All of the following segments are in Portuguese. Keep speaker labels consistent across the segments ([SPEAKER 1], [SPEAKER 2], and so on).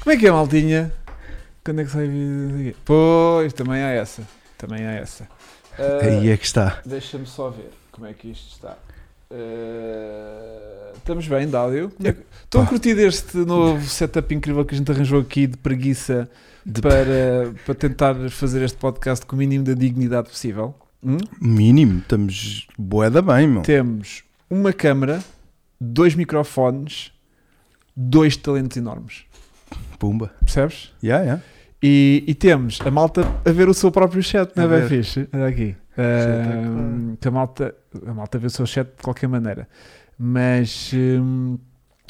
[SPEAKER 1] Como é que é, maldinha? Quando é que sai vídeo? daqui? Pois, também há essa. Também há essa. Ah,
[SPEAKER 2] Aí é que está.
[SPEAKER 1] Deixa-me só ver como é que isto está. Ah, estamos bem de áudio? Como é que- Estão a
[SPEAKER 2] Pá.
[SPEAKER 1] curtir este novo setup incrível que a gente arranjou aqui de preguiça
[SPEAKER 2] De-
[SPEAKER 1] para, para tentar fazer este podcast com o mínimo da dignidade possível? Hum?
[SPEAKER 2] Mínimo, estamos boeda bem, meu.
[SPEAKER 1] Temos uma câmara, dois microfones, dois talentos enormes.
[SPEAKER 2] Pumba.
[SPEAKER 1] Percebes?
[SPEAKER 2] Yeah, yeah.
[SPEAKER 1] E, e temos a malta a ver o seu próprio chat, não é
[SPEAKER 2] A
[SPEAKER 1] bem
[SPEAKER 2] ver. é
[SPEAKER 1] fixe? Olha aqui. Ahm, que a malta, a malta vê o seu chat de qualquer maneira. Mas hum,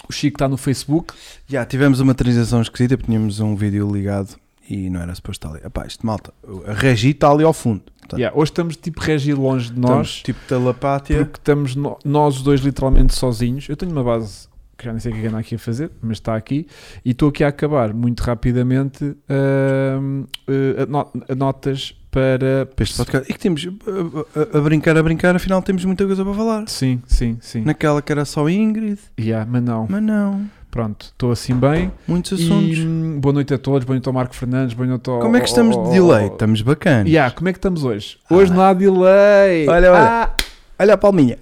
[SPEAKER 1] o Chico está no Facebook.
[SPEAKER 2] Já tivemos uma transição esquisita porque tínhamos um vídeo ligado e não era suposto estar ali. Epá, isto malta, a Regi está ali ao fundo. Portanto,
[SPEAKER 1] Yeah, hoje estamos tipo regi longe de
[SPEAKER 2] Tá. estamos
[SPEAKER 1] nós,
[SPEAKER 2] tipo Talapátia.
[SPEAKER 1] porque estamos no- nós os dois literalmente sozinhos. Eu tenho uma base que já nem sei o que é que ando aqui a fazer, mas está aqui. E estou aqui a acabar muito rapidamente ahm, eh, ano- notas para.
[SPEAKER 2] Para este podcast. E que temos a, a- a brincar, a brincar, afinal temos muita coisa para falar.
[SPEAKER 1] Sim, sim, sim.
[SPEAKER 2] Naquela que era só Ingrid,
[SPEAKER 1] Yeah, mas não.
[SPEAKER 2] mas não.
[SPEAKER 1] Pronto, estou assim bem.
[SPEAKER 2] Muitos assuntos.
[SPEAKER 1] E, hum, boa noite a todos, boa noite ao Marco Fernandes, boa noite ao.
[SPEAKER 2] Como é que estamos de delay? Estamos bacanas.
[SPEAKER 1] Yeah, como é que estamos hoje? Hoje não há delay.
[SPEAKER 2] Olha, olha. Ah, é.
[SPEAKER 1] Ah,
[SPEAKER 2] Olha a palminha.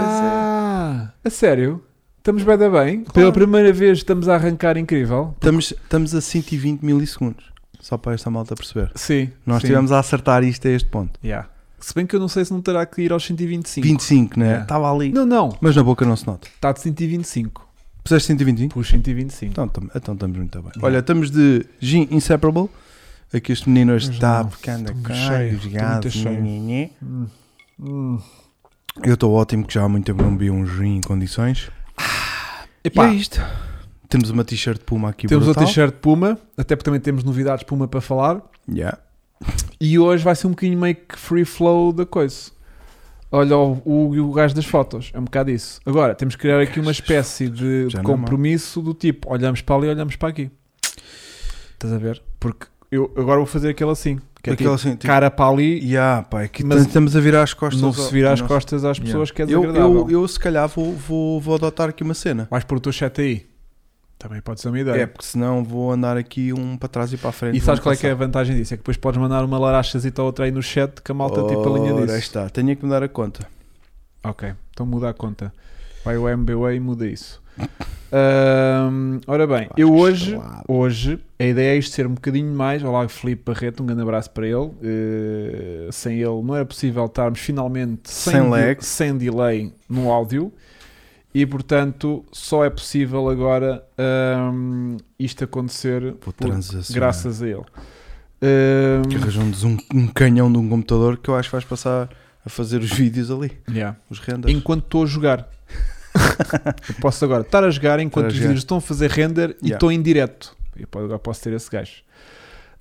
[SPEAKER 1] ah, a sério? Estamos bem da bem? Pela primeira vez estamos a arrancar incrível?
[SPEAKER 2] Estamos, estamos a 120 milissegundos. Só para esta malta perceber.
[SPEAKER 1] Sim.
[SPEAKER 2] Nós
[SPEAKER 1] sim.
[SPEAKER 2] estivemos a acertar isto a este ponto.
[SPEAKER 1] Yeah. Se bem que eu não sei se não terá que ir aos 125.
[SPEAKER 2] 25, né?
[SPEAKER 1] Yeah.
[SPEAKER 2] Estava ali.
[SPEAKER 1] Não, não.
[SPEAKER 2] Mas na boca não se nota.
[SPEAKER 1] Está de 125.
[SPEAKER 2] Puseste 125?
[SPEAKER 1] Pus 125.
[SPEAKER 2] Então, tam- então estamos muito bem.
[SPEAKER 1] Yeah.
[SPEAKER 2] Olha, estamos de Gin Inseparable. Aqui este menino hoje
[SPEAKER 1] Mas
[SPEAKER 2] está
[SPEAKER 1] não,
[SPEAKER 2] porque anda
[SPEAKER 1] estou
[SPEAKER 2] cá,
[SPEAKER 1] cheio,
[SPEAKER 2] e os
[SPEAKER 1] estou
[SPEAKER 2] gases,
[SPEAKER 1] muito cheio.
[SPEAKER 2] nhe, nhe, nhe.
[SPEAKER 1] Hum. Hum.
[SPEAKER 2] Eu estou ótimo que já há muito tempo não bebi um gin em condições.
[SPEAKER 1] Epá,
[SPEAKER 2] E é isto. Temos uma t-shirt Puma aqui
[SPEAKER 1] temos o
[SPEAKER 2] brutal.
[SPEAKER 1] t-shirt Puma, até porque também temos novidades Puma para falar.
[SPEAKER 2] Yeah.
[SPEAKER 1] E hoje vai ser um bocadinho meio que free flow da coisa. Olha o, o, o gajo das fotos, é um bocado isso. Agora, temos que criar aqui uma espécie de,
[SPEAKER 2] Já
[SPEAKER 1] de
[SPEAKER 2] não é mau.
[SPEAKER 1] compromisso do tipo, olhamos para ali, olhamos para aqui. Estás a ver? Porque eu agora vou fazer aquele assim, que é
[SPEAKER 2] Aquela
[SPEAKER 1] tipo,
[SPEAKER 2] assim, tipo,
[SPEAKER 1] cara para ali
[SPEAKER 2] yeah, pá, é que
[SPEAKER 1] Mas-
[SPEAKER 2] estamos a virar as costas.
[SPEAKER 1] não se
[SPEAKER 2] ao-
[SPEAKER 1] virar as
[SPEAKER 2] ao nosso-
[SPEAKER 1] costas às
[SPEAKER 2] Yeah.
[SPEAKER 1] pessoas que é
[SPEAKER 2] eu,
[SPEAKER 1] desagradável.
[SPEAKER 2] eu, eu se calhar vou, vou, vou adotar aqui uma cena.
[SPEAKER 1] Vais pôr o teu chat aí. Também pode ser uma
[SPEAKER 2] É,
[SPEAKER 1] ideia.
[SPEAKER 2] porque senão vou andar aqui um para trás e para a frente.
[SPEAKER 1] e sabes qual é que é a vantagem disso? É que depois podes mandar uma larachazita ou outra aí no chat que a malta tipo alinha
[SPEAKER 2] Ora,
[SPEAKER 1] disso.
[SPEAKER 2] está. Tenho que mudar a conta.
[SPEAKER 1] Ok, então muda a conta. Vai o MBA e muda isso. Ahm, ora bem, eu hoje, hoje, a ideia é isto ser um bocadinho mais. Olá, Felipe Barreto, um grande abraço para ele. Eh, sem ele não era possível estarmos finalmente sem,
[SPEAKER 2] Sem
[SPEAKER 1] de-
[SPEAKER 2] lag.
[SPEAKER 1] sem delay no áudio. E portanto, só é possível agora ahm, isto acontecer
[SPEAKER 2] Vou
[SPEAKER 1] por-
[SPEAKER 2] transacionar.
[SPEAKER 1] graças a ele. Ahm,
[SPEAKER 2] é. Que arranjamos um, um canhão de um computador que eu acho que vais passar a fazer os vídeos ali,
[SPEAKER 1] yeah.
[SPEAKER 2] os renders.
[SPEAKER 1] enquanto estou a jogar. eu posso agora estar a jogar enquanto
[SPEAKER 2] Estar a
[SPEAKER 1] os
[SPEAKER 2] jogar.
[SPEAKER 1] vídeos estão a fazer render e
[SPEAKER 2] Yeah.
[SPEAKER 1] estou em direto. Eu po- agora posso ter esse gajo.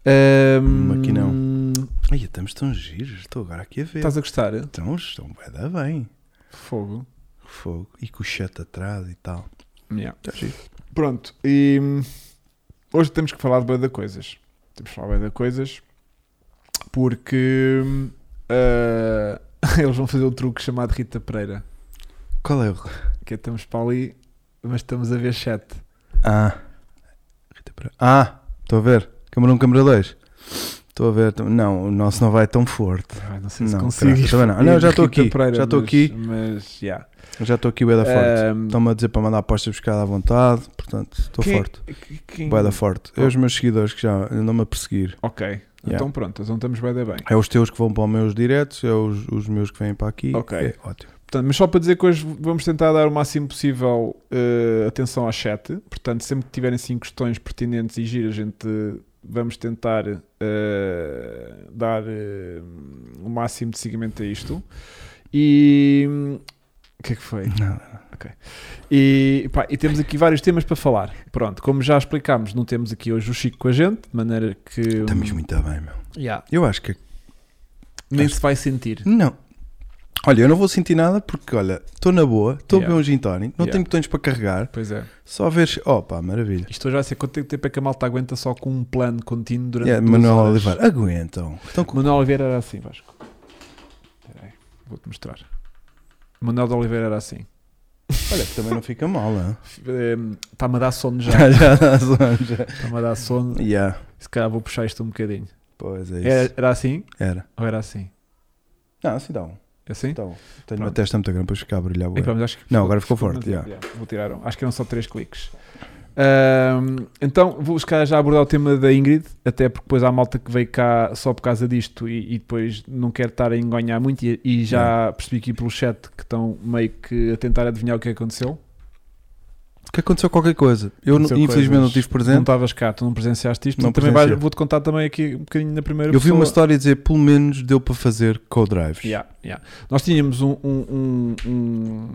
[SPEAKER 1] Ahm,
[SPEAKER 2] Hum, aqui Ai, estamos tão giros, estou agora aqui a ver.
[SPEAKER 1] Estás a gostar? eh?
[SPEAKER 2] Então, estão bem, dá bem.
[SPEAKER 1] Fogo.
[SPEAKER 2] Fogo. E com o chat atrás e tal.
[SPEAKER 1] Yeah.
[SPEAKER 2] Está Tá giro.
[SPEAKER 1] Pronto, e hum, hoje temos que falar de bué de coisas. Temos que falar bem de coisas porque hum, ah, eles vão fazer um truque chamado Rita Pereira.
[SPEAKER 2] Qual é o.
[SPEAKER 1] Que é estamos para ali, mas estamos a ver chat.
[SPEAKER 2] Ah. Rita Pereira. Ah, estou a ver. Câmara 1, câmara 2. Estou a ver. Não, o nosso não vai tão forte.
[SPEAKER 1] Ah, não sei se
[SPEAKER 2] Não,
[SPEAKER 1] consigo.
[SPEAKER 2] caraca, também Ah, não. Não, já estou
[SPEAKER 1] Rita
[SPEAKER 2] aqui, já estou
[SPEAKER 1] mas-
[SPEAKER 2] aqui.
[SPEAKER 1] Mas, já.
[SPEAKER 2] Eu já estou aqui bué da forte. Então,
[SPEAKER 1] Ahm,
[SPEAKER 2] Estão-me a dizer para mandar apostas buscar à vontade, portanto, estou
[SPEAKER 1] quem-
[SPEAKER 2] forte.
[SPEAKER 1] qu- quem-
[SPEAKER 2] Bué da forte. É os meus seguidores que já andam-me a perseguir.
[SPEAKER 1] Ok. Então pronto, então estamos bem da bem.
[SPEAKER 2] É os teus que vão para os meus diretos, é os, os meus que vêm para aqui.
[SPEAKER 1] Ok.
[SPEAKER 2] É ótimo.
[SPEAKER 1] Portanto, mas só para dizer que hoje vamos tentar dar o máximo possível eh, atenção ao chat. Portanto, sempre que tiverem assim questões pertinentes e giras, a gente vamos tentar eh, dar eh, o máximo de seguimento a isto. E. O que é que foi?
[SPEAKER 2] Nada.
[SPEAKER 1] E, pá, e temos aqui vários temas para falar. Pronto, como já explicámos, não temos aqui hoje o Chico com a gente, de maneira que hum,
[SPEAKER 2] Estamos muito bem, meu.
[SPEAKER 1] yeah,
[SPEAKER 2] Eu acho que.
[SPEAKER 1] nem se vai sentir.
[SPEAKER 2] Não. Olha, eu não vou sentir nada porque, olha, estou na boa, estou a
[SPEAKER 1] Yeah.
[SPEAKER 2] beber um gin tónico, não
[SPEAKER 1] Yeah.
[SPEAKER 2] tenho botões para carregar,
[SPEAKER 1] Pois é.
[SPEAKER 2] só ver. Oh, pá, maravilha.
[SPEAKER 1] Isto hoje vai ser quanto tempo é que a malta aguenta só com um plano contínuo durante
[SPEAKER 2] Yeah,
[SPEAKER 1] duas
[SPEAKER 2] Manuel
[SPEAKER 1] horas?
[SPEAKER 2] Oliveira, Então, aguentam. Estão com.
[SPEAKER 1] Manuel Oliveira era assim, Vasco. Espera aí, vou-te mostrar. Manuel de Oliveira era assim.
[SPEAKER 2] Olha, que também não fica mal, não
[SPEAKER 1] Está-me a dar sono já.
[SPEAKER 2] Já, já, dá sono, já.
[SPEAKER 1] Está-me a dar sono.
[SPEAKER 2] Yeah.
[SPEAKER 1] Se calhar vou puxar isto um bocadinho.
[SPEAKER 2] Pois é
[SPEAKER 1] Era,
[SPEAKER 2] isso.
[SPEAKER 1] era assim?
[SPEAKER 2] Era.
[SPEAKER 1] Ou era assim?
[SPEAKER 2] Não, assim dá um.
[SPEAKER 1] Assim?
[SPEAKER 2] Então, tenho uma
[SPEAKER 1] Pronto.
[SPEAKER 2] testa muito grande, depois ficar a brilhar. bué.
[SPEAKER 1] Epá, mas acho que
[SPEAKER 2] Não, agora ficou
[SPEAKER 1] mas,
[SPEAKER 2] forte, já.
[SPEAKER 1] Vou tirar um. Acho que eram só três cliques. Ahm, então, vou se calhar já abordar o tema da Ingrid, até porque depois há malta que veio cá só por causa disto e, e depois não quer estar a enganhar muito. E, e já percebi aqui pelo chat que estão meio que a tentar adivinhar o que aconteceu.
[SPEAKER 2] que aconteceu qualquer coisa. Eu
[SPEAKER 1] Aconteceu
[SPEAKER 2] não- infelizmente
[SPEAKER 1] coisas.
[SPEAKER 2] não estive
[SPEAKER 1] Não
[SPEAKER 2] presente.
[SPEAKER 1] estavas cá, tu não presenciaste isto.
[SPEAKER 2] Não
[SPEAKER 1] Não também vais-
[SPEAKER 2] presenciei.
[SPEAKER 1] vou-te contar também aqui um bocadinho na primeira
[SPEAKER 2] eu vi uma
[SPEAKER 1] pessoa.
[SPEAKER 2] história dizer pelo menos deu para fazer co-drives.
[SPEAKER 1] Yeah, yeah. Nós tínhamos um, um, um- um-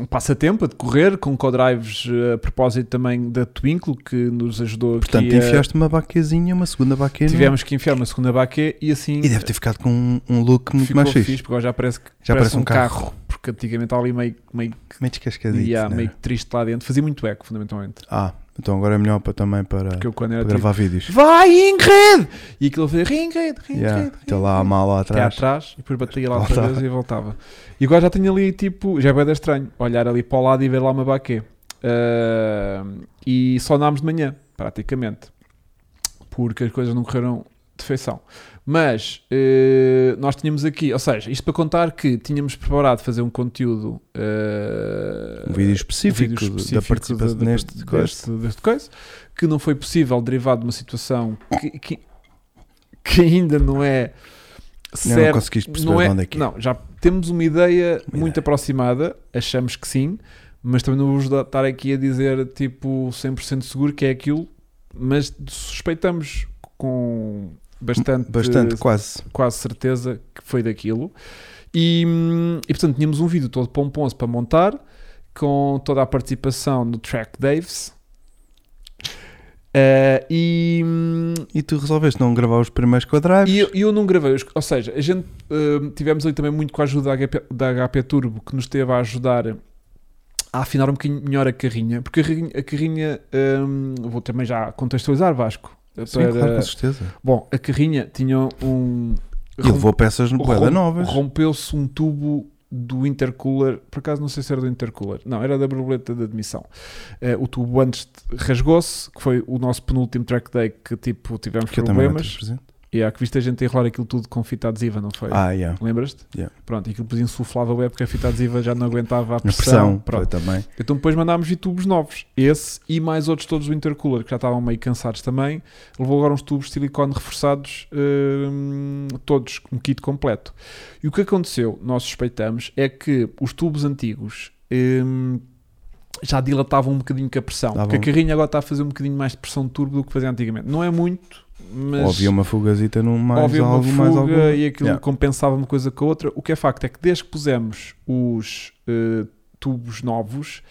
[SPEAKER 1] um passatempo a decorrer com co-drives eh, a propósito também da Twinkle que nos ajudou
[SPEAKER 2] Portanto,
[SPEAKER 1] aqui a-
[SPEAKER 2] enfiaste uma baquezinha, uma segunda baqueira.
[SPEAKER 1] tivemos que enfiar uma segunda baquê e assim
[SPEAKER 2] E deve ter ficado com um, um look muito
[SPEAKER 1] ficou
[SPEAKER 2] mais
[SPEAKER 1] fixe.
[SPEAKER 2] fixe.
[SPEAKER 1] porque agora já parece, que,
[SPEAKER 2] Já parece um
[SPEAKER 1] porque antigamente há ali meio, meio,
[SPEAKER 2] Meio descascadito.
[SPEAKER 1] yeah,
[SPEAKER 2] né?
[SPEAKER 1] meio triste lá dentro, fazia muito eco fundamentalmente,
[SPEAKER 2] Ah, então agora é melhor para, também para,
[SPEAKER 1] porque
[SPEAKER 2] para
[SPEAKER 1] eu quando era tipo,
[SPEAKER 2] gravar vídeos.
[SPEAKER 1] vai Ingrid! E aquilo fazia Ingrid, Ingrid,
[SPEAKER 2] Yeah.
[SPEAKER 1] Ingrid.
[SPEAKER 2] Está lá a mala
[SPEAKER 1] até
[SPEAKER 2] atrás.
[SPEAKER 1] atrás e depois batia lá outra
[SPEAKER 2] Voltava.
[SPEAKER 1] vez e voltava. E agora já tenho ali tipo, já é bem estranho, olhar ali para o lado e ver lá uma baquê. Ah, e só andámos de manhã, praticamente, porque as coisas não correram de feição. Mas eh, nós tínhamos aqui, ou seja, isto para contar que tínhamos preparado fazer um conteúdo, eh,
[SPEAKER 2] Um vídeo específico da participação
[SPEAKER 1] da- da-
[SPEAKER 2] neste
[SPEAKER 1] deste-
[SPEAKER 2] coisa.
[SPEAKER 1] deste coisa, que não foi possível derivado de uma situação que, que, que ainda não é
[SPEAKER 2] Não, não
[SPEAKER 1] certa.
[SPEAKER 2] conseguiste perceber de onde é que é.
[SPEAKER 1] Não, já temos uma ideia
[SPEAKER 2] Uma
[SPEAKER 1] muito
[SPEAKER 2] ideia.
[SPEAKER 1] aproximada, achamos que sim, mas também não vou estar aqui a dizer tipo 100% seguro que é aquilo, mas suspeitamos com bastante,
[SPEAKER 2] Bastante, quase.
[SPEAKER 1] quase certeza que foi daquilo. E, hum, e, portanto tínhamos um vídeo todo pomposo para montar, com toda a participação do Track Daves. Eh, e, hum,
[SPEAKER 2] E tu resolveste não gravar os primeiros co-drives?
[SPEAKER 1] e eu, e eu não gravei, os- ou seja, a gente hum, tivemos ali também muito com a ajuda da HP, da HP Turbo que nos teve a ajudar a afinar um bocadinho melhor a carrinha, porque a carrinha, a carrinha, hum, vou também já contextualizar Vasco.
[SPEAKER 2] Sim,
[SPEAKER 1] Para-
[SPEAKER 2] claro, com certeza.
[SPEAKER 1] Bom, a carrinha tinha um
[SPEAKER 2] E levou peças no
[SPEAKER 1] Rom-
[SPEAKER 2] Boeda Novas.
[SPEAKER 1] Rompeu-se um tubo do intercooler, por acaso não sei se era do intercooler, não, era da borboleta de admissão. Eh, o tubo antes de- rasgou-se, que foi o nosso penúltimo track day que tipo tivemos
[SPEAKER 2] Que eu também não tive
[SPEAKER 1] problemas.
[SPEAKER 2] presente.
[SPEAKER 1] E há que viste a gente enrolar aquilo tudo com fita adesiva, não foi?
[SPEAKER 2] Ah, yeah.
[SPEAKER 1] Lembras-te?
[SPEAKER 2] Yeah.
[SPEAKER 1] Pronto, e aquilo depois insuflava o web porque a fita adesiva já não aguentava a
[SPEAKER 2] Na
[SPEAKER 1] pressão.
[SPEAKER 2] pressão,
[SPEAKER 1] Pronto.
[SPEAKER 2] foi também.
[SPEAKER 1] Então depois mandámos vir tubos novos. Esse e mais outros todos do intercooler, que já estavam meio cansados também. Levou agora uns tubos de silicone reforçados, hum, todos, um kit completo. E o que aconteceu, nós suspeitamos, é que os tubos antigos hum, já dilatavam um bocadinho com a pressão.
[SPEAKER 2] Davam-
[SPEAKER 1] Porque a carrinha agora está a fazer um bocadinho mais de pressão de turbo do que fazia antigamente. Não é muito, mas...
[SPEAKER 2] Ou havia uma fugazita num mais
[SPEAKER 1] Houve uma
[SPEAKER 2] algo,
[SPEAKER 1] fuga
[SPEAKER 2] mais algum.
[SPEAKER 1] e aquilo
[SPEAKER 2] Yeah.
[SPEAKER 1] compensava uma coisa com a outra. O que é facto é que desde que pusemos os eh, tubos novos,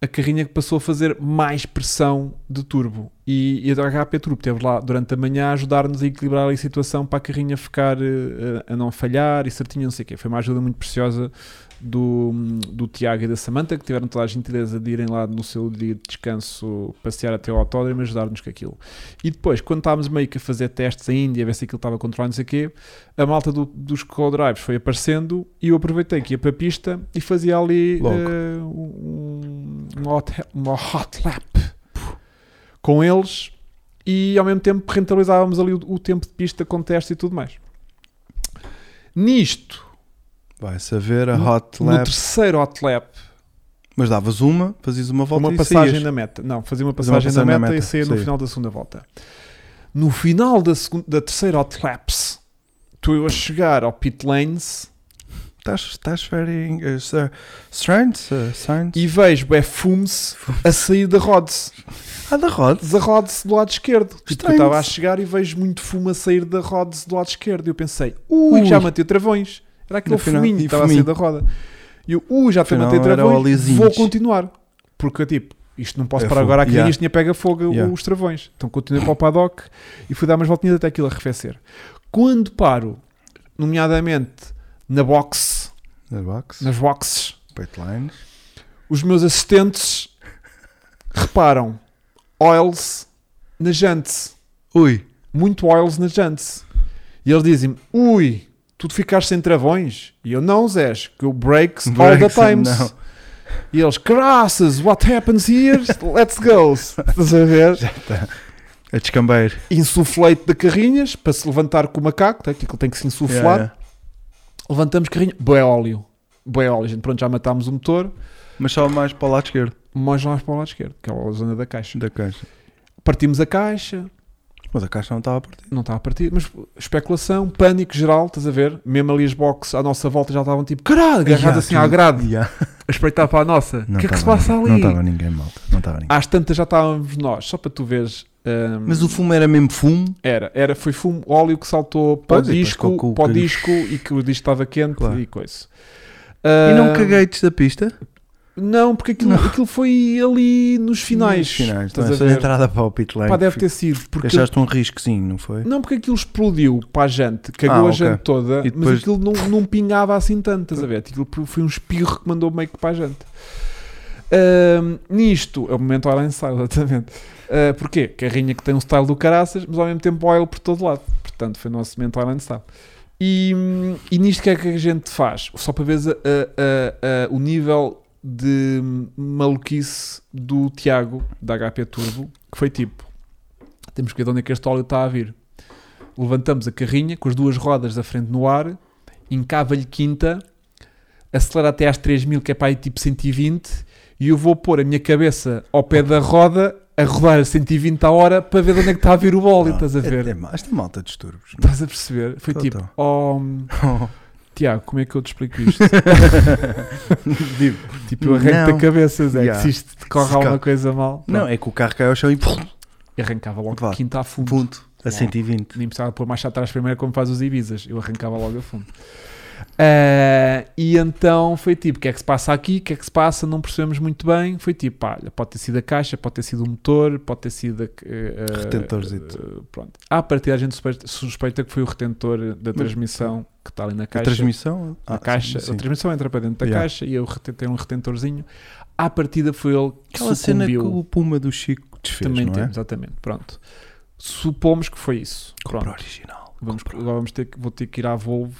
[SPEAKER 1] a carrinha passou a fazer mais pressão de turbo. E, e a HP Turbo esteve lá durante a manhã a ajudar-nos a equilibrar ali a situação para a carrinha ficar eh, a, a não falhar e certinho, não sei o quê. Foi uma ajuda muito preciosa do, do Tiago e da Samanta, que tiveram toda a gentileza de irem lá no seu dia de descanso passear até ao autódromo e ajudar-nos com aquilo. E depois, quando estávamos meio que a fazer testes ainda e a ver se aquilo estava controlado, não sei o quê, a malta do- dos co-drives foi aparecendo e eu aproveitei que ia para a pista e fazia ali
[SPEAKER 2] Logo.
[SPEAKER 1] eh, um, um hot, uma hot lap com eles e ao mesmo tempo rentabilizávamos ali o, o tempo de pista com testes e tudo mais. Nisto,
[SPEAKER 2] Vai saber a
[SPEAKER 1] No-
[SPEAKER 2] hot
[SPEAKER 1] no
[SPEAKER 2] lap.
[SPEAKER 1] terceiro hot lap,
[SPEAKER 2] Mas davas uma, fazias uma volta
[SPEAKER 1] uma
[SPEAKER 2] e
[SPEAKER 1] passagem
[SPEAKER 2] saías.
[SPEAKER 1] na meta. Não, fazia uma
[SPEAKER 2] Fazia uma
[SPEAKER 1] passagem,
[SPEAKER 2] passagem
[SPEAKER 1] na,
[SPEAKER 2] na
[SPEAKER 1] meta, e
[SPEAKER 2] meta,
[SPEAKER 1] saía no
[SPEAKER 2] saía.
[SPEAKER 1] final da segunda volta. No final da, segunda, da terceira hot laps, tu eu a chegar ao pit lanes
[SPEAKER 2] Estás, estás very uh, sir- strange, sir, strange.
[SPEAKER 1] e vejo é fumes a sair da Rhodes,
[SPEAKER 2] Ah, da Rod.
[SPEAKER 1] da Rhodes do lado esquerdo. Tipo, eu
[SPEAKER 2] Estranho.
[SPEAKER 1] estava a chegar e vejo muito fumo a sair da Rhodes do lado esquerdo. E eu pensei, ui, já
[SPEAKER 2] Ui.
[SPEAKER 1] matei travões. Era aquele
[SPEAKER 2] No final-
[SPEAKER 1] fuminho que
[SPEAKER 2] e
[SPEAKER 1] estava a sair
[SPEAKER 2] fuminho.
[SPEAKER 1] da roda. E eu, ui, já
[SPEAKER 2] Afinal,
[SPEAKER 1] matei
[SPEAKER 2] era
[SPEAKER 1] travões,
[SPEAKER 2] oleozinhos.
[SPEAKER 1] vou continuar. Porque eu, tipo, isto não posso
[SPEAKER 2] É
[SPEAKER 1] parar
[SPEAKER 2] fogo.
[SPEAKER 1] agora aqui,
[SPEAKER 2] Yeah.
[SPEAKER 1] isto tinha pega fogo
[SPEAKER 2] Yeah.
[SPEAKER 1] os travões. Então continuei para o paddock e fui dar umas voltinhas até aquilo arrefecer. Quando paro, nomeadamente na box,
[SPEAKER 2] Na box.
[SPEAKER 1] nas boxes,
[SPEAKER 2] Pate lines.
[SPEAKER 1] os meus assistentes reparam oils na jante.
[SPEAKER 2] Ui.
[SPEAKER 1] Muito oils na jante. E eles dizem-me, ui, tu ficaste sem travões? E eu, não, Zés, que eu breaks, all the
[SPEAKER 2] Brakes,
[SPEAKER 1] times.
[SPEAKER 2] Não.
[SPEAKER 1] E eles, graças, what happens here? Let's go. Estás a ver?
[SPEAKER 2] É descambeiro.
[SPEAKER 1] Insuflate de carrinhas para se levantar com o macaco, tá? que aquilo tem que se insuflar.
[SPEAKER 2] Yeah, yeah.
[SPEAKER 1] Levantamos carrinho, boé óleo. Boé óleo, gente. Pronto, já matámos o motor,
[SPEAKER 2] Mas só mais para o lado esquerdo
[SPEAKER 1] mais lá para o lado esquerdo, que é a zona da caixa.
[SPEAKER 2] da caixa.
[SPEAKER 1] Partimos a caixa,
[SPEAKER 2] Mas a caixa não estava a partir.
[SPEAKER 1] não está a partir, mas especulação, pânico geral, estás a ver? Mesmo ali as boxes à nossa volta já estavam tipo, caralho, agarrados
[SPEAKER 2] Yeah,
[SPEAKER 1] assim
[SPEAKER 2] tudo-
[SPEAKER 1] à grade,
[SPEAKER 2] Yeah.
[SPEAKER 1] a espreitar para a nossa. O
[SPEAKER 2] Não
[SPEAKER 1] que é que se
[SPEAKER 2] estava
[SPEAKER 1] passa
[SPEAKER 2] ninguém-
[SPEAKER 1] ali? Ah,
[SPEAKER 2] Não estava ninguém, malta. Não estava ninguém.
[SPEAKER 1] Às tantas já estávamos nós, só para tu veres. hum,
[SPEAKER 2] Mas o fumo era mesmo fumo?
[SPEAKER 1] Era, era, foi fumo, óleo que saltou para o
[SPEAKER 2] Pois, e depois
[SPEAKER 1] disco,
[SPEAKER 2] com o
[SPEAKER 1] para o
[SPEAKER 2] carinho.
[SPEAKER 1] disco e que o disco estava quente
[SPEAKER 2] Claro.
[SPEAKER 1] e coisa.
[SPEAKER 2] E não
[SPEAKER 1] Hum,
[SPEAKER 2] caguei-te da pista?
[SPEAKER 1] Não, porque aquilo, aquilo foi ali nos finais.
[SPEAKER 2] Nos finais.
[SPEAKER 1] estás
[SPEAKER 2] Então,
[SPEAKER 1] a
[SPEAKER 2] essa
[SPEAKER 1] ver?
[SPEAKER 2] entrada para o pit lane.
[SPEAKER 1] Pá, deve ter sido. Porque
[SPEAKER 2] Achaste um riscozinho, não foi?
[SPEAKER 1] Não, porque aquilo explodiu para a gente, cagou
[SPEAKER 2] Ah,
[SPEAKER 1] a
[SPEAKER 2] ok.
[SPEAKER 1] gente toda,
[SPEAKER 2] E depois-
[SPEAKER 1] mas aquilo não, não pingava assim tanto, estás a ver? Aquilo foi um espirro que mandou meio que para a gente. Ahm, nisto, é o momento a lançar, exatamente. Ah, porquê? Carrinha que tem um style do caraças, mas ao mesmo tempo oil por todo lado. Portanto, foi o nosso momento a lançar. E, hum, e nisto, o que é que a gente faz? Só para veres a- a- a- o nível de maluquice do Tiago, da HP Turbo, que foi tipo: temos que ver de onde é que este óleo está a vir. Levantamos a carrinha com as duas rodas da frente no ar, encava-lhe quinta, acelera até às 3000, que é para aí tipo 120, e eu vou pôr a minha cabeça ao pé da roda a rodar a 120 à hora para ver de onde é que está a vir o óleo,
[SPEAKER 2] Ah,
[SPEAKER 1] estás a
[SPEAKER 2] é-
[SPEAKER 1] ver?
[SPEAKER 2] É, má- esta malta de distúrbios. é? Então,
[SPEAKER 1] Estás a perceber? Foi
[SPEAKER 2] Tô,
[SPEAKER 1] tipo,
[SPEAKER 2] tô.
[SPEAKER 1] oh
[SPEAKER 2] então.
[SPEAKER 1] Tiago, como é que eu te explico isto?
[SPEAKER 2] Digo,
[SPEAKER 1] tipo, eu arranco-te a
[SPEAKER 2] Não.
[SPEAKER 1] cabeça, Zé,
[SPEAKER 2] Yeah.
[SPEAKER 1] que se isto te corre
[SPEAKER 2] Se
[SPEAKER 1] alguma
[SPEAKER 2] ca-
[SPEAKER 1] coisa mal.
[SPEAKER 2] não, é que o carro caiu ao chão e pum,
[SPEAKER 1] E arrancava logo
[SPEAKER 2] Vá.
[SPEAKER 1] quinta a fundo.
[SPEAKER 2] ponto. A
[SPEAKER 1] Yeah.
[SPEAKER 2] 120.
[SPEAKER 1] Nem precisava pôr mais atrás primeiro como faz os Ibizas. Eu arrancava logo a fundo. Ah, e então foi tipo, o que é que se passa aqui? O que é que se passa? Não percebemos muito bem. Foi tipo, pá, olha, pode ter sido a caixa, pode ter sido o motor, pode ter sido... a- eh, eh,
[SPEAKER 2] Retentores-ito.
[SPEAKER 1] eh, pronto. À partida a gente suspeita, suspeita que foi o retentor da transmissão que está ali na
[SPEAKER 2] A
[SPEAKER 1] caixa.
[SPEAKER 2] transmissão?
[SPEAKER 1] a
[SPEAKER 2] Ah,
[SPEAKER 1] caixa,
[SPEAKER 2] sim,
[SPEAKER 1] a
[SPEAKER 2] sim.
[SPEAKER 1] transmissão entra para dentro da
[SPEAKER 2] Yeah.
[SPEAKER 1] caixa e eu rete- tenho um retentorzinho. À partida foi ele que
[SPEAKER 2] Aquela cena que
[SPEAKER 1] sucumbiu.
[SPEAKER 2] o Puma do Chico desfez,
[SPEAKER 1] Também
[SPEAKER 2] não é?
[SPEAKER 1] temos, exatamente. Pronto. Supomos que foi isso.
[SPEAKER 2] Compra
[SPEAKER 1] Pronto.
[SPEAKER 2] original.
[SPEAKER 1] Vamos,
[SPEAKER 2] compra.
[SPEAKER 1] agora vamos ter que, vou ter que ir à Volvo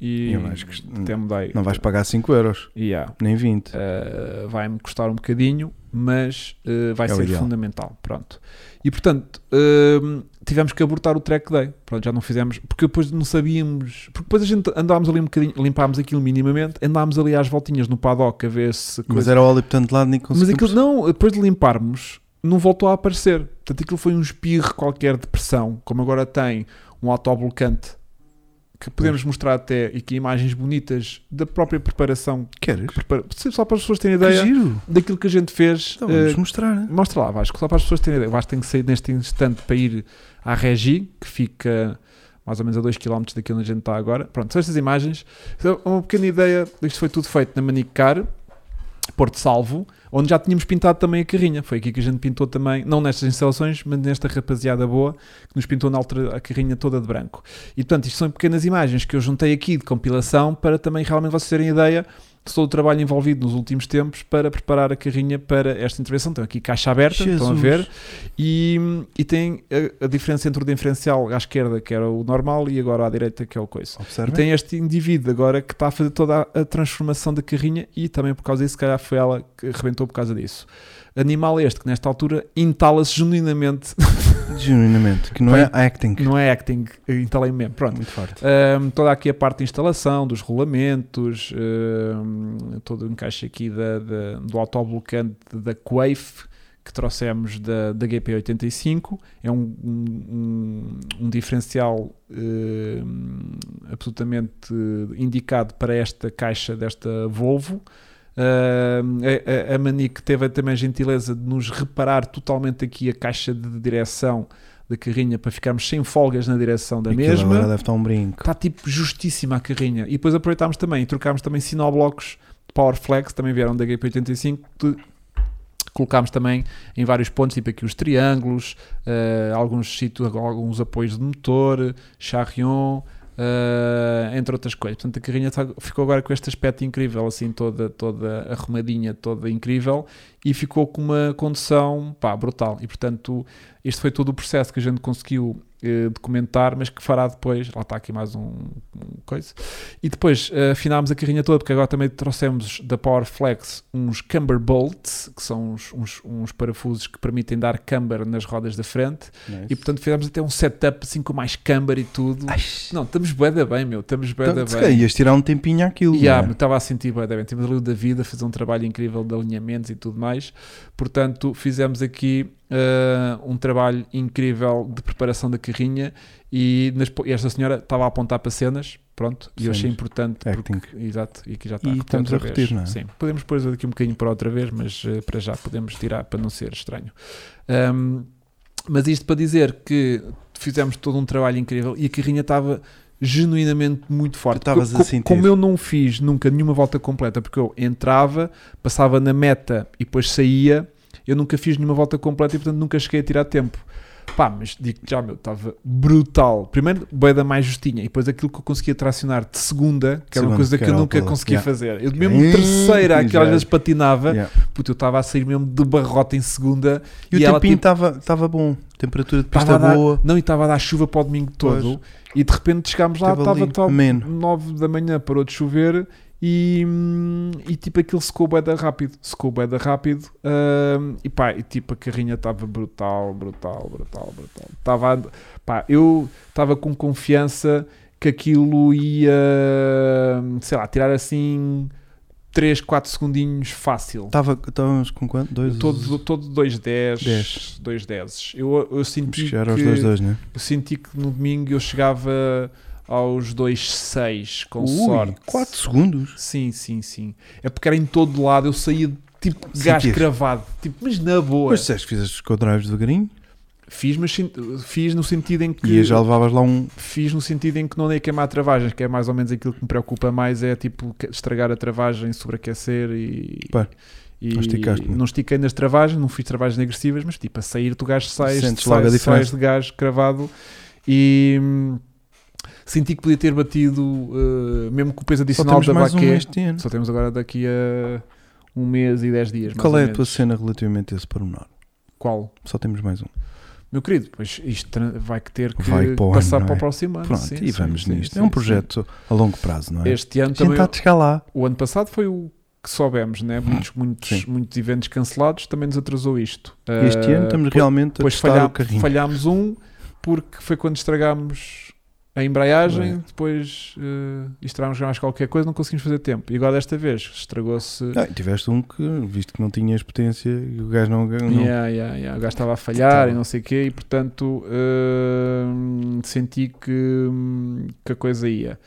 [SPEAKER 1] e
[SPEAKER 2] Eu acho que-
[SPEAKER 1] até mudar.
[SPEAKER 2] Não vais pagar 5 euros,
[SPEAKER 1] Yeah.
[SPEAKER 2] nem 20.
[SPEAKER 1] Uh, vai-me custar um bocadinho, mas uh, vai
[SPEAKER 2] É o
[SPEAKER 1] ser
[SPEAKER 2] ideal.
[SPEAKER 1] fundamental. Pronto. E portanto, um, tivemos que abortar o track day. Pronto, já não fizemos, porque depois não sabíamos. Porque depois a gente andámos ali um bocadinho, limpámos aquilo minimamente, andámos ali às voltinhas no paddock a ver se.
[SPEAKER 2] Mas
[SPEAKER 1] coisa-
[SPEAKER 2] era óleo, portanto, de lado nem
[SPEAKER 1] mas
[SPEAKER 2] conseguimos.
[SPEAKER 1] aquilo, não, depois de limparmos, não voltou a aparecer. Portanto, aquilo foi um espirro qualquer de pressão, como agora tem um autoblocante que podemos mostrar até e que imagens bonitas da própria preparação.
[SPEAKER 2] Queres?
[SPEAKER 1] Prepara- Só para as pessoas terem
[SPEAKER 2] Que
[SPEAKER 1] ideia
[SPEAKER 2] giro.
[SPEAKER 1] daquilo que a gente fez.
[SPEAKER 2] Então
[SPEAKER 1] eh,
[SPEAKER 2] vamos mostrar. né?
[SPEAKER 1] Mostra lá, Vasco, só para as pessoas terem ideia. O Vasco tem que sair neste instante para ir à Regi, que fica mais ou menos a 2km daquilo onde a gente está agora. Pronto, são estas imagens. Então, uma pequena ideia, isto foi tudo feito na Manicar, Porto Salvo, onde já tínhamos pintado também a carrinha. Foi aqui que a gente pintou também, não nestas instalações, mas nesta rapaziada boa, que nos pintou na altura a carrinha toda de branco. E portanto, isto são pequenas imagens que eu juntei aqui de compilação para também realmente vocês terem ideia de todo o trabalho envolvido nos últimos tempos para preparar a carrinha para esta intervenção. Estão aqui caixa aberta, estão a
[SPEAKER 2] Jesus.
[SPEAKER 1] ver. E, e tem a, a diferença entre o diferencial à esquerda, que era o normal, e agora à direita, que é o coisa. E
[SPEAKER 2] Observa.
[SPEAKER 1] tem este indivíduo agora que está a fazer toda a, a transformação da carrinha e também por causa disso, se calhar foi ela que arrebentou por causa disso. Animal este que nesta altura entala-se genuinamente,
[SPEAKER 2] Genuinamente. Que não é acting.
[SPEAKER 1] não é acting, entalei mesmo, pronto.
[SPEAKER 2] Muito forte.
[SPEAKER 1] Ahm, toda aqui a parte de instalação, dos rolamentos, ahm, todo o encaixe aqui da, da- do autoblocante da Quaife que trouxemos da, da GP85. É um, um- um- um diferencial ahm, absolutamente indicado para esta caixa desta Volvo. Ahm, a, a- a Manic teve é também a gentileza de nos reparar totalmente aqui a caixa de direção da carrinha para ficarmos sem folgas na direção da
[SPEAKER 2] Aquilo
[SPEAKER 1] mesma.
[SPEAKER 2] Agora deve estar um brinco.
[SPEAKER 1] Está tipo justíssima a carrinha. E depois aproveitámos também e trocámos também sinoblocos de Powerflex, também vieram da GP85. de- Colocámos também em vários pontos, tipo aqui os triângulos, eh, alguns sítios, alguns apoios de motor, charrion, eh, entre outras coisas. Portanto, a carrinha tá- ficou agora com este aspecto incrível, assim, toda, toda arrumadinha, toda incrível. e ficou com uma condição pá, brutal. E portanto, este foi todo o processo que a gente conseguiu eh, documentar, mas que fará depois. Lá está aqui mais um, um coisa. E depois eh, afinámos a carrinha toda, porque agora também trouxemos da Powerflex uns camber bolts, que são uns, uns, uns parafusos que permitem dar camber nas rodas da frente.
[SPEAKER 2] é
[SPEAKER 1] E portanto, fizemos até um setup assim com mais camber e tudo. Não, estamos bué da bem, meu. Estamos bué da
[SPEAKER 2] então, se calhar
[SPEAKER 1] bem.
[SPEAKER 2] ias tirar um tempinho àquilo.
[SPEAKER 1] E ah,
[SPEAKER 2] não
[SPEAKER 1] me
[SPEAKER 2] é?
[SPEAKER 1] estava a sentir bem, bem. Tivemos ali o da vida, fazer um trabalho incrível de alinhamentos e tudo mais. Portanto, fizemos aqui ah, um trabalho incrível de preparação da carrinha e, nas po- e esta senhora estava a apontar para cenas, pronto, e eu achei
[SPEAKER 2] Cenas. É
[SPEAKER 1] importante. porque-
[SPEAKER 2] Acting.
[SPEAKER 1] exato, e aqui já está
[SPEAKER 2] E
[SPEAKER 1] repetir
[SPEAKER 2] estamos a
[SPEAKER 1] outra vez.
[SPEAKER 2] repetir, não é?
[SPEAKER 1] Sim, podemos pôr daqui um bocadinho para outra vez, mas ah, para já podemos tirar para não ser estranho. Ahm, mas isto para dizer que fizemos todo um trabalho incrível e a carrinha estava genuinamente muito forte.
[SPEAKER 2] Tu estavas
[SPEAKER 1] Co-
[SPEAKER 2] a
[SPEAKER 1] co-
[SPEAKER 2] sentir.
[SPEAKER 1] Como eu não fiz nunca nenhuma volta completa, porque eu entrava, passava na meta e depois saía, eu nunca fiz nenhuma volta completa e portanto nunca cheguei a tirar tempo. Pá, mas digo já, meu, estava brutal. Primeiro, boeda mais justinha, e depois aquilo que eu conseguia tracionar de segunda, que era uma
[SPEAKER 2] Segunda,
[SPEAKER 1] coisa
[SPEAKER 2] que
[SPEAKER 1] que eu
[SPEAKER 2] era
[SPEAKER 1] nunca
[SPEAKER 2] aquela-
[SPEAKER 1] conseguia
[SPEAKER 2] yeah.
[SPEAKER 1] fazer. Eu mesmo
[SPEAKER 2] Ih,
[SPEAKER 1] terceira, que às
[SPEAKER 2] já.
[SPEAKER 1] vezes patinava,
[SPEAKER 2] Yeah.
[SPEAKER 1] puto, eu estava a sair mesmo de barrota em segunda.
[SPEAKER 2] E o
[SPEAKER 1] ela,
[SPEAKER 2] tempinho
[SPEAKER 1] tipo,
[SPEAKER 2] estava estava bom. Temperatura de pista
[SPEAKER 1] Estava a dar-
[SPEAKER 2] boa.
[SPEAKER 1] Não, e estava a dar chuva para o domingo todo. E de repente chegámos lá,
[SPEAKER 2] Estava
[SPEAKER 1] estava
[SPEAKER 2] ali,
[SPEAKER 1] top
[SPEAKER 2] ameno.
[SPEAKER 1] 9 da manhã, parou de chover. E, hum, e tipo aquilo secou bué da rápido, secou bué da rápido hum, e pá, e tipo a carrinha estava brutal, brutal, brutal, brutal. Tava, a- pá, eu estava com confiança que aquilo ia, hum, sei lá, tirar assim 3, 4 segundinhos fácil.
[SPEAKER 2] Estava, estávamos com quanto? Dois?
[SPEAKER 1] Todo, todo dois 10,
[SPEAKER 2] Dez.
[SPEAKER 1] dois 10. Eu, eu senti
[SPEAKER 2] Chegar
[SPEAKER 1] que,
[SPEAKER 2] aos dois, dois, né?
[SPEAKER 1] eu senti que no domingo eu chegava aos 2,6 com
[SPEAKER 2] Ui,
[SPEAKER 1] sorte.
[SPEAKER 2] 4 segundos.
[SPEAKER 1] Sim, sim, sim. É porque era em todo lado, eu saía tipo
[SPEAKER 2] Sentias?
[SPEAKER 1] gás cravado, tipo, mas na boa.
[SPEAKER 2] Mas disseste que fizeste os co-drives devagarinho
[SPEAKER 1] Fiz, mas sen- fiz no sentido em que
[SPEAKER 2] e já levavas lá um.
[SPEAKER 1] fiz no sentido em que não dei a queimar travagens, que é mais ou menos aquilo que me preocupa mais, é tipo que- estragar a travagem, sobreaquecer e.
[SPEAKER 2] Pá,
[SPEAKER 1] e
[SPEAKER 2] não é? esticaste muito.
[SPEAKER 1] não estiquei nas travagens, não fiz travagens agressivas, mas tipo a sair do gás sais,
[SPEAKER 2] Sentes
[SPEAKER 1] sais,
[SPEAKER 2] logo a
[SPEAKER 1] sais
[SPEAKER 2] diferença.
[SPEAKER 1] de gás cravado e. hum, Senti que podia ter batido, eh, mesmo com o peso
[SPEAKER 2] Só
[SPEAKER 1] adicional
[SPEAKER 2] temos
[SPEAKER 1] da
[SPEAKER 2] mais um
[SPEAKER 1] baquê.
[SPEAKER 2] este ano.
[SPEAKER 1] Só temos agora daqui a um mês e dez dias. mais
[SPEAKER 2] Qual
[SPEAKER 1] ou
[SPEAKER 2] é a
[SPEAKER 1] menos.
[SPEAKER 2] tua cena relativamente a esse pormenor?
[SPEAKER 1] Qual?
[SPEAKER 2] Só temos mais um.
[SPEAKER 1] Meu querido, pois isto tra- vai que ter que
[SPEAKER 2] Vai para o ano,
[SPEAKER 1] passar
[SPEAKER 2] não
[SPEAKER 1] para o
[SPEAKER 2] é?
[SPEAKER 1] próximo ano.
[SPEAKER 2] Pronto,
[SPEAKER 1] Ah, sim,
[SPEAKER 2] e
[SPEAKER 1] sim,
[SPEAKER 2] vamos
[SPEAKER 1] sim,
[SPEAKER 2] nisto.
[SPEAKER 1] sim,
[SPEAKER 2] é um
[SPEAKER 1] sim.
[SPEAKER 2] projeto a longo prazo, não é?
[SPEAKER 1] Este ano
[SPEAKER 2] a gente
[SPEAKER 1] também.
[SPEAKER 2] está a chegar lá.
[SPEAKER 1] O ano passado foi o que soubemos, né? muitos, muitos,
[SPEAKER 2] Sim.
[SPEAKER 1] muitos eventos cancelados, também nos atrasou isto.
[SPEAKER 2] Este
[SPEAKER 1] Ah,
[SPEAKER 2] ano estamos
[SPEAKER 1] po-
[SPEAKER 2] realmente a
[SPEAKER 1] Depois
[SPEAKER 2] testar
[SPEAKER 1] falha-
[SPEAKER 2] o carrinho.
[SPEAKER 1] falhámos um, porque foi quando estragámos a embreagem,
[SPEAKER 2] Embreagem.
[SPEAKER 1] depois ah, estragámos mais qualquer coisa, não conseguimos fazer tempo. E agora desta vez estragou-se.
[SPEAKER 2] Ah, e tiveste um que, visto que não tinhas potência, e o gajo não ganhou.
[SPEAKER 1] Yeah, yeah, yeah. O gajo estava a falhar
[SPEAKER 2] Tá.
[SPEAKER 1] e não sei o quê, e portanto hum, senti que, hum, que a coisa ia.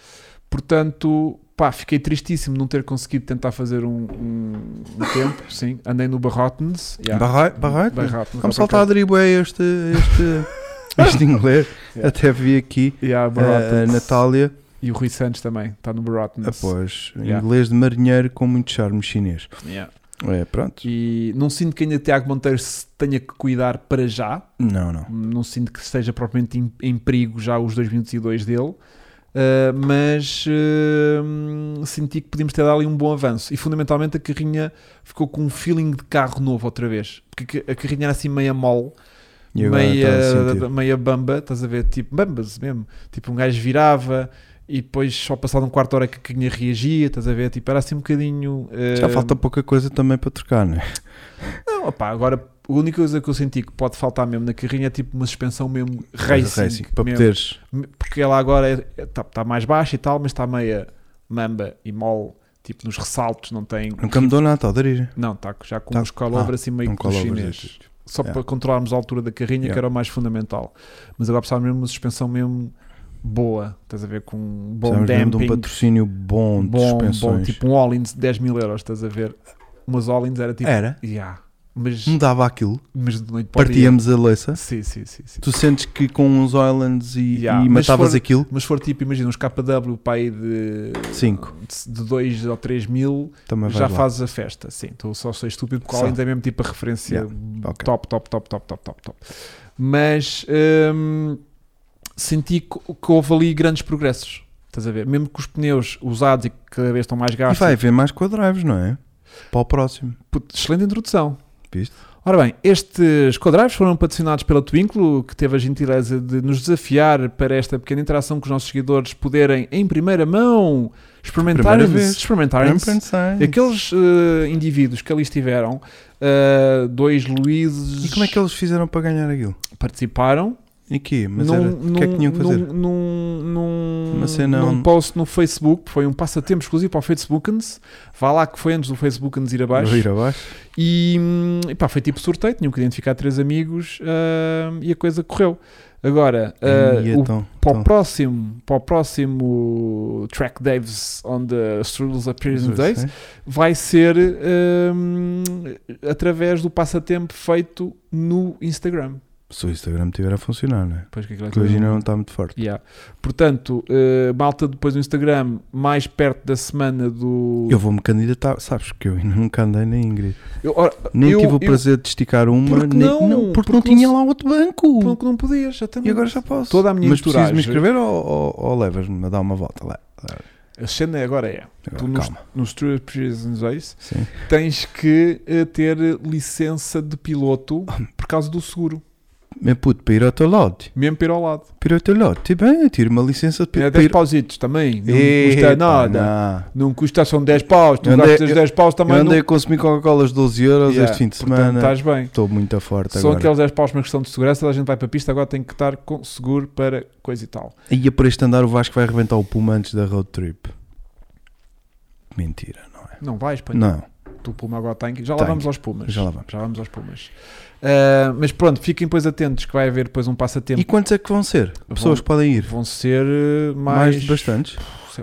[SPEAKER 1] Portanto, pá, fiquei tristíssimo de não ter conseguido tentar fazer um, um- um tempo. Sim, andei no Barrotens. Yeah.
[SPEAKER 2] Barra- barra-
[SPEAKER 1] Barrotens,
[SPEAKER 2] Vamos
[SPEAKER 1] ok.
[SPEAKER 2] saltar a dribué este, este, este inglês.
[SPEAKER 1] Yeah.
[SPEAKER 2] Até vi aqui
[SPEAKER 1] Yeah,
[SPEAKER 2] a, a
[SPEAKER 1] Barrotens.
[SPEAKER 2] Natália,
[SPEAKER 1] E o Rui Santos também está no
[SPEAKER 2] Ah,
[SPEAKER 1] Barrotens.
[SPEAKER 2] após
[SPEAKER 1] Yeah.
[SPEAKER 2] inglês de marinheiro com muito charme chinês.
[SPEAKER 1] Yeah.
[SPEAKER 2] É, pronto.
[SPEAKER 1] E não sinto que ainda Tiago Monteiro se tenha que cuidar para já,
[SPEAKER 2] Não, não.
[SPEAKER 1] não sinto que esteja propriamente em, em perigo já os 2 minutos e 2 dele, ah, mas ah, senti que podíamos ter dado ali um bom avanço. E fundamentalmente a carrinha ficou com um feeling de carro novo outra vez, porque a carrinha era assim meia mole,
[SPEAKER 2] E agora estás a sentir.
[SPEAKER 1] meia, meia bamba, estás a ver? Tipo, bambas mesmo. Tipo, um gajo virava e depois só passado um quarto de hora que a carrinha reagia, estás a ver? Tipo, era assim um bocadinho.
[SPEAKER 2] Já
[SPEAKER 1] ah,
[SPEAKER 2] falta pouca coisa também para trocar, não é?
[SPEAKER 1] não, opá, agora a única coisa que eu senti que pode faltar mesmo na carrinha é tipo uma suspensão mesmo racing.
[SPEAKER 2] para
[SPEAKER 1] mesmo.
[SPEAKER 2] poderes.
[SPEAKER 1] Porque ela agora é, está tá mais baixa e tal, mas está meia mamba e mole, tipo nos ressaltos, não tem.
[SPEAKER 2] Nunca me dou nada a dirigir.
[SPEAKER 1] Não, está já com
[SPEAKER 2] Tá-
[SPEAKER 1] uns colobres assim meio
[SPEAKER 2] um
[SPEAKER 1] que dos
[SPEAKER 2] colobres,
[SPEAKER 1] chinês. Só
[SPEAKER 2] Yeah.
[SPEAKER 1] para controlarmos a altura da carrinha, que
[SPEAKER 2] Yeah.
[SPEAKER 1] era o mais fundamental. Mas agora precisávamos mesmo de uma suspensão mesmo boa, estás a ver? Com um bom
[SPEAKER 2] Precisamos mesmo de um
[SPEAKER 1] damping,
[SPEAKER 2] patrocínio bom de
[SPEAKER 1] bom, bom,
[SPEAKER 2] suspensões.
[SPEAKER 1] tipo um Ollins de 10 mil euros, estás a ver? Umas Ollins era tipo.
[SPEAKER 2] Era,
[SPEAKER 1] Yeah, mas,
[SPEAKER 2] mudava aquilo,
[SPEAKER 1] mas de noite para o dia.
[SPEAKER 2] partíamos a leiça.
[SPEAKER 1] Sim, sim, sim, sim.
[SPEAKER 2] Tu sentes que com uns islands e,
[SPEAKER 1] Yeah,
[SPEAKER 2] e
[SPEAKER 1] mas
[SPEAKER 2] matavas
[SPEAKER 1] for-
[SPEAKER 2] aquilo,
[SPEAKER 1] Mas se for tipo, imagina, uns KW para aí de
[SPEAKER 2] Cinco.
[SPEAKER 1] de 2 ou 3 mil,
[SPEAKER 2] também vais
[SPEAKER 1] já
[SPEAKER 2] lá.
[SPEAKER 1] fazes a festa. Sim, tu só sei estúpido, porque o
[SPEAKER 2] Só.
[SPEAKER 1] Collins é mesmo tipo a referência
[SPEAKER 2] Yeah, ok.
[SPEAKER 1] top, top, top, top, top, top, top. Mas hum, senti que, que houve ali grandes progressos. Estás a ver? Mesmo que os pneus usados e que cada vez estão mais
[SPEAKER 2] E
[SPEAKER 1] gastos.
[SPEAKER 2] vai haver mais quadrives, não é? Para o próximo.
[SPEAKER 1] Puto, excelente introdução.
[SPEAKER 2] Viste?
[SPEAKER 1] Ora bem, estes co-drives foram patrocinados pela Twinklo, que teve a gentileza de nos desafiar para esta pequena interação com os nossos seguidores poderem, em primeira mão,
[SPEAKER 2] Primeira
[SPEAKER 1] experimentarem-se.
[SPEAKER 2] vez.
[SPEAKER 1] experimentarem-se. Aqueles eh, indivíduos que ali estiveram, eh, dois Luíses
[SPEAKER 2] E como é que eles fizeram para ganhar aquilo?
[SPEAKER 1] participaram
[SPEAKER 2] E quê? Mas
[SPEAKER 1] num,
[SPEAKER 2] era- o que é que
[SPEAKER 1] num-
[SPEAKER 2] tinham que fazer?
[SPEAKER 1] Num, num,
[SPEAKER 2] Uma cena
[SPEAKER 1] num
[SPEAKER 2] onde-
[SPEAKER 1] post no Facebook, foi um passatempo exclusivo para o Facebookans. Vá lá que foi antes do Facebookans ir abaixo.
[SPEAKER 2] Eu ir abaixo?
[SPEAKER 1] E, hum, e pá, foi tipo sorteio, tinham que identificar três amigos ah, e a coisa correu. Agora, ah,
[SPEAKER 2] e
[SPEAKER 1] o-
[SPEAKER 2] então,
[SPEAKER 1] para, o
[SPEAKER 2] então.
[SPEAKER 1] próximo, para o próximo Track Daves on the Strules Appearance Days, vai ser hum, através do passatempo feito no Instagram.
[SPEAKER 2] Se o Instagram estiver a funcionar, não é?
[SPEAKER 1] Pois que aquilo é
[SPEAKER 2] Porque
[SPEAKER 1] tudo-
[SPEAKER 2] hoje ainda não está muito forte.
[SPEAKER 1] Yeah. Portanto, eh, malta depois do Instagram, mais perto da semana do.
[SPEAKER 2] Eu vou-me candidatar, sabes que eu ainda nunca andei na Ingrid.
[SPEAKER 1] Eu- ora,
[SPEAKER 2] Nem
[SPEAKER 1] Eu-
[SPEAKER 2] tive o
[SPEAKER 1] eu-
[SPEAKER 2] prazer de esticar uma,
[SPEAKER 1] Porque
[SPEAKER 2] nem-
[SPEAKER 1] não,
[SPEAKER 2] porque,
[SPEAKER 1] porque
[SPEAKER 2] não
[SPEAKER 1] não
[SPEAKER 2] tinha
[SPEAKER 1] se-
[SPEAKER 2] lá outro banco.
[SPEAKER 1] não, não podias, exatamente.
[SPEAKER 2] E agora já posso.
[SPEAKER 1] Toda a minha
[SPEAKER 2] Mas preciso me
[SPEAKER 1] entourage-
[SPEAKER 2] inscrever ou, ou, ou levas-me a dar uma volta lá?
[SPEAKER 1] A cena agora é: tu
[SPEAKER 2] Agora,
[SPEAKER 1] nos,
[SPEAKER 2] calma.
[SPEAKER 1] nos True Prisons Race
[SPEAKER 2] Sim.
[SPEAKER 1] tens que eh, ter licença de piloto por causa do seguro,
[SPEAKER 2] Meu puto, para ir ao teu lote.
[SPEAKER 1] mesmo para ir ao lado.
[SPEAKER 2] Para ir ao teu lote. Ti bem, eu tiro uma licença de
[SPEAKER 1] É
[SPEAKER 2] para
[SPEAKER 1] 10
[SPEAKER 2] ir-
[SPEAKER 1] pausitos também, não
[SPEAKER 2] Epa,
[SPEAKER 1] custa nada.
[SPEAKER 2] não.
[SPEAKER 1] Não. custa, são 10 paus. Tu
[SPEAKER 2] Eu andei-
[SPEAKER 1] gastas
[SPEAKER 2] eu-
[SPEAKER 1] 10 paus também.
[SPEAKER 2] Eu
[SPEAKER 1] não-
[SPEAKER 2] andei a consumir Coca-Colas 12 euros
[SPEAKER 1] Yeah,
[SPEAKER 2] este fim de
[SPEAKER 1] Portanto,
[SPEAKER 2] semana.
[SPEAKER 1] estás bem.
[SPEAKER 2] Estou muito forte
[SPEAKER 1] São
[SPEAKER 2] agora.
[SPEAKER 1] aqueles 10 paus, uma questão de segurança. toda A gente vai para a pista, agora tem que estar com seguro para coisa e tal.
[SPEAKER 2] Ia é por este andar o Vasco vai arrebentar o puma antes da road trip. Mentira, não é?
[SPEAKER 1] Não vais, para
[SPEAKER 2] Não,
[SPEAKER 1] o Puma agora está em... Já lá
[SPEAKER 2] Tenho.
[SPEAKER 1] vamos aos Pumas.
[SPEAKER 2] já lá vamos.
[SPEAKER 1] Já vamos aos Pumas. Ah, mas pronto, fiquem pois atentos que vai haver depois um passatempo.
[SPEAKER 2] E quantos é que vão ser? Pessoas que podem ir?
[SPEAKER 1] Vão ser eh,
[SPEAKER 2] Mais
[SPEAKER 1] mais,
[SPEAKER 2] de bastantes?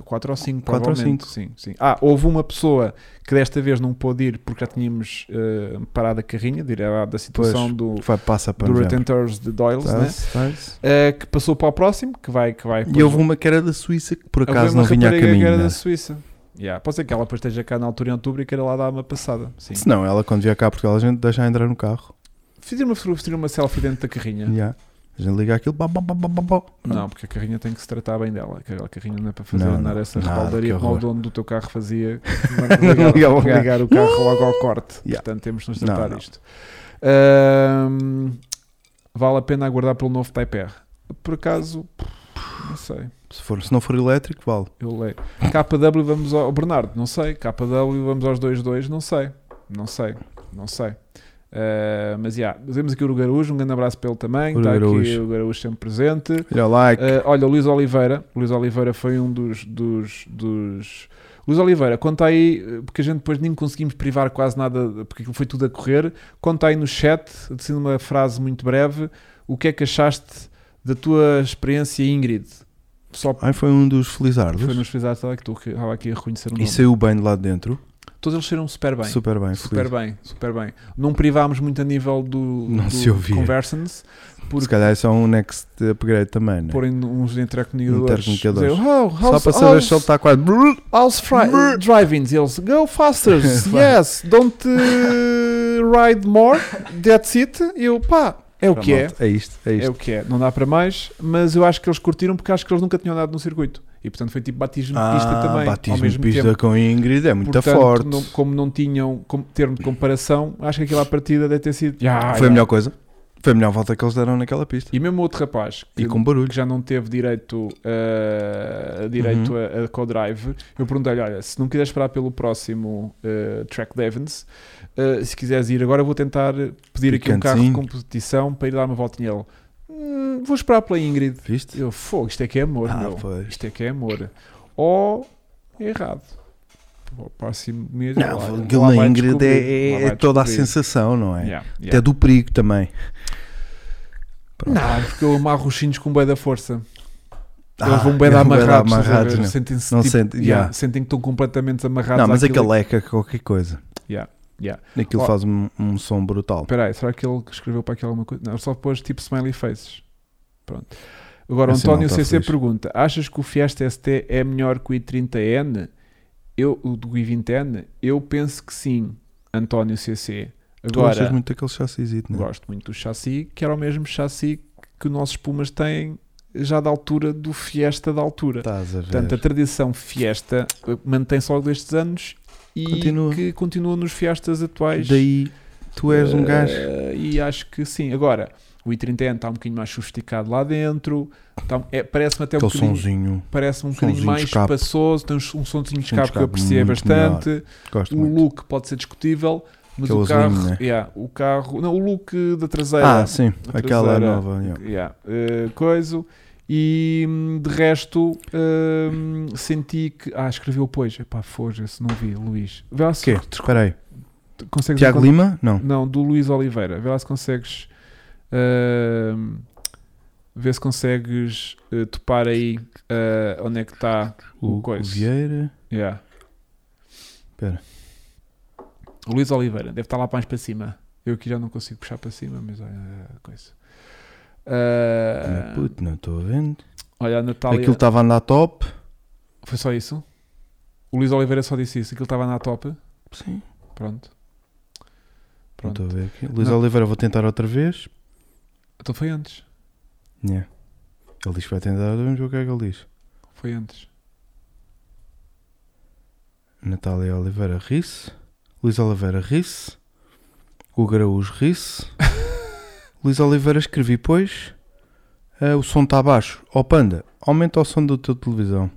[SPEAKER 1] 4 ou 5,
[SPEAKER 2] Quatro ou
[SPEAKER 1] provavelmente. Sim, sim. Ah, houve uma pessoa que desta vez não pôde ir porque já tínhamos eh, parado a carrinha, dirá da situação do,
[SPEAKER 2] Vai, passa para
[SPEAKER 1] do
[SPEAKER 2] novembro.
[SPEAKER 1] Retenters de Doyles, né?
[SPEAKER 2] Tá-se, tá-se.
[SPEAKER 1] Eh, que passou para o próximo, que vai... Que vai
[SPEAKER 2] Tá. E houve uma que era da Suíça que por
[SPEAKER 1] Houve
[SPEAKER 2] acaso
[SPEAKER 1] uma
[SPEAKER 2] não vinha a
[SPEAKER 1] rapariga que
[SPEAKER 2] caminho.
[SPEAKER 1] era
[SPEAKER 2] né?
[SPEAKER 1] da Suíça. Yeah, pode ser que ela depois esteja cá na altura em outubro e queira lá dar uma passada. Sim.
[SPEAKER 2] Se não, ela quando vier cá porque a gente deixa entrar no carro.
[SPEAKER 1] Fiz uma, fotografia, uma selfie dentro da carrinha.
[SPEAKER 2] Já. A gente liga aquilo. Bá, bá, bá, bá, bá, bá.
[SPEAKER 1] Não, porque a carrinha tem que se tratar bem dela. Aquela carrinha não é para fazer
[SPEAKER 2] Não,
[SPEAKER 1] andar
[SPEAKER 2] não,
[SPEAKER 1] essa
[SPEAKER 2] nada,
[SPEAKER 1] rebaldaria
[SPEAKER 2] que
[SPEAKER 1] como o
[SPEAKER 2] horror.
[SPEAKER 1] dono do teu carro fazia.
[SPEAKER 2] Não ligava
[SPEAKER 1] ligava
[SPEAKER 2] ao
[SPEAKER 1] ligar o carro logo ao corte.
[SPEAKER 2] Yeah.
[SPEAKER 1] Portanto, temos de nos
[SPEAKER 2] Não,
[SPEAKER 1] tratar
[SPEAKER 2] não.
[SPEAKER 1] isto. Ahm, vale a pena aguardar pelo novo Type R. Por acaso, não sei.
[SPEAKER 2] Se, for, se não for elétrico, vale.
[SPEAKER 1] Eu leio. KW vamos ao ao Bernardo, não sei. KW vamos aos 2-2, não sei. Não sei, não sei. Ah, mas já, temos aqui o Garujo, um grande abraço pelo também.
[SPEAKER 2] Uro
[SPEAKER 1] Está aqui
[SPEAKER 2] Garujo.
[SPEAKER 1] o Garujo sempre presente.
[SPEAKER 2] Olha o like.
[SPEAKER 1] Ah, olha, o Luís Oliveira. O Luís Oliveira foi um dos. dos, dos... Luís Oliveira, conta aí, eh, porque a gente depois nem conseguimos privar quase nada, de- porque aquilo foi tudo a correr. Conta aí no chat, assim uma frase muito breve, o que é que achaste da tua experiência, Ingrid? Só
[SPEAKER 2] Ai, foi um dos
[SPEAKER 1] porque foi
[SPEAKER 2] felizardos.
[SPEAKER 1] nos frisados que tu que estava aqui a reconhecer o
[SPEAKER 2] E
[SPEAKER 1] nome.
[SPEAKER 2] saiu bem de lá de dentro.
[SPEAKER 1] Todos eles saíram super bem.
[SPEAKER 2] super bem,
[SPEAKER 1] Super
[SPEAKER 2] feliz.
[SPEAKER 1] bem, super bem. Não privámos muito a nível do,
[SPEAKER 2] Não
[SPEAKER 1] do
[SPEAKER 2] se ouvia.
[SPEAKER 1] Conversions, porque
[SPEAKER 2] Se calhar é só um next upgrade também, né?
[SPEAKER 1] porem uns intercomunicadores.
[SPEAKER 2] Intercomunicadores.
[SPEAKER 1] dizer, "Oh,
[SPEAKER 2] Só
[SPEAKER 1] how's-
[SPEAKER 2] para saber
[SPEAKER 1] how's-
[SPEAKER 2] se ele tá-" está quase.
[SPEAKER 1] House
[SPEAKER 2] Brrr.
[SPEAKER 1] drivings, eles go faster, yes, don't uh, ride more, that's it. Eu, pá, é o que é,
[SPEAKER 2] É isto, é
[SPEAKER 1] é
[SPEAKER 2] isto.
[SPEAKER 1] o que é, não dá para mais, mas eu acho que eles curtiram porque acho que eles nunca tinham andado no circuito e portanto foi tipo batismo de pista
[SPEAKER 2] Ah,
[SPEAKER 1] também, ao
[SPEAKER 2] Batismo de
[SPEAKER 1] mesmo
[SPEAKER 2] pista
[SPEAKER 1] tempo.
[SPEAKER 2] com Ingrid é muito
[SPEAKER 1] Portanto,
[SPEAKER 2] forte.
[SPEAKER 1] não- como não tinham como termo de comparação, acho que aquilo à partida deve ter sido. "Ya,
[SPEAKER 2] Foi
[SPEAKER 1] ya."
[SPEAKER 2] a melhor coisa. Foi a melhor volta que eles deram naquela pista.
[SPEAKER 1] E mesmo outro rapaz que,
[SPEAKER 2] E com barulho.
[SPEAKER 1] que já não teve direito, uh, direito
[SPEAKER 2] Uhum.
[SPEAKER 1] a, a co-drive, eu perguntei-lhe: olha, se não quiseres esperar pelo próximo uh, Track Devons, uh, se quiseres ir agora, vou tentar pedir aqui um carro de
[SPEAKER 2] Picantezinho.
[SPEAKER 1] competição para ir dar uma voltinha. Ele, "Hum, vou esperar pela Ingrid.
[SPEAKER 2] Viste?
[SPEAKER 1] Eu, fogo, isto é que é amor,
[SPEAKER 2] Ah,
[SPEAKER 1] meu.
[SPEAKER 2] pois.
[SPEAKER 1] Isto é que é amor. Ou é errado. Para o próximo mês.
[SPEAKER 2] Não,
[SPEAKER 1] lá- lá
[SPEAKER 2] aquilo na
[SPEAKER 1] vai
[SPEAKER 2] Ingrid
[SPEAKER 1] descobrir,
[SPEAKER 2] é-
[SPEAKER 1] lá
[SPEAKER 2] é,
[SPEAKER 1] vai
[SPEAKER 2] é toda a
[SPEAKER 1] descobrir.
[SPEAKER 2] sensação, não é?
[SPEAKER 1] Yeah, yeah.
[SPEAKER 2] Até do perigo também. Pronto.
[SPEAKER 1] Não, porque eu amarro os cintos com bué da força.
[SPEAKER 2] Ah,
[SPEAKER 1] Eles vão bué de
[SPEAKER 2] eles vão bué
[SPEAKER 1] amarrados,
[SPEAKER 2] de
[SPEAKER 1] estás a
[SPEAKER 2] amarrados,
[SPEAKER 1] ver?
[SPEAKER 2] não.
[SPEAKER 1] Sentem-se
[SPEAKER 2] Não
[SPEAKER 1] tipo,
[SPEAKER 2] sente-
[SPEAKER 1] yeah,
[SPEAKER 2] yeah.
[SPEAKER 1] sentem que estão completamente amarrados
[SPEAKER 2] Não, mas
[SPEAKER 1] àquilo.
[SPEAKER 2] aquele eca qualquer coisa.
[SPEAKER 1] Yeah, yeah.
[SPEAKER 2] Aquilo
[SPEAKER 1] Oh.
[SPEAKER 2] faz um, um som brutal.
[SPEAKER 1] Espera aí, será que ele escreveu para aqui alguma coisa? Não, ele só pôs tipo smiley faces. Pronto. Agora, o
[SPEAKER 2] Esse não
[SPEAKER 1] António
[SPEAKER 2] tá
[SPEAKER 1] CC
[SPEAKER 2] feliz.
[SPEAKER 1] pergunta, achas que o Fiesta ST é melhor que o i30N? Eu, o do i20N? Eu penso que sim, António CC.
[SPEAKER 2] Tu
[SPEAKER 1] Agora,
[SPEAKER 2] gostas muito daquele chassisito, não é?
[SPEAKER 1] Gosto muito do chassi, que era o mesmo chassi que os nossos Pumas têm já da altura do Fiesta da altura.
[SPEAKER 2] Tá, Estás a ver.
[SPEAKER 1] Portanto, a tradição Fiesta eh, mantém-se ao longo destes anos e
[SPEAKER 2] Continua.
[SPEAKER 1] que continua nos fiastas atuais.
[SPEAKER 2] Daí tu és um
[SPEAKER 1] Eh,
[SPEAKER 2] gajo.
[SPEAKER 1] E acho que sim. Agora, o i30N está um bocadinho mais sofisticado lá dentro. Tá- é, Parece-me até um
[SPEAKER 2] Aquele
[SPEAKER 1] bocadinho,
[SPEAKER 2] sonzinho.
[SPEAKER 1] parece um
[SPEAKER 2] somzinho
[SPEAKER 1] bocadinho
[SPEAKER 2] de
[SPEAKER 1] mais
[SPEAKER 2] escape.
[SPEAKER 1] espaçoso. Tem um somzinho de
[SPEAKER 2] Som de
[SPEAKER 1] escape que eu
[SPEAKER 2] escape
[SPEAKER 1] apreciei
[SPEAKER 2] muito
[SPEAKER 1] bastante.
[SPEAKER 2] Gosto
[SPEAKER 1] O
[SPEAKER 2] muito.
[SPEAKER 1] look pode ser discutível, mas
[SPEAKER 2] Aquele
[SPEAKER 1] o carro.
[SPEAKER 2] azulinho, né?
[SPEAKER 1] yeah, o carro. Não, o look da traseira.
[SPEAKER 2] Ah, sim.
[SPEAKER 1] a
[SPEAKER 2] Aquela
[SPEAKER 1] traseira.
[SPEAKER 2] nova. yeah.
[SPEAKER 1] Yeah, eh, coisa. E hum, de resto hum, senti que. Ah, escreveu pois. Epá, foge-se, não vi, Luís. Vê lá se
[SPEAKER 2] Quê? Espera aí.
[SPEAKER 1] consegues
[SPEAKER 2] Tiago
[SPEAKER 1] encontrar-
[SPEAKER 2] Lima? Não.
[SPEAKER 1] Não, do Luís Oliveira. Vê lá se consegues. hum, vê se consegues eh, topar aí eh, onde é que está o,
[SPEAKER 2] O, o
[SPEAKER 1] coisa.
[SPEAKER 2] Vieira.
[SPEAKER 1] Yeah.
[SPEAKER 2] Espera.
[SPEAKER 1] O Luís Oliveira, deve estar lá mais para cima. Eu aqui já não consigo puxar para cima, mas olha a coisa. Ah,
[SPEAKER 2] Ah, Puto, não estou a vendo.
[SPEAKER 1] olha, a Natália.
[SPEAKER 2] Aquilo tá- estava a andar top.
[SPEAKER 1] Foi só isso? O Luís Oliveira só disse isso. Aquilo estava na top.
[SPEAKER 2] Sim.
[SPEAKER 1] Pronto.
[SPEAKER 2] Não
[SPEAKER 1] Pronto.
[SPEAKER 2] estou a ver aqui. Luís
[SPEAKER 1] Não.
[SPEAKER 2] Oliveira, vou tentar outra vez.
[SPEAKER 1] Então foi antes.
[SPEAKER 2] Yeah. Ele diz que vai tentar, vamos ver o que é que ele diz.
[SPEAKER 1] Foi antes.
[SPEAKER 2] Natália Oliveira ri-se. Luís Oliveira ri-se. Hugo Araújo ri-se. Luís Oliveira escrevi, pois. "Ah, o som está abaixo. Ó Panda, aumenta o som da tua televisão.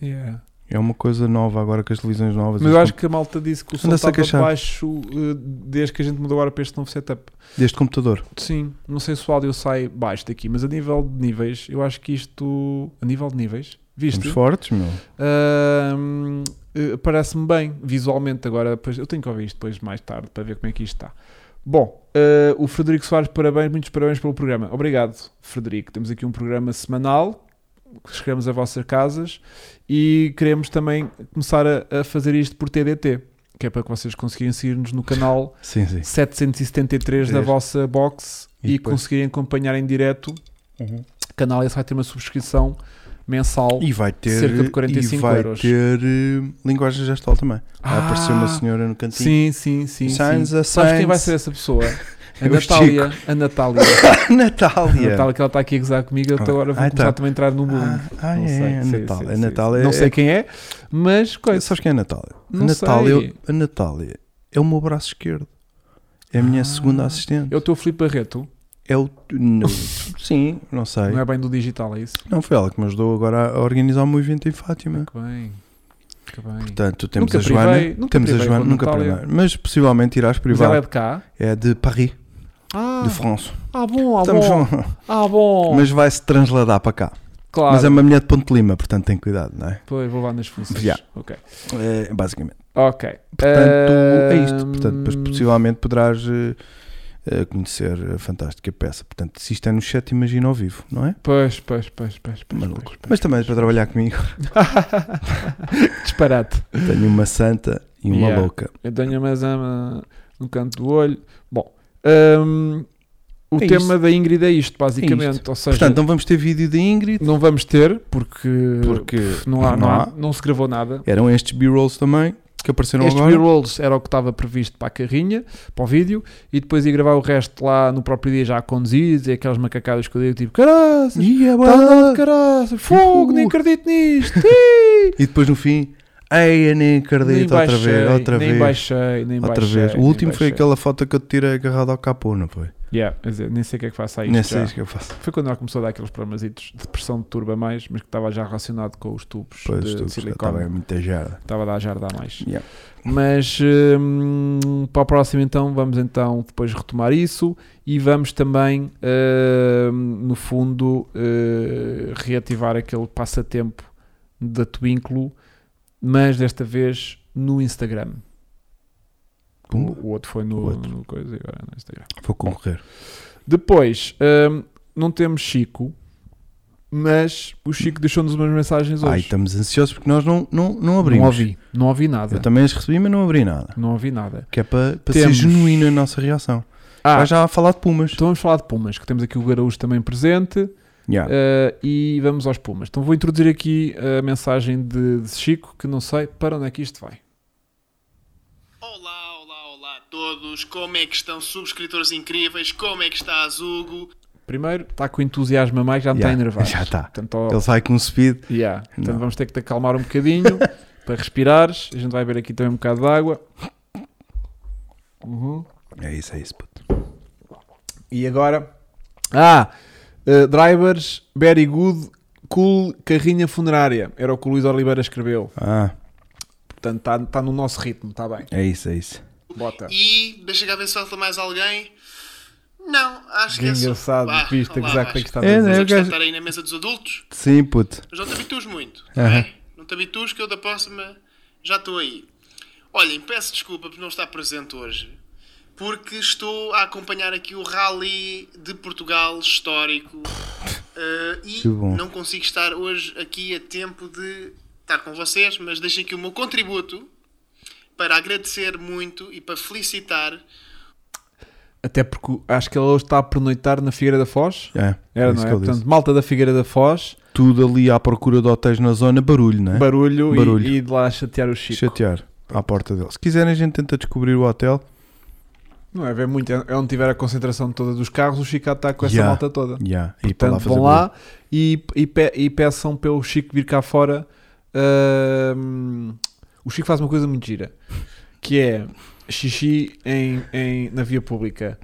[SPEAKER 1] Yeah.
[SPEAKER 2] É uma coisa nova agora que as televisões novas.
[SPEAKER 1] Mas eu acho que a malta disse que o som
[SPEAKER 2] Anda-se a
[SPEAKER 1] estava
[SPEAKER 2] queixar.
[SPEAKER 1] baixo eh, desde que a gente mudou agora para este novo setup.
[SPEAKER 2] Deste computador.
[SPEAKER 1] Sim, não sei se o áudio sai baixo daqui, mas a nível de níveis, eu acho que isto. A nível de níveis, viste?
[SPEAKER 2] Estamos fortes, meu.
[SPEAKER 1] Ahm, eh, Parece-me bem visualmente. Agora, depois, eu tenho que ouvir isto depois mais tarde para ver como é que isto está. Bom, eh, o Frederico Soares, parabéns, muitos parabéns pelo programa. Obrigado, Frederico. Temos aqui um programa semanal que chegamos a vossas casas e queremos também começar a, a fazer isto por TDT, que é para que vocês conseguirem seguir-nos no canal
[SPEAKER 2] Sim, sim.
[SPEAKER 1] 773 da
[SPEAKER 2] Dez.
[SPEAKER 1] vossa box
[SPEAKER 2] E
[SPEAKER 1] e,
[SPEAKER 2] depois?
[SPEAKER 1] conseguirem acompanhar em direto. Canal esse vai ter uma subscrição mensal.
[SPEAKER 2] E vai ter.
[SPEAKER 1] Cerca de 45
[SPEAKER 2] e vai
[SPEAKER 1] euros.
[SPEAKER 2] ter eh, linguagem gestual também. Vai
[SPEAKER 1] Ah,
[SPEAKER 2] aparecer uma senhora no cantinho.
[SPEAKER 1] Sim, sim, sim. sim.
[SPEAKER 2] Signs a
[SPEAKER 1] Sabes quem
[SPEAKER 2] signs.
[SPEAKER 1] vai ser essa pessoa? A
[SPEAKER 2] É o
[SPEAKER 1] Natália. A Natália. A
[SPEAKER 2] Natália.
[SPEAKER 1] Natália que ela está aqui a gozar comigo, eu até agora vou
[SPEAKER 2] Ah,
[SPEAKER 1] começar
[SPEAKER 2] tá.
[SPEAKER 1] também a entrar no boom.
[SPEAKER 2] Ah, ah,
[SPEAKER 1] Não
[SPEAKER 2] é,
[SPEAKER 1] sei,
[SPEAKER 2] é, a
[SPEAKER 1] sim,
[SPEAKER 2] Natália.
[SPEAKER 1] sim,
[SPEAKER 2] a
[SPEAKER 1] sim.
[SPEAKER 2] Natália
[SPEAKER 1] Não
[SPEAKER 2] é-
[SPEAKER 1] sei quem é, mas coisa.
[SPEAKER 2] Sabes quem é a Natália?
[SPEAKER 1] Não
[SPEAKER 2] a, Natália
[SPEAKER 1] sei.
[SPEAKER 2] a Natália é o meu braço esquerdo. É a minha
[SPEAKER 1] Ah,
[SPEAKER 2] segunda assistente.
[SPEAKER 1] É o teu Filipe Barreto,
[SPEAKER 2] É o. não, sim, não sei.
[SPEAKER 1] não
[SPEAKER 2] Não,
[SPEAKER 1] é bem do digital, é isso?
[SPEAKER 2] foi ela que me ajudou agora a organizar o meu evento em Fátima.
[SPEAKER 1] Que bem. Que bem.
[SPEAKER 2] Portanto, temos
[SPEAKER 1] Nunca
[SPEAKER 2] a Joana.
[SPEAKER 1] privei- nunca
[SPEAKER 2] temos a
[SPEAKER 1] privei
[SPEAKER 2] Joana,
[SPEAKER 1] com a
[SPEAKER 2] nunca
[SPEAKER 1] Natália.
[SPEAKER 2] privei. Mas possivelmente irás
[SPEAKER 1] Mas ela é
[SPEAKER 2] privar.
[SPEAKER 1] de cá.
[SPEAKER 2] É de Paris,
[SPEAKER 1] Ah,
[SPEAKER 2] de França.
[SPEAKER 1] ah bom, ah
[SPEAKER 2] Estamos
[SPEAKER 1] bom.
[SPEAKER 2] juntos.
[SPEAKER 1] Ah, bom.
[SPEAKER 2] Mas vai-se transladar para cá.
[SPEAKER 1] claro.
[SPEAKER 2] Mas é uma mulher de Ponte Lima, portanto tem cuidado, não é?
[SPEAKER 1] Pois, vou lá nas funções.
[SPEAKER 2] Já.
[SPEAKER 1] Ok.
[SPEAKER 2] É, basicamente.
[SPEAKER 1] Ok. Hum,
[SPEAKER 2] Portanto, é isto. Portanto, depois
[SPEAKER 1] Ahm,
[SPEAKER 2] possivelmente poderás eh, eh, conhecer a fantástica peça. Portanto, se isto é no chat, imagina ao vivo, não é?
[SPEAKER 1] Pois, pois, pois, pois, pois.
[SPEAKER 2] Maluco.
[SPEAKER 1] pois, pois.
[SPEAKER 2] Mas também para trabalhar comigo.
[SPEAKER 1] Disparate.
[SPEAKER 2] Tenho uma santa e uma
[SPEAKER 1] Yeah.
[SPEAKER 2] louca.
[SPEAKER 1] Eu tenho mais ama no canto do olho. Bom, ahm, o
[SPEAKER 2] É
[SPEAKER 1] tema
[SPEAKER 2] isto.
[SPEAKER 1] da Ingrid é isto, basicamente. Ou seja,
[SPEAKER 2] Portanto, não vamos ter vídeo da Ingrid.
[SPEAKER 1] não vamos ter, porque,
[SPEAKER 2] Porque
[SPEAKER 1] pff, não, há,
[SPEAKER 2] não
[SPEAKER 1] não, há-
[SPEAKER 2] há.
[SPEAKER 1] não se gravou nada.
[SPEAKER 2] Eram estes B-rolls também que apareceram
[SPEAKER 1] Este
[SPEAKER 2] agora.
[SPEAKER 1] B-Rolls era o que estava previsto para a carrinha, para o vídeo, e depois ia gravar o resto lá no próprio dia já a conduzir, e aquelas macacadas que eu digo, tipo, caralho,
[SPEAKER 2] Yeah,
[SPEAKER 1] Tá andando,
[SPEAKER 2] boa.
[SPEAKER 1] caralho, fogo, nem
[SPEAKER 2] Uh.
[SPEAKER 1] acredito nisto. Ih,
[SPEAKER 2] e depois no fim, ei, eu nem acredito,
[SPEAKER 1] nem
[SPEAKER 2] outra vez, outra
[SPEAKER 1] nem
[SPEAKER 2] vez.
[SPEAKER 1] baixei, nem
[SPEAKER 2] Outra
[SPEAKER 1] baixei.
[SPEAKER 2] vez. O
[SPEAKER 1] nem
[SPEAKER 2] último foi
[SPEAKER 1] baixei.
[SPEAKER 2] aquela foto que eu te tirei agarrado ao capô, não foi?
[SPEAKER 1] Yeah, quer dizer, nem sei o que é que faço a isto.
[SPEAKER 2] Nem
[SPEAKER 1] já.
[SPEAKER 2] sei o que eu faço.
[SPEAKER 1] Foi quando ela começou a dar aqueles problemazitos de pressão de turba a mais, mas que estava já relacionado com os tubos
[SPEAKER 2] Pois, tá
[SPEAKER 1] de
[SPEAKER 2] estou
[SPEAKER 1] silicone.
[SPEAKER 2] estava muito ajada.
[SPEAKER 1] Estava a dar já a dar mais.
[SPEAKER 2] Yeah.
[SPEAKER 1] Mas hum, para a próxima então vamos então depois retomar isso e vamos também hum, no fundo hum, reativar aquele passatempo da Twinklo, mas desta vez no Instagram.
[SPEAKER 2] Pumba.
[SPEAKER 1] O outro foi
[SPEAKER 2] O
[SPEAKER 1] no,
[SPEAKER 2] outro.
[SPEAKER 1] no coisa e agora é no Instagram.
[SPEAKER 2] Vou concorrer.
[SPEAKER 1] Depois hum, não temos Chico, mas o Chico deixou-nos umas mensagens
[SPEAKER 2] Ai,
[SPEAKER 1] hoje.
[SPEAKER 2] estamos ansiosos porque nós não, não, não abrimos.
[SPEAKER 1] não ouvi, não ouvi nada.
[SPEAKER 2] Eu também as recebi, mas não abri nada.
[SPEAKER 1] Não ouvi nada.
[SPEAKER 2] Que é para, para ser
[SPEAKER 1] Temos-
[SPEAKER 2] genuína a nossa reação.
[SPEAKER 1] Ah,
[SPEAKER 2] Vai já a falar de Pumas.
[SPEAKER 1] Então vamos falar de Pumas, que temos aqui o Garaújo também presente
[SPEAKER 2] Yeah.
[SPEAKER 1] eh, e vamos aos Pumas. Então vou introduzir aqui a mensagem de, de Chico, que não sei para onde é que isto vai.
[SPEAKER 3] Olá, olá, olá a todos. Como é que estão, subscritores incríveis? Como é que está a Zugo?
[SPEAKER 1] Primeiro, está com entusiasmo a mais, já me está
[SPEAKER 2] Yeah,
[SPEAKER 1] enervado.
[SPEAKER 2] Já está.
[SPEAKER 1] Portanto, ó,
[SPEAKER 2] Ele sai com um speed.
[SPEAKER 1] yeah. Portanto,
[SPEAKER 2] Não.
[SPEAKER 1] vamos ter que te acalmar um bocadinho para respirares. A gente vai beber aqui também um bocado de água. Uhum.
[SPEAKER 2] É isso, é isso, puto.
[SPEAKER 1] E agora. Ah! eh, drivers, very good, cool, carrinha funerária. Era o que o Luís Oliveira escreveu.
[SPEAKER 2] Ah,
[SPEAKER 1] Portanto, está tá no nosso ritmo, está bem.
[SPEAKER 2] é isso, é isso.
[SPEAKER 1] Bota.
[SPEAKER 3] E deixa cá ver se falta mais alguém. Não, acho que
[SPEAKER 1] Que
[SPEAKER 3] é só.
[SPEAKER 1] engraçado,
[SPEAKER 3] Vá,
[SPEAKER 1] viste,
[SPEAKER 3] vá lá,
[SPEAKER 1] exacto, é
[SPEAKER 3] Vasco.
[SPEAKER 1] que está a
[SPEAKER 2] É,
[SPEAKER 1] dizer.
[SPEAKER 2] né?
[SPEAKER 3] Mas eu
[SPEAKER 2] Eu
[SPEAKER 3] gosto de
[SPEAKER 2] gajo-
[SPEAKER 3] estar aí na mesa dos adultos,
[SPEAKER 2] Sim, puto.
[SPEAKER 3] mas não te habituas muito, tá
[SPEAKER 2] Aham.
[SPEAKER 3] bem? Não te habituas que eu da próxima já estou aí. Olhem, peço desculpa por não estar presente hoje, porque estou a acompanhar aqui o Rally de Portugal histórico eh, e
[SPEAKER 2] Que bom.
[SPEAKER 3] não consigo estar hoje aqui a tempo de estar com vocês, mas deixo aqui o meu contributo para agradecer muito e para felicitar
[SPEAKER 1] Até porque acho que ele hoje está a pernoitar na Figueira da Foz.
[SPEAKER 2] É,
[SPEAKER 1] Era,
[SPEAKER 2] isso
[SPEAKER 1] não é?
[SPEAKER 2] que ele disse.
[SPEAKER 1] Portanto, malta da Figueira da Foz,
[SPEAKER 2] Tudo ali à procura de hotéis na zona, barulho, não é?
[SPEAKER 1] barulho, e-
[SPEAKER 2] Barulho.
[SPEAKER 1] E, de lá chatear o Chico.
[SPEAKER 2] Chatear à porta dele. Se quiserem, a gente tenta descobrir o hotel.
[SPEAKER 1] Não é ver muito, é onde tiver a concentração toda dos carros, o Chico está com essa
[SPEAKER 2] Yeah.
[SPEAKER 1] malta toda.
[SPEAKER 2] Yeah, e para
[SPEAKER 1] Portanto, vão
[SPEAKER 2] barulho.
[SPEAKER 1] lá e, e, pe- e peçam pelo Chico vir cá fora. Ahm, o Chico faz uma coisa muito gira, que é xixi em, em- na via pública.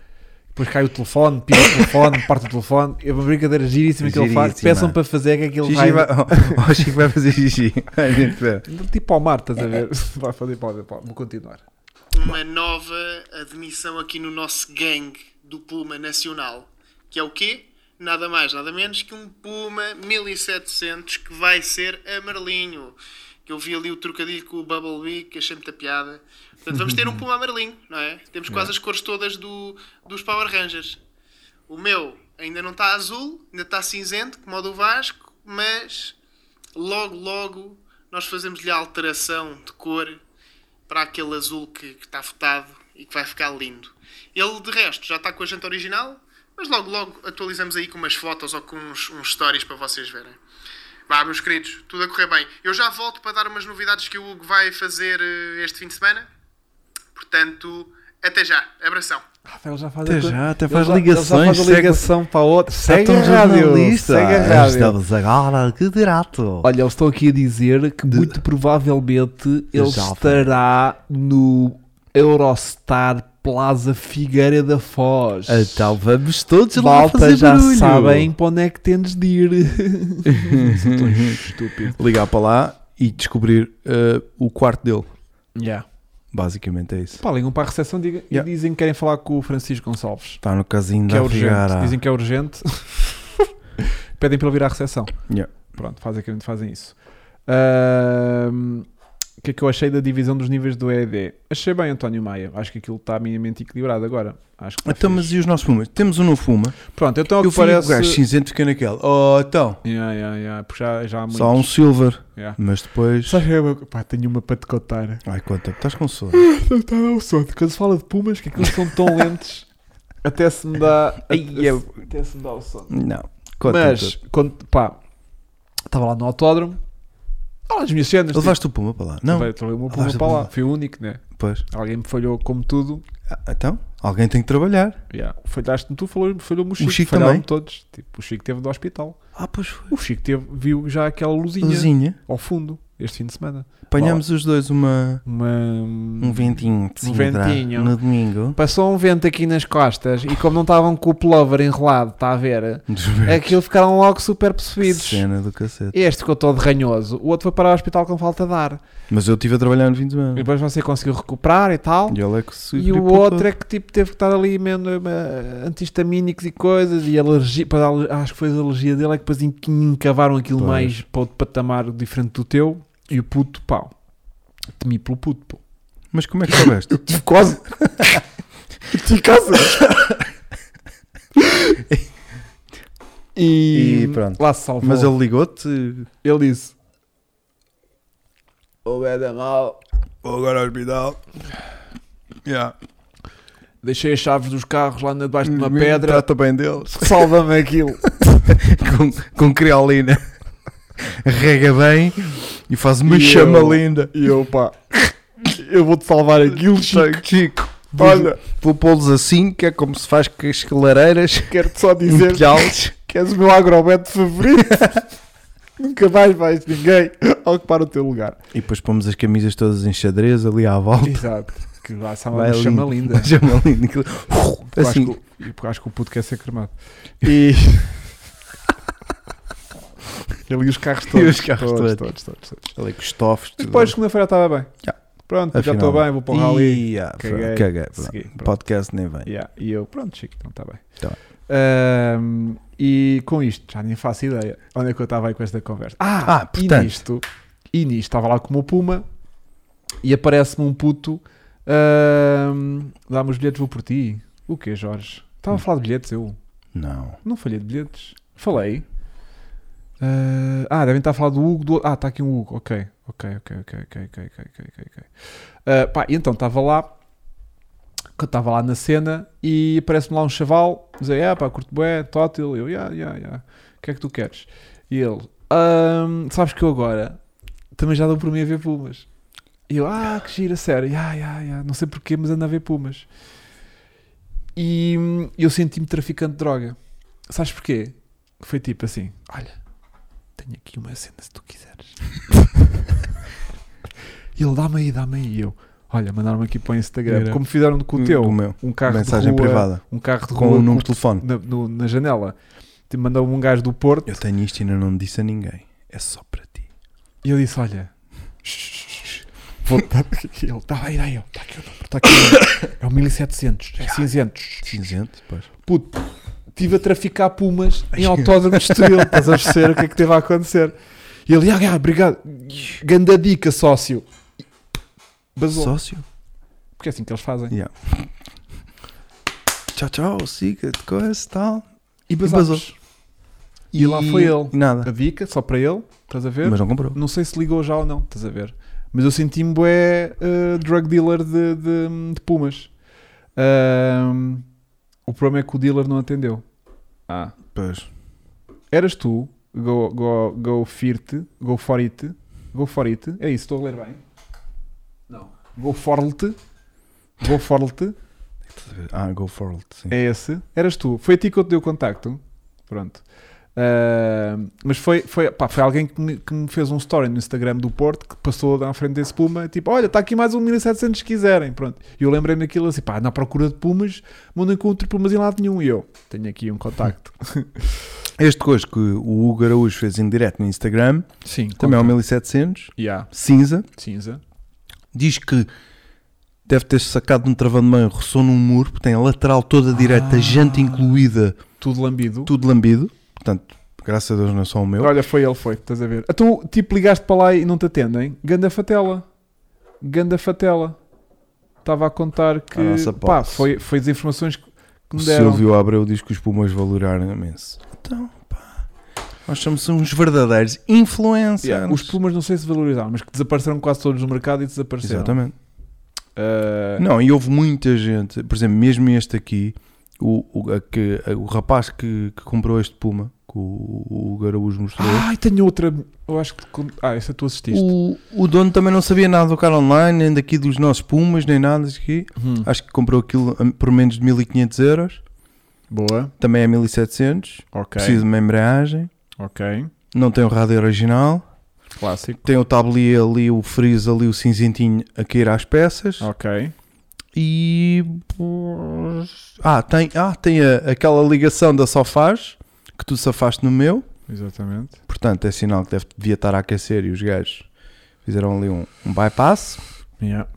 [SPEAKER 1] Depois cai o telefone, pisa o telefone, parte o telefone. É uma brincadeira giríssima que ele faz.
[SPEAKER 2] Giríssima.
[SPEAKER 1] Peçam para fazer é que aquilo
[SPEAKER 2] Xixi
[SPEAKER 1] vai...
[SPEAKER 2] vai... o Chico vai fazer xixi. Ai, gente, espera.
[SPEAKER 1] Tipo ao mar, estás a ver? Vai fazer pausa, pausa. Vou continuar.
[SPEAKER 3] uma nova admissão aqui no nosso gangue do Puma Nacional, que é o quê? Nada mais, nada menos que um Puma 1700 que vai ser amarelinho. Que eu vi ali o trocadilho com o Bubblebee, que achei muita piada. Portanto, vamos ter um Puma amarelinho, não é? Temos quase as cores todas do, dos Power Rangers. O meu ainda não está azul, ainda está cinzento, como o do Vasco, mas logo, logo nós fazemos-lhe a alteração de cor para aquele azul que que está fotado e que vai ficar lindo. Ele, de resto, já está com a gente original, mas logo, logo atualizamos aí com umas fotos ou com uns, uns stories para vocês verem. Vá, meus queridos, tudo a correr bem. Eu já volto para dar umas novidades que o Hugo vai fazer eh, este fim de semana. Portanto, até já. Abração.
[SPEAKER 1] Ah, ele já faz
[SPEAKER 2] Até
[SPEAKER 1] a co-
[SPEAKER 2] já, até
[SPEAKER 1] ele
[SPEAKER 2] faz
[SPEAKER 1] já- ele já
[SPEAKER 2] ligações,
[SPEAKER 1] faz a
[SPEAKER 2] segue-
[SPEAKER 1] ligação para outro. Segue
[SPEAKER 2] Então,
[SPEAKER 1] a rádio.
[SPEAKER 2] jornalista.
[SPEAKER 1] Segue a rádio.
[SPEAKER 2] Estamos agora, que direto.
[SPEAKER 1] Olha, eles estão aqui a dizer que muito provavelmente ele
[SPEAKER 2] Já foi.
[SPEAKER 1] estará no Eurostar Plaza Figueira da Foz.
[SPEAKER 2] Então vamos todos lá
[SPEAKER 1] Ah, Malta
[SPEAKER 2] fazer
[SPEAKER 1] já
[SPEAKER 2] barulho.
[SPEAKER 1] sabem para onde é que tens de ir. Sou tão estúpido.
[SPEAKER 2] Ligar para lá e descobrir eh, o quarto dele. Basicamente é isso.
[SPEAKER 1] Pá, ligam para a recepção diga- e
[SPEAKER 2] Yeah.
[SPEAKER 1] dizem que querem falar com o Francisco Gonçalves.
[SPEAKER 2] Está Tá no casinho
[SPEAKER 1] Que é
[SPEAKER 2] da
[SPEAKER 1] urgente.
[SPEAKER 2] Figueira.
[SPEAKER 1] Dizem que é urgente. Pedem para ele vir à recepção.
[SPEAKER 2] Yeah.
[SPEAKER 1] Pronto, basicamente fazem isso. Ahm, o que é que eu achei da divisão dos níveis do EED? Achei bem, António Maia. Acho que aquilo está minimamente equilibrado agora. Acho que está
[SPEAKER 2] Então,
[SPEAKER 1] fixe.
[SPEAKER 2] mas e os nossos fumas? Temos um novo fuma.
[SPEAKER 1] Pronto, então é o
[SPEAKER 2] Eu
[SPEAKER 1] que
[SPEAKER 2] vi o gajo
[SPEAKER 1] parece.
[SPEAKER 2] cinzento fiquei naquele. Oh, então.
[SPEAKER 1] Yeah, yeah, yeah, porque já, já há muitos.
[SPEAKER 2] Só há um silver.
[SPEAKER 1] Yeah.
[SPEAKER 2] Mas depois...
[SPEAKER 1] Sabes que é uma- Pá, tenho uma para te contar.
[SPEAKER 2] Ai, conta. Estás com sono.
[SPEAKER 1] Está a dar um sono. Quando se fala de pumas, que aqueles são tão lentos. Até se me dá.
[SPEAKER 2] Ai, é eu-
[SPEAKER 1] Até se me dá o sono.
[SPEAKER 2] Não. Conta.
[SPEAKER 1] Mas,
[SPEAKER 2] Mas...
[SPEAKER 1] quando, pá, estava lá no autódromo. Olha as minhas cenas. tipo,
[SPEAKER 2] Levaste o puma para lá? Não.
[SPEAKER 1] levei- levei uma puma
[SPEAKER 2] Levaste a
[SPEAKER 1] para lá.
[SPEAKER 2] puma.
[SPEAKER 1] Fui o único, né?
[SPEAKER 2] Pois.
[SPEAKER 1] Alguém me falhou como tudo.
[SPEAKER 2] Ah, Então, alguém tem que trabalhar.
[SPEAKER 1] Yeah. Falhaste-me tu, falhou- falhou-me o Chico.
[SPEAKER 2] Chico
[SPEAKER 1] falharam
[SPEAKER 2] também.
[SPEAKER 1] todos. Tipo, o Chico teve do hospital.
[SPEAKER 2] Ah, pois é. foi.
[SPEAKER 1] O Chico teve, viu já aquela luzinha,
[SPEAKER 2] Luzinha.
[SPEAKER 1] ao fundo, este fim de semana.
[SPEAKER 2] Apanhámos os dois uma...
[SPEAKER 1] Uma...
[SPEAKER 2] Um ventinho. de
[SPEAKER 1] Um
[SPEAKER 2] Sintra,
[SPEAKER 1] ventinho.
[SPEAKER 2] No domingo.
[SPEAKER 1] Passou um vento aqui nas costas e como não estavam com o pullover enrolado, está a ver?
[SPEAKER 2] É
[SPEAKER 1] Aquilo ficaram logo super possuídos.
[SPEAKER 2] Cena do cacete.
[SPEAKER 1] Este ficou todo ranhoso, o outro foi para o hospital com falta de ar.
[SPEAKER 2] Mas eu estive a trabalhar no fim de
[SPEAKER 1] E
[SPEAKER 2] semana.
[SPEAKER 1] depois você conseguiu recuperar e tal.
[SPEAKER 2] E ele é que se
[SPEAKER 1] E o
[SPEAKER 2] gripou
[SPEAKER 1] outro
[SPEAKER 2] todo.
[SPEAKER 1] é que tipo, teve que estar ali mesmo eh, antihistamínicos e coisas e alergia. para dar ale- acho que foi a alergia dele, é que depois en- encavaram aquilo
[SPEAKER 2] Pois.
[SPEAKER 1] mais para outro patamar diferente do teu. E o puto, pá, temi pelo puto, pô.
[SPEAKER 2] Mas como é que soubeste?
[SPEAKER 1] Tive quase. Tive quase. e,
[SPEAKER 2] E pronto.
[SPEAKER 1] Lá se salvou.
[SPEAKER 2] Mas ele ligou-te.
[SPEAKER 1] ele disse: O é mal.
[SPEAKER 2] Vou agora ao hospital. Yeah.
[SPEAKER 1] Deixei as chaves dos carros lá debaixo de uma
[SPEAKER 2] Me
[SPEAKER 1] pedra.
[SPEAKER 2] Trata bem deles.
[SPEAKER 1] Salva-me aquilo.
[SPEAKER 2] com, com criolina. Rega bem e faz uma
[SPEAKER 1] E
[SPEAKER 2] chama
[SPEAKER 1] eu-
[SPEAKER 2] linda.
[SPEAKER 1] E eu, pá, eu vou-te salvar aquilo, Chico.
[SPEAKER 2] Chico, Chico,
[SPEAKER 1] Olha,
[SPEAKER 2] vou pô-los assim, que é como se faz com as lareiras,
[SPEAKER 1] quero-te só dizer
[SPEAKER 2] empilhá-los.
[SPEAKER 1] que és o meu agrobeto favorito. Nunca mais vais ninguém ocupar o teu lugar.
[SPEAKER 2] E depois pomos as camisas todas em xadrez ali à volta.
[SPEAKER 1] Exato. Que lá chama,
[SPEAKER 2] Vai
[SPEAKER 1] chama
[SPEAKER 2] lindo,
[SPEAKER 1] linda.
[SPEAKER 2] vai Chama linda. Aquilo-
[SPEAKER 1] Porque eu
[SPEAKER 2] Assim.
[SPEAKER 1] acho, que, o- porque eu acho que o puto quer ser cremado. E. Ele e os carros todos.
[SPEAKER 2] os carros
[SPEAKER 1] todos, todos,
[SPEAKER 2] todos.
[SPEAKER 1] todos, todos.
[SPEAKER 2] Ali com os tofos.
[SPEAKER 1] E
[SPEAKER 2] tudo.
[SPEAKER 1] depois, segunda-feira, estava bem.
[SPEAKER 2] Já.
[SPEAKER 1] Pronto, já
[SPEAKER 2] Afinal,
[SPEAKER 1] estou bem, vou para o rally.
[SPEAKER 2] Ih, ah,
[SPEAKER 1] Caguei.
[SPEAKER 2] pronto, caguei, pronto.
[SPEAKER 1] Segui, pronto.
[SPEAKER 2] Podcast nem vem.
[SPEAKER 1] Yeah, E eu, pronto, Chico, então está bem.
[SPEAKER 2] Tá bem.
[SPEAKER 1] Ahm, e com isto, já nem faço ideia onde é que eu estava aí com esta conversa.
[SPEAKER 2] Ah,
[SPEAKER 1] E
[SPEAKER 2] portanto,
[SPEAKER 1] nisto, e nisto, estava lá com o meu puma e aparece-me um puto. ahm, Dá-me os bilhetes, vou por ti. O que, Jorge? Estava a falar de bilhetes, eu.
[SPEAKER 2] não.
[SPEAKER 1] Não falhei de bilhetes. Falei. Ah, ah, devem estar a falar do Hugo. do- Ah, está aqui um Hugo. Ok, ok, ok, ok, ok, ok, ok, ok, ok, ok. Ah, pá, e então estava lá, que eu estava lá na cena e aparece-me lá um chaval, dizer, yeah, pá, curto bué, tótil. Eu, yeah, yeah, yeah. O que é que tu queres? E ele, "Ahm, sabes que eu agora também já dou por mim a ver pumas. E eu, ah, que gira, sério, yeah, yeah, yeah. não sei porquê, mas ando a ver pumas. E hum, eu senti-me traficante de droga. Sabes porquê? Foi tipo assim: Olha, tenho aqui uma cena se tu quiseres. E ele dá-me aí, dá-me aí. E eu, olha, mandaram-me aqui para o Instagram.
[SPEAKER 2] Era.
[SPEAKER 1] Como fizeram com o teu,
[SPEAKER 2] Do meu.
[SPEAKER 1] um carro
[SPEAKER 2] Mensagem
[SPEAKER 1] de rua,
[SPEAKER 2] privada.
[SPEAKER 1] Um carro de
[SPEAKER 2] Com
[SPEAKER 1] rua
[SPEAKER 2] o número de telefone.
[SPEAKER 1] na, no- na janela. Te Mandou-me um gajo do Porto
[SPEAKER 2] Eu tenho isto e ainda não disse a ninguém. É só para ti.
[SPEAKER 1] e eu disse: Olha, vou E ele, está aí, aí, está aqui o número, está aqui o número. É o 1700, é cinzentos.
[SPEAKER 2] Cinzento, pois.
[SPEAKER 1] Puto, estive a traficar pumas em autódromo de Estoril. Estás a perceber o que é que teve a acontecer? E ele, ah, ah, obrigado. Ganda dica, sócio. Basou.
[SPEAKER 2] Sócio.
[SPEAKER 1] Porque é assim que eles fazem.
[SPEAKER 2] Yeah. Tchau, tchau. Siga-te, coisa tal.
[SPEAKER 1] E
[SPEAKER 2] basou.
[SPEAKER 1] basou. E lá foi ele. A
[SPEAKER 2] Nada.
[SPEAKER 1] dica, só para ele, estás a ver?
[SPEAKER 2] Mas não comprou.
[SPEAKER 1] Não sei se ligou já ou não, estás a ver? Mas eu senti-me bué eh, drug dealer de, de- de pumas. Ahm, o problema é que o dealer não atendeu. Ah.
[SPEAKER 2] Pois.
[SPEAKER 1] Eras tu, go, go, go firte, go for it, go for it, é isso, estou a ler bem? Não. Go forte, go forte,
[SPEAKER 2] Ah, go for it. Sim.
[SPEAKER 1] é esse, eras tu, foi a ti que eu te dei o contacto, pronto. Ah, mas foi, foi, pá, foi alguém que me, que me fez um story no Instagram do Porto que passou à frente desse Puma, tipo, olha, está aqui mais um 1700 se quiserem, pronto. E eu lembrei-me daquilo assim, pá, na procura de Pumas, mas não encontro Pumas em lado nenhum. E eu, tenho aqui um contacto.
[SPEAKER 2] Este coisa que o Hugo Araújo fez em direto no Instagram,
[SPEAKER 1] Sim,
[SPEAKER 2] também é um 1700,
[SPEAKER 1] Yeah,
[SPEAKER 2] cinza,
[SPEAKER 1] cinza.
[SPEAKER 2] diz que deve ter sacado um travão de mão, roçou num muro, porque tem a lateral toda direita,
[SPEAKER 1] Ah.
[SPEAKER 2] jante incluída,
[SPEAKER 1] Tudo lambido.
[SPEAKER 2] tudo lambido. Portanto, graças a Deus não é só o meu.
[SPEAKER 1] Olha, foi ele, foi, estás a ver. Então, tipo, ligaste para lá e não te atendem? Ganda fatela. Ganda fatela. Estava a contar que.
[SPEAKER 2] A nossa
[SPEAKER 1] Pá,
[SPEAKER 2] posse.
[SPEAKER 1] foi, foi das informações que
[SPEAKER 2] O
[SPEAKER 1] me deram.
[SPEAKER 2] Silvio Abreu diz que os Pumas valoraram imenso. Então, pá, nós somos uns verdadeiros influencers.
[SPEAKER 1] Yeah, Os Pumas não sei se valorizaram, mas que desapareceram quase todos do mercado e desapareceram.
[SPEAKER 2] Exatamente.
[SPEAKER 1] Ah,
[SPEAKER 2] Não, e houve muita gente, por exemplo, mesmo este aqui, o, o, a que- a- o rapaz que, que comprou este Puma, que o, o Garaújo mostrou,
[SPEAKER 1] ah, Ai, tenho outra. Eu acho que. Ah, essa tu assististe.
[SPEAKER 2] o, o dono também não sabia nada do cara online, nem daqui dos nossos Pumas, nem nada disso aqui.
[SPEAKER 1] Hum,
[SPEAKER 2] Acho que comprou aquilo a- por menos de 1500 euros,
[SPEAKER 1] Boa.
[SPEAKER 2] também é 1700,
[SPEAKER 1] Ok.
[SPEAKER 2] precisa de uma embreagem,
[SPEAKER 1] Ok.
[SPEAKER 2] não tem o rádio original.
[SPEAKER 1] Clássico.
[SPEAKER 2] Tem o tablier ali, o friz ali, o cinzentinho a cair às peças.
[SPEAKER 1] Ok.
[SPEAKER 2] E. pois, Ah, tem, ah, tem a- aquela ligação da Sofaz que tu safaste no meu.
[SPEAKER 1] Exatamente.
[SPEAKER 2] Portanto, é sinal que deve, devia estar a aquecer e os gajos fizeram ali um, um bypass.
[SPEAKER 1] Yeah.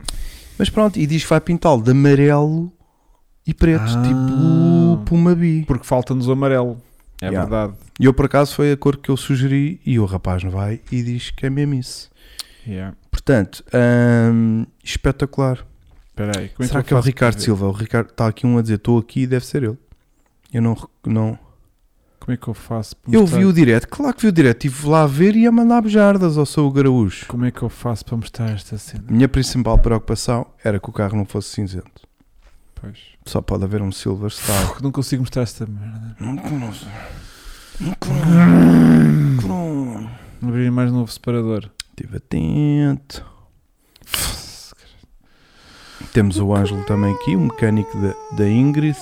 [SPEAKER 2] Mas pronto, e diz que vai pintá-lo de amarelo e preto,
[SPEAKER 1] Ah.
[SPEAKER 2] tipo o Puma B.
[SPEAKER 1] Porque falta-nos o amarelo. É
[SPEAKER 2] Yeah.
[SPEAKER 1] verdade.
[SPEAKER 2] E eu, por acaso, foi a cor que eu sugeri e o rapaz não vai e diz que é mesmo isso.
[SPEAKER 1] Yeah.
[SPEAKER 2] Portanto, hum, espetacular.
[SPEAKER 1] Espera aí. como
[SPEAKER 2] Será
[SPEAKER 1] eu
[SPEAKER 2] que é o
[SPEAKER 1] faço para
[SPEAKER 2] Ricardo
[SPEAKER 1] ver?
[SPEAKER 2] Silva? O Ricardo está aqui um a dizer estou aqui e deve ser ele. Eu não. rec- não.
[SPEAKER 1] Como é que eu faço? para
[SPEAKER 2] Eu
[SPEAKER 1] mostrar-
[SPEAKER 2] vi o direto, claro que vi o direto, estive lá a ver e a mandar bejardas ao seu Garaújo.
[SPEAKER 1] Como é que eu faço para mostrar esta cena?
[SPEAKER 2] Minha principal preocupação era que o carro não fosse cinzento.
[SPEAKER 1] Pois.
[SPEAKER 2] Só pode haver um Silver Star.
[SPEAKER 1] Porque não consigo mostrar esta merda.
[SPEAKER 2] não conosco. Não conosco.
[SPEAKER 1] Abrir mais novo separador.
[SPEAKER 2] Estive atento. Temos o Ângelo também aqui, o mecânico da, da Ingrid.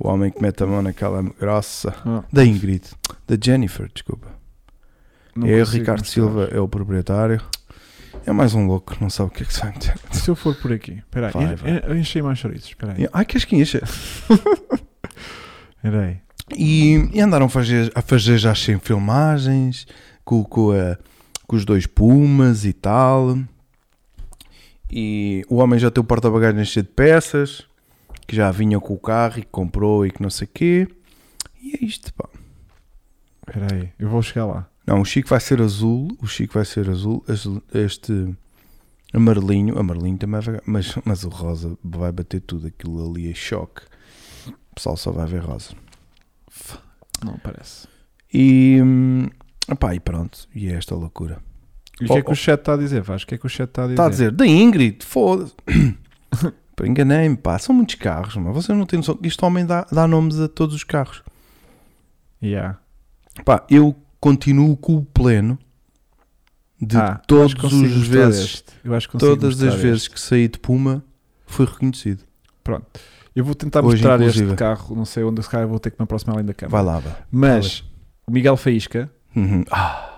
[SPEAKER 2] O homem que mete a mão naquela grossa.
[SPEAKER 1] Ah.
[SPEAKER 2] Da Ingrid. Da Jennifer, desculpa.
[SPEAKER 1] Não
[SPEAKER 2] é
[SPEAKER 1] consigo
[SPEAKER 2] Ricardo
[SPEAKER 1] mostrar.
[SPEAKER 2] Silva, é o proprietário. É mais um louco que não sabe o que é que se vai meter.
[SPEAKER 1] Se eu for por aqui, espera aí,
[SPEAKER 2] Vai,
[SPEAKER 1] eu-
[SPEAKER 2] vai.
[SPEAKER 1] eu enchei mais chorizos, espera aí.
[SPEAKER 2] Ai, que esquinha. é-
[SPEAKER 1] Espera aí.
[SPEAKER 2] E, e andaram a fazer, a fazer já sem filmagens com, com, a- com os dois Pumas e tal. E o homem já tem o porta-bagagens cheio de peças que já vinha com o carro e que comprou e que não sei quê. E é isto, pá.
[SPEAKER 1] Espera aí, eu vou chegar lá.
[SPEAKER 2] Não, o Chico vai ser azul. O Chico vai ser azul. azul- Este amarelinho, amarelinho também vai. Mas, mas o rosa vai bater tudo. Aquilo ali é choque. O pessoal só vai ver rosa.
[SPEAKER 1] Não parece.
[SPEAKER 2] E, hum, epá, e pronto, e é esta loucura.
[SPEAKER 1] E o que é
[SPEAKER 2] Oh,
[SPEAKER 1] que
[SPEAKER 2] oh.
[SPEAKER 1] o chat está a dizer, Vasco? O que é que o chat está a dizer?
[SPEAKER 2] Está a dizer, da Ingrid, foda-se. Pá, Enganei-me, pá, são muitos carros, mas vocês não têm noção. Este homem dá, dá nomes a todos os carros.
[SPEAKER 1] Yeah.
[SPEAKER 2] Pá, eu continuo com o pleno de
[SPEAKER 1] Ah,
[SPEAKER 2] todas
[SPEAKER 1] acho que consigo
[SPEAKER 2] as
[SPEAKER 1] mostrar
[SPEAKER 2] vezes,
[SPEAKER 1] este. Eu acho que consigo
[SPEAKER 2] todas
[SPEAKER 1] mostrar
[SPEAKER 2] as
[SPEAKER 1] este.
[SPEAKER 2] vezes que saí de Puma, fui reconhecido.
[SPEAKER 1] Pronto. Eu vou tentar
[SPEAKER 2] Hoje,
[SPEAKER 1] mostrar
[SPEAKER 2] inclusive.
[SPEAKER 1] este carro, não sei onde se calhar vou ter que me aproximar além da câmera.
[SPEAKER 2] Vai lá, vá.
[SPEAKER 1] Mas o Miguel Faísca,
[SPEAKER 2] Uhum. Ah,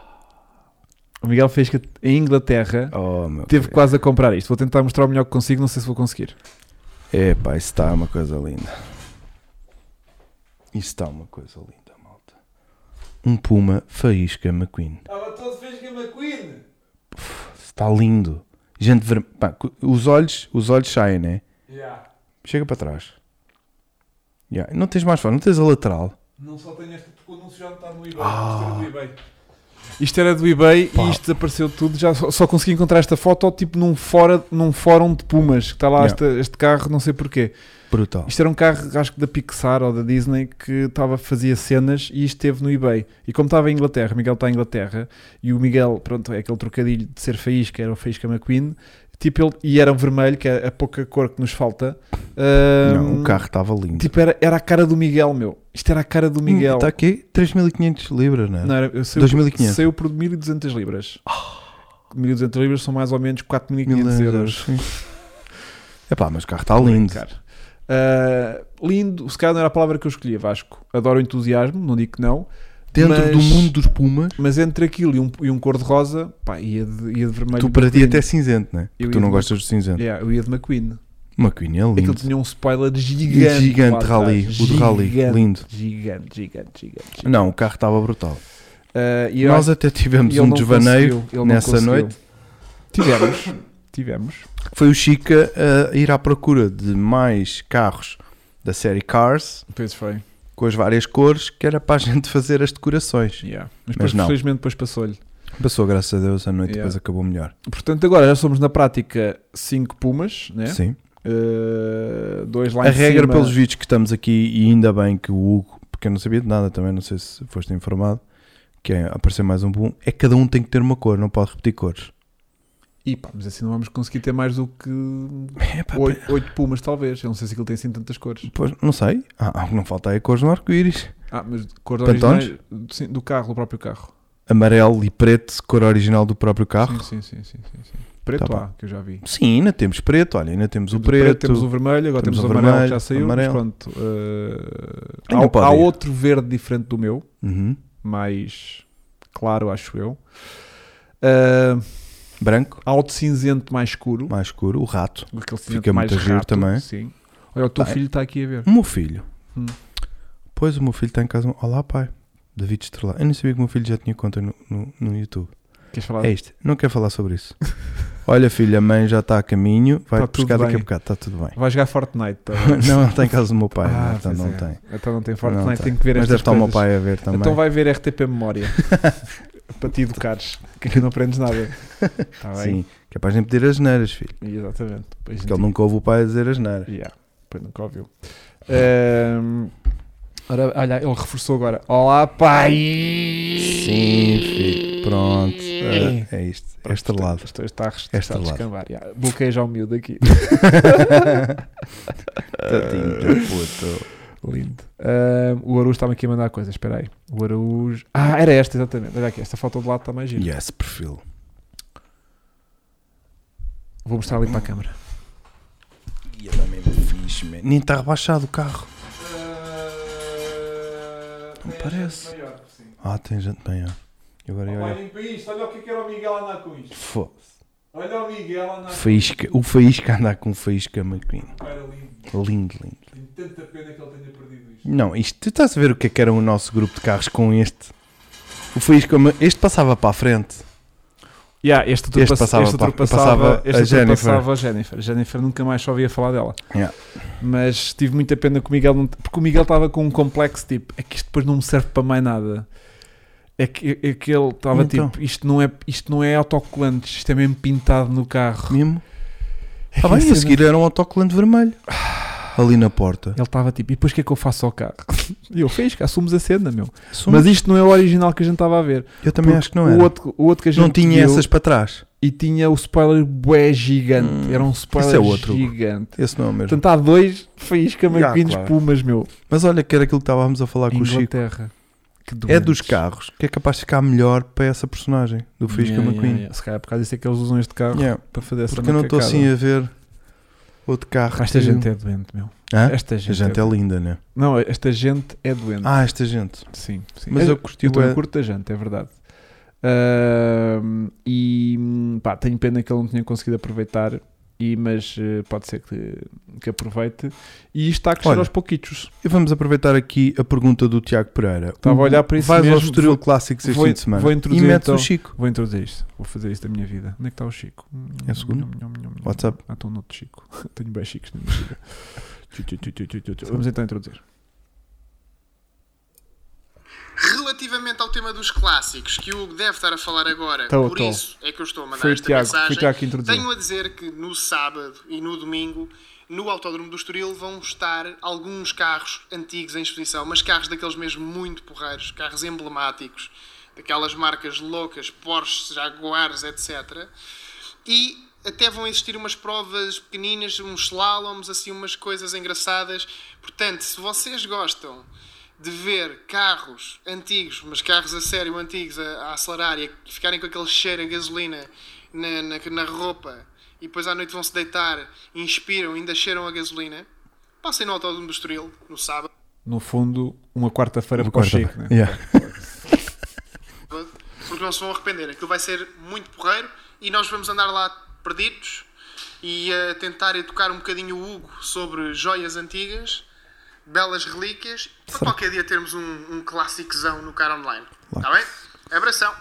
[SPEAKER 1] o Miguel Faísca em Inglaterra
[SPEAKER 2] oh, meu
[SPEAKER 1] teve
[SPEAKER 2] Deus.
[SPEAKER 1] quase a comprar isto. Vou tentar mostrar o melhor que consigo, não sei se vou conseguir.
[SPEAKER 2] É, pá, isso está uma coisa linda. Isso está uma coisa linda, malta. Um Puma Faísca McQueen.
[SPEAKER 1] Estava todo Faísca McQueen.
[SPEAKER 2] Está lindo. Gente vermelha. Os olhos, os olhos saem, né? Chega para trás. Ya, Não tens mais fora, não tens a lateral.
[SPEAKER 1] Não só tenho esta porque o anúncio já está no eBay. Isto era do eBay
[SPEAKER 2] Ah. Pá.
[SPEAKER 1] e isto desapareceu tudo. Já só, só consegui encontrar esta foto tipo num, fora, num fórum de Pumas. Que está lá
[SPEAKER 2] Yeah.
[SPEAKER 1] esta- este carro, não sei porquê.
[SPEAKER 2] Brutal.
[SPEAKER 1] Isto era um carro, acho que da Pixar ou da Disney, que estava, fazia cenas e isto esteve no eBay. E como estava em Inglaterra, o Miguel está em Inglaterra, e o Miguel, pronto, é aquele trocadilho de ser faísca, era o faísca McQueen, tipo ele, e era um vermelho, que é a pouca cor que nos falta.
[SPEAKER 2] Não,
[SPEAKER 1] Ahm,
[SPEAKER 2] o carro estava lindo.
[SPEAKER 1] é um Tipo, era, era a cara do Miguel, meu. Isto era a cara do Miguel.
[SPEAKER 2] Está aqui 3.500 libras, né?
[SPEAKER 1] Não, é? era, eu saiu,
[SPEAKER 2] 2.500.
[SPEAKER 1] saiu por 1200 libras. 1200 libras são mais ou menos 4500
[SPEAKER 2] Ah. Mil
[SPEAKER 1] euros.
[SPEAKER 2] sim. Epá, mas o carro está lindo.
[SPEAKER 1] Brincar. Ah, lindo, se calhar não era a palavra que eu escolhia, Vasco. Adoro o entusiasmo, não digo que não.
[SPEAKER 2] Dentro
[SPEAKER 1] Mas-
[SPEAKER 2] do mundo dos Pumas,
[SPEAKER 1] Mas entre aquilo e um, e um cor-de-rosa, pá, ia de, ia de vermelho.
[SPEAKER 2] tu para ti
[SPEAKER 1] McQueen.
[SPEAKER 2] até é cinzento, né?
[SPEAKER 1] Eu
[SPEAKER 2] Porque tu
[SPEAKER 1] ia
[SPEAKER 2] não
[SPEAKER 1] de-
[SPEAKER 2] gostas do cinzento.
[SPEAKER 1] Yeah, eu ia de McQueen.
[SPEAKER 2] McQueen é
[SPEAKER 1] Aquilo
[SPEAKER 2] lindo.
[SPEAKER 1] tinha um spoiler gigante.
[SPEAKER 2] Gigante,
[SPEAKER 1] lá
[SPEAKER 2] gigante
[SPEAKER 1] atrás.
[SPEAKER 2] rally, o de rally,
[SPEAKER 1] Gigante,
[SPEAKER 2] lindo.
[SPEAKER 1] Gigante, gigante, gigante. gigante.
[SPEAKER 2] Não, o carro estava brutal.
[SPEAKER 1] Ah, e eu
[SPEAKER 2] Nós até tivemos
[SPEAKER 1] ele
[SPEAKER 2] um
[SPEAKER 1] não
[SPEAKER 2] desvaneio
[SPEAKER 1] conseguiu, ele não
[SPEAKER 2] nessa
[SPEAKER 1] conseguiu.
[SPEAKER 2] noite.
[SPEAKER 1] Tivemos, tivemos.
[SPEAKER 2] que Foi o Chica a ir à procura de mais carros da série Cars
[SPEAKER 1] Pois foi.
[SPEAKER 2] com as várias cores, que era para a gente fazer as decorações.
[SPEAKER 1] Yeah. Mas,
[SPEAKER 2] Mas
[SPEAKER 1] depois,
[SPEAKER 2] não.
[SPEAKER 1] felizmente depois passou-lhe.
[SPEAKER 2] Passou, graças a Deus, a noite
[SPEAKER 1] Yeah.
[SPEAKER 2] depois acabou melhor.
[SPEAKER 1] Portanto, agora já somos na prática 5 pumas, né?
[SPEAKER 2] Sim.
[SPEAKER 1] Ah, dois lá
[SPEAKER 2] a
[SPEAKER 1] em
[SPEAKER 2] regra,
[SPEAKER 1] cima.
[SPEAKER 2] pelos vídeos que estamos aqui, e ainda bem que o Hugo, porque eu não sabia de nada também, não sei se foste informado, que é aparecer mais um boom, é que cada um tem que ter uma cor, não pode repetir cores.
[SPEAKER 1] E pá, mas assim não vamos conseguir ter mais do que
[SPEAKER 2] É, pá,
[SPEAKER 1] 8, pumas, talvez. Eu não sei se aquilo tem assim tantas cores.
[SPEAKER 2] Pois, não sei. Ah, o que não falta é cores no arco-íris.
[SPEAKER 1] Ah, mas cores
[SPEAKER 2] Pantons?
[SPEAKER 1] originais sim, do carro, do próprio carro.
[SPEAKER 2] Amarelo e preto, cor original do próprio carro.
[SPEAKER 1] Sim, sim, sim, sim, sim, sim. Preto
[SPEAKER 2] Tá
[SPEAKER 1] há, que eu já vi.
[SPEAKER 2] Sim, ainda temos preto, olha, ainda temos,
[SPEAKER 1] Temos
[SPEAKER 2] o preto.
[SPEAKER 1] temos o vermelho, agora
[SPEAKER 2] temos
[SPEAKER 1] temos,
[SPEAKER 2] o
[SPEAKER 1] o amarelo,
[SPEAKER 2] vermelho,
[SPEAKER 1] que já saiu.
[SPEAKER 2] amarelo.
[SPEAKER 1] Mas pronto. ah,
[SPEAKER 2] Ainda
[SPEAKER 1] há,
[SPEAKER 2] pode
[SPEAKER 1] há
[SPEAKER 2] ir.
[SPEAKER 1] outro verde diferente do meu,
[SPEAKER 2] Uhum.
[SPEAKER 1] mais claro, acho eu. Ah,
[SPEAKER 2] Branco,
[SPEAKER 1] Há outro cinzento mais escuro.
[SPEAKER 2] mais escuro, o rato.
[SPEAKER 1] Aquele cinzento
[SPEAKER 2] Fica
[SPEAKER 1] mais
[SPEAKER 2] muito giro
[SPEAKER 1] rato,
[SPEAKER 2] também.
[SPEAKER 1] Sim. Olha, o teu
[SPEAKER 2] Bem.
[SPEAKER 1] filho está aqui a ver.
[SPEAKER 2] O meu filho.
[SPEAKER 1] Hum.
[SPEAKER 2] Pois o meu filho está em casa. Olá, pai. David Estrela. Eu nem sabia que o meu filho já tinha conta no, no, no YouTube.
[SPEAKER 1] Queres falar?
[SPEAKER 2] É isto, não quero falar sobre isso. olha, filho, a mãe já está a caminho, vai
[SPEAKER 1] Tá
[SPEAKER 2] te buscar
[SPEAKER 1] tudo
[SPEAKER 2] daqui a
[SPEAKER 1] bem.
[SPEAKER 2] bocado, está tudo bem.
[SPEAKER 1] Vai jogar Fortnite. Tá?
[SPEAKER 2] não, não está em casa do meu pai,
[SPEAKER 1] Ah,
[SPEAKER 2] né? então
[SPEAKER 1] pois
[SPEAKER 2] não
[SPEAKER 1] é.
[SPEAKER 2] tem.
[SPEAKER 1] então não tem
[SPEAKER 2] Não
[SPEAKER 1] Fortnite,
[SPEAKER 2] tem.
[SPEAKER 1] tem que ver
[SPEAKER 2] Mas deve
[SPEAKER 1] estas
[SPEAKER 2] estar o meu
[SPEAKER 1] coisas.
[SPEAKER 2] pai a ver também.
[SPEAKER 1] Então vai ver RTP Memória. para te educares. Que aqui não aprendes nada. Está bem?
[SPEAKER 2] Sim, que é para a gente pedir as neiras, filho.
[SPEAKER 1] E Exatamente. Pois
[SPEAKER 2] Porque ele nunca ouve o pai dizer as neiras.
[SPEAKER 1] Yeah. Pois nunca ouviu. Ahm, ora, olha, ele reforçou agora. Olá, pai!
[SPEAKER 2] Sim, filho, pronto. Ah, É isto, é este lado.
[SPEAKER 1] Isto está a, res-
[SPEAKER 2] É
[SPEAKER 1] está a
[SPEAKER 2] estrelado.
[SPEAKER 1] descambar. Yeah. Bloqueia já o miúdo aqui.
[SPEAKER 2] Tadinho da puta.
[SPEAKER 1] Lindo. Ahm, o Araújo estava aqui a mandar coisas, espera aí. O Araújo. Ah, era esta, exatamente. Olha aqui, esta foto de lado está mais gira.
[SPEAKER 2] E esse perfil.
[SPEAKER 1] Vou mostrar ali para a câmara.
[SPEAKER 2] E ele é mesmo fixe, man. Nem está rebaixado o carro. Não parece. Ah, tem gente bem, ó. E Agora
[SPEAKER 1] Olha.
[SPEAKER 2] olha.
[SPEAKER 1] Olhem para isto, olha o que é que era o Miguel andar com isto.
[SPEAKER 2] Foda-se.
[SPEAKER 1] Olha o Miguel andar com
[SPEAKER 2] Faísca. O Faísca andar com o Faísca McQueen.
[SPEAKER 1] isto. Era lindo.
[SPEAKER 2] Lindo, lindo.
[SPEAKER 1] Tenho tanta pena que ele tenha perdido isto.
[SPEAKER 2] Não, isto. Tu estás a ver o que é que era o nosso grupo de carros com este? O Faísca. Este passava para a frente.
[SPEAKER 1] Yeah, este
[SPEAKER 2] Este
[SPEAKER 1] ultrapassa-
[SPEAKER 2] passava
[SPEAKER 1] este
[SPEAKER 2] pa-
[SPEAKER 1] ultrapassava
[SPEAKER 2] passava
[SPEAKER 1] este
[SPEAKER 2] a Jennifer.
[SPEAKER 1] ultrapassava a Jennifer. Jennifer nunca mais só ouvia falar dela.
[SPEAKER 2] Yeah.
[SPEAKER 1] Mas tive muita pena que o Miguel não- Porque o Miguel estava com um complexo tipo: é que isto depois não me serve para mais nada. É que, é que ele estava
[SPEAKER 2] Então.
[SPEAKER 1] tipo: isto não, é, isto não é autocolante, isto é mesmo pintado no carro.
[SPEAKER 2] Mesmo?
[SPEAKER 1] É
[SPEAKER 2] Ah,
[SPEAKER 1] que
[SPEAKER 2] bem,
[SPEAKER 1] isso
[SPEAKER 2] a
[SPEAKER 1] é-
[SPEAKER 2] seguir era um autocolante vermelho. Ali na porta.
[SPEAKER 1] Ele estava tipo: e depois o que é que eu faço ao carro? E eu fiz, que assumos a cena, meu.
[SPEAKER 2] Somos-
[SPEAKER 1] Mas isto não é o original que a gente estava a ver.
[SPEAKER 2] eu também
[SPEAKER 1] Porque
[SPEAKER 2] acho que não
[SPEAKER 1] o
[SPEAKER 2] era.
[SPEAKER 1] Outro, o outro que a gente
[SPEAKER 2] Não tinha
[SPEAKER 1] viu-
[SPEAKER 2] essas para trás.
[SPEAKER 1] e tinha o spoiler bué gigante.
[SPEAKER 2] Hum,
[SPEAKER 1] era um spoiler
[SPEAKER 2] isso é outro.
[SPEAKER 1] gigante.
[SPEAKER 2] Esse não é o mesmo.
[SPEAKER 1] Portanto, há dois faísca
[SPEAKER 2] Yeah,
[SPEAKER 1] McQueen
[SPEAKER 2] claro.
[SPEAKER 1] Pumas, meu.
[SPEAKER 2] Mas olha que era aquilo que estávamos a falar com o Chico.
[SPEAKER 1] Inglaterra. Que
[SPEAKER 2] É
[SPEAKER 1] doentes.
[SPEAKER 2] dos carros que é capaz de ficar melhor para essa personagem do
[SPEAKER 1] Yeah,
[SPEAKER 2] Faísca
[SPEAKER 1] yeah,
[SPEAKER 2] McQueen.
[SPEAKER 1] yeah. Se calhar por causa disso é que eles usam este carro
[SPEAKER 2] Yeah,
[SPEAKER 1] para fazer essa
[SPEAKER 2] Porque eu não estou
[SPEAKER 1] macacada.
[SPEAKER 2] assim a ver outro carro.
[SPEAKER 1] Esta
[SPEAKER 2] que-
[SPEAKER 1] gente é doente, meu.
[SPEAKER 2] Hã?
[SPEAKER 1] Esta
[SPEAKER 2] A
[SPEAKER 1] gente,
[SPEAKER 2] gente
[SPEAKER 1] é...
[SPEAKER 2] é linda, né?
[SPEAKER 1] Não, esta gente é doente.
[SPEAKER 2] Ah, esta gente.
[SPEAKER 1] Sim, sim.
[SPEAKER 2] Mas
[SPEAKER 1] É-
[SPEAKER 2] eu curti
[SPEAKER 1] eu também
[SPEAKER 2] bué.
[SPEAKER 1] curto da gente, é verdade. Ahm, e pá, tenho pena que ele não tenha conseguido aproveitar, e, mas eh, pode ser que, que aproveite. E isto está a crescer
[SPEAKER 2] Olha,
[SPEAKER 1] aos pouquitos.
[SPEAKER 2] E vamos aproveitar aqui a pergunta do Tiago Pereira.
[SPEAKER 1] Estava a
[SPEAKER 2] O-
[SPEAKER 1] olhar para isso
[SPEAKER 2] Vais ao
[SPEAKER 1] mesmo.
[SPEAKER 2] Estoril
[SPEAKER 1] Vou-
[SPEAKER 2] Clássico este
[SPEAKER 1] vou-
[SPEAKER 2] fim de semana.
[SPEAKER 1] vou
[SPEAKER 2] e
[SPEAKER 1] introduzir
[SPEAKER 2] metes
[SPEAKER 1] então-
[SPEAKER 2] o Chico.
[SPEAKER 1] Vou introduzir isto, vou fazer isto da minha vida. Onde é que está o Chico?
[SPEAKER 2] É o segundo?
[SPEAKER 1] Nham, nham, nham, nham.
[SPEAKER 2] WhatsApp.
[SPEAKER 1] Ah, estou no outro Chico. Tenho bem Chicos na minha vida. Tu, tu, tu, tu, tu, tu, tu. Vamos então introduzir.
[SPEAKER 3] Relativamente ao tema dos clássicos, que o Hugo deve estar a falar agora,
[SPEAKER 1] Tô,
[SPEAKER 3] por
[SPEAKER 1] tô.
[SPEAKER 3] isso é que eu estou a mandar
[SPEAKER 1] Foi o
[SPEAKER 3] esta
[SPEAKER 1] Tiago, foi o
[SPEAKER 3] mensagem.
[SPEAKER 1] Tiago que introduziu.
[SPEAKER 3] Tenho a dizer que no sábado e no domingo, no Autódromo do Estoril, vão estar alguns carros antigos em exposição, mas carros daqueles mesmo muito porreiros, carros emblemáticos, daquelas marcas loucas, Porsche, Jaguars, etc. E até vão existir umas provas pequeninas, uns slaloms, assim, umas coisas engraçadas. Portanto, se vocês gostam de ver carros antigos, mas carros a sério antigos a, a acelerar e a ficarem com aquele cheiro a gasolina na, na, na roupa e depois à noite vão se deitar, inspiram, ainda cheiram a gasolina, passem no Autódromo do Estoril, no sábado.
[SPEAKER 1] No fundo, uma quarta-feira para o
[SPEAKER 2] Quarta-
[SPEAKER 1] Chico, né?
[SPEAKER 2] Yeah.
[SPEAKER 3] porque não se vão arrepender. Aquilo vai ser muito porreiro e nós vamos andar lá perdidos e a tentar educar um bocadinho o Hugo sobre joias antigas, belas relíquias, para qualquer dia termos um, um clássicozão no Car Online. Está bem? Abração!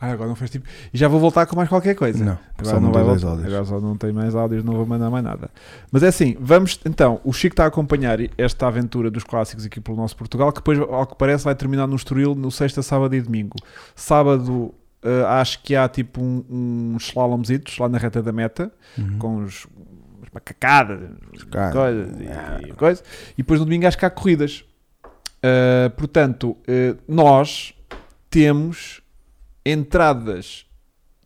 [SPEAKER 1] Ah, agora não fez tipo. E já vou voltar com mais qualquer coisa.
[SPEAKER 2] Não, só
[SPEAKER 1] agora não,
[SPEAKER 2] mandei
[SPEAKER 1] vai
[SPEAKER 2] dois
[SPEAKER 1] voltar.
[SPEAKER 2] áudios.
[SPEAKER 1] Agora só não tem mais áudios, não vou mandar mais nada. Mas é assim, vamos. Então, o Chico está a acompanhar esta aventura dos clássicos aqui pelo nosso Portugal, que depois, ao que parece, vai terminar no Estoril no sexta, sábado e domingo. Sábado. eh, acho que há tipo um- uns slalomzitos lá na reta da meta
[SPEAKER 2] Uhum.
[SPEAKER 1] com uns, umas macacadas,
[SPEAKER 2] Cara,
[SPEAKER 1] coisas
[SPEAKER 2] Ah.
[SPEAKER 1] e, coisa. e depois no domingo acho que há corridas. Ah, portanto, eh, nós temos entradas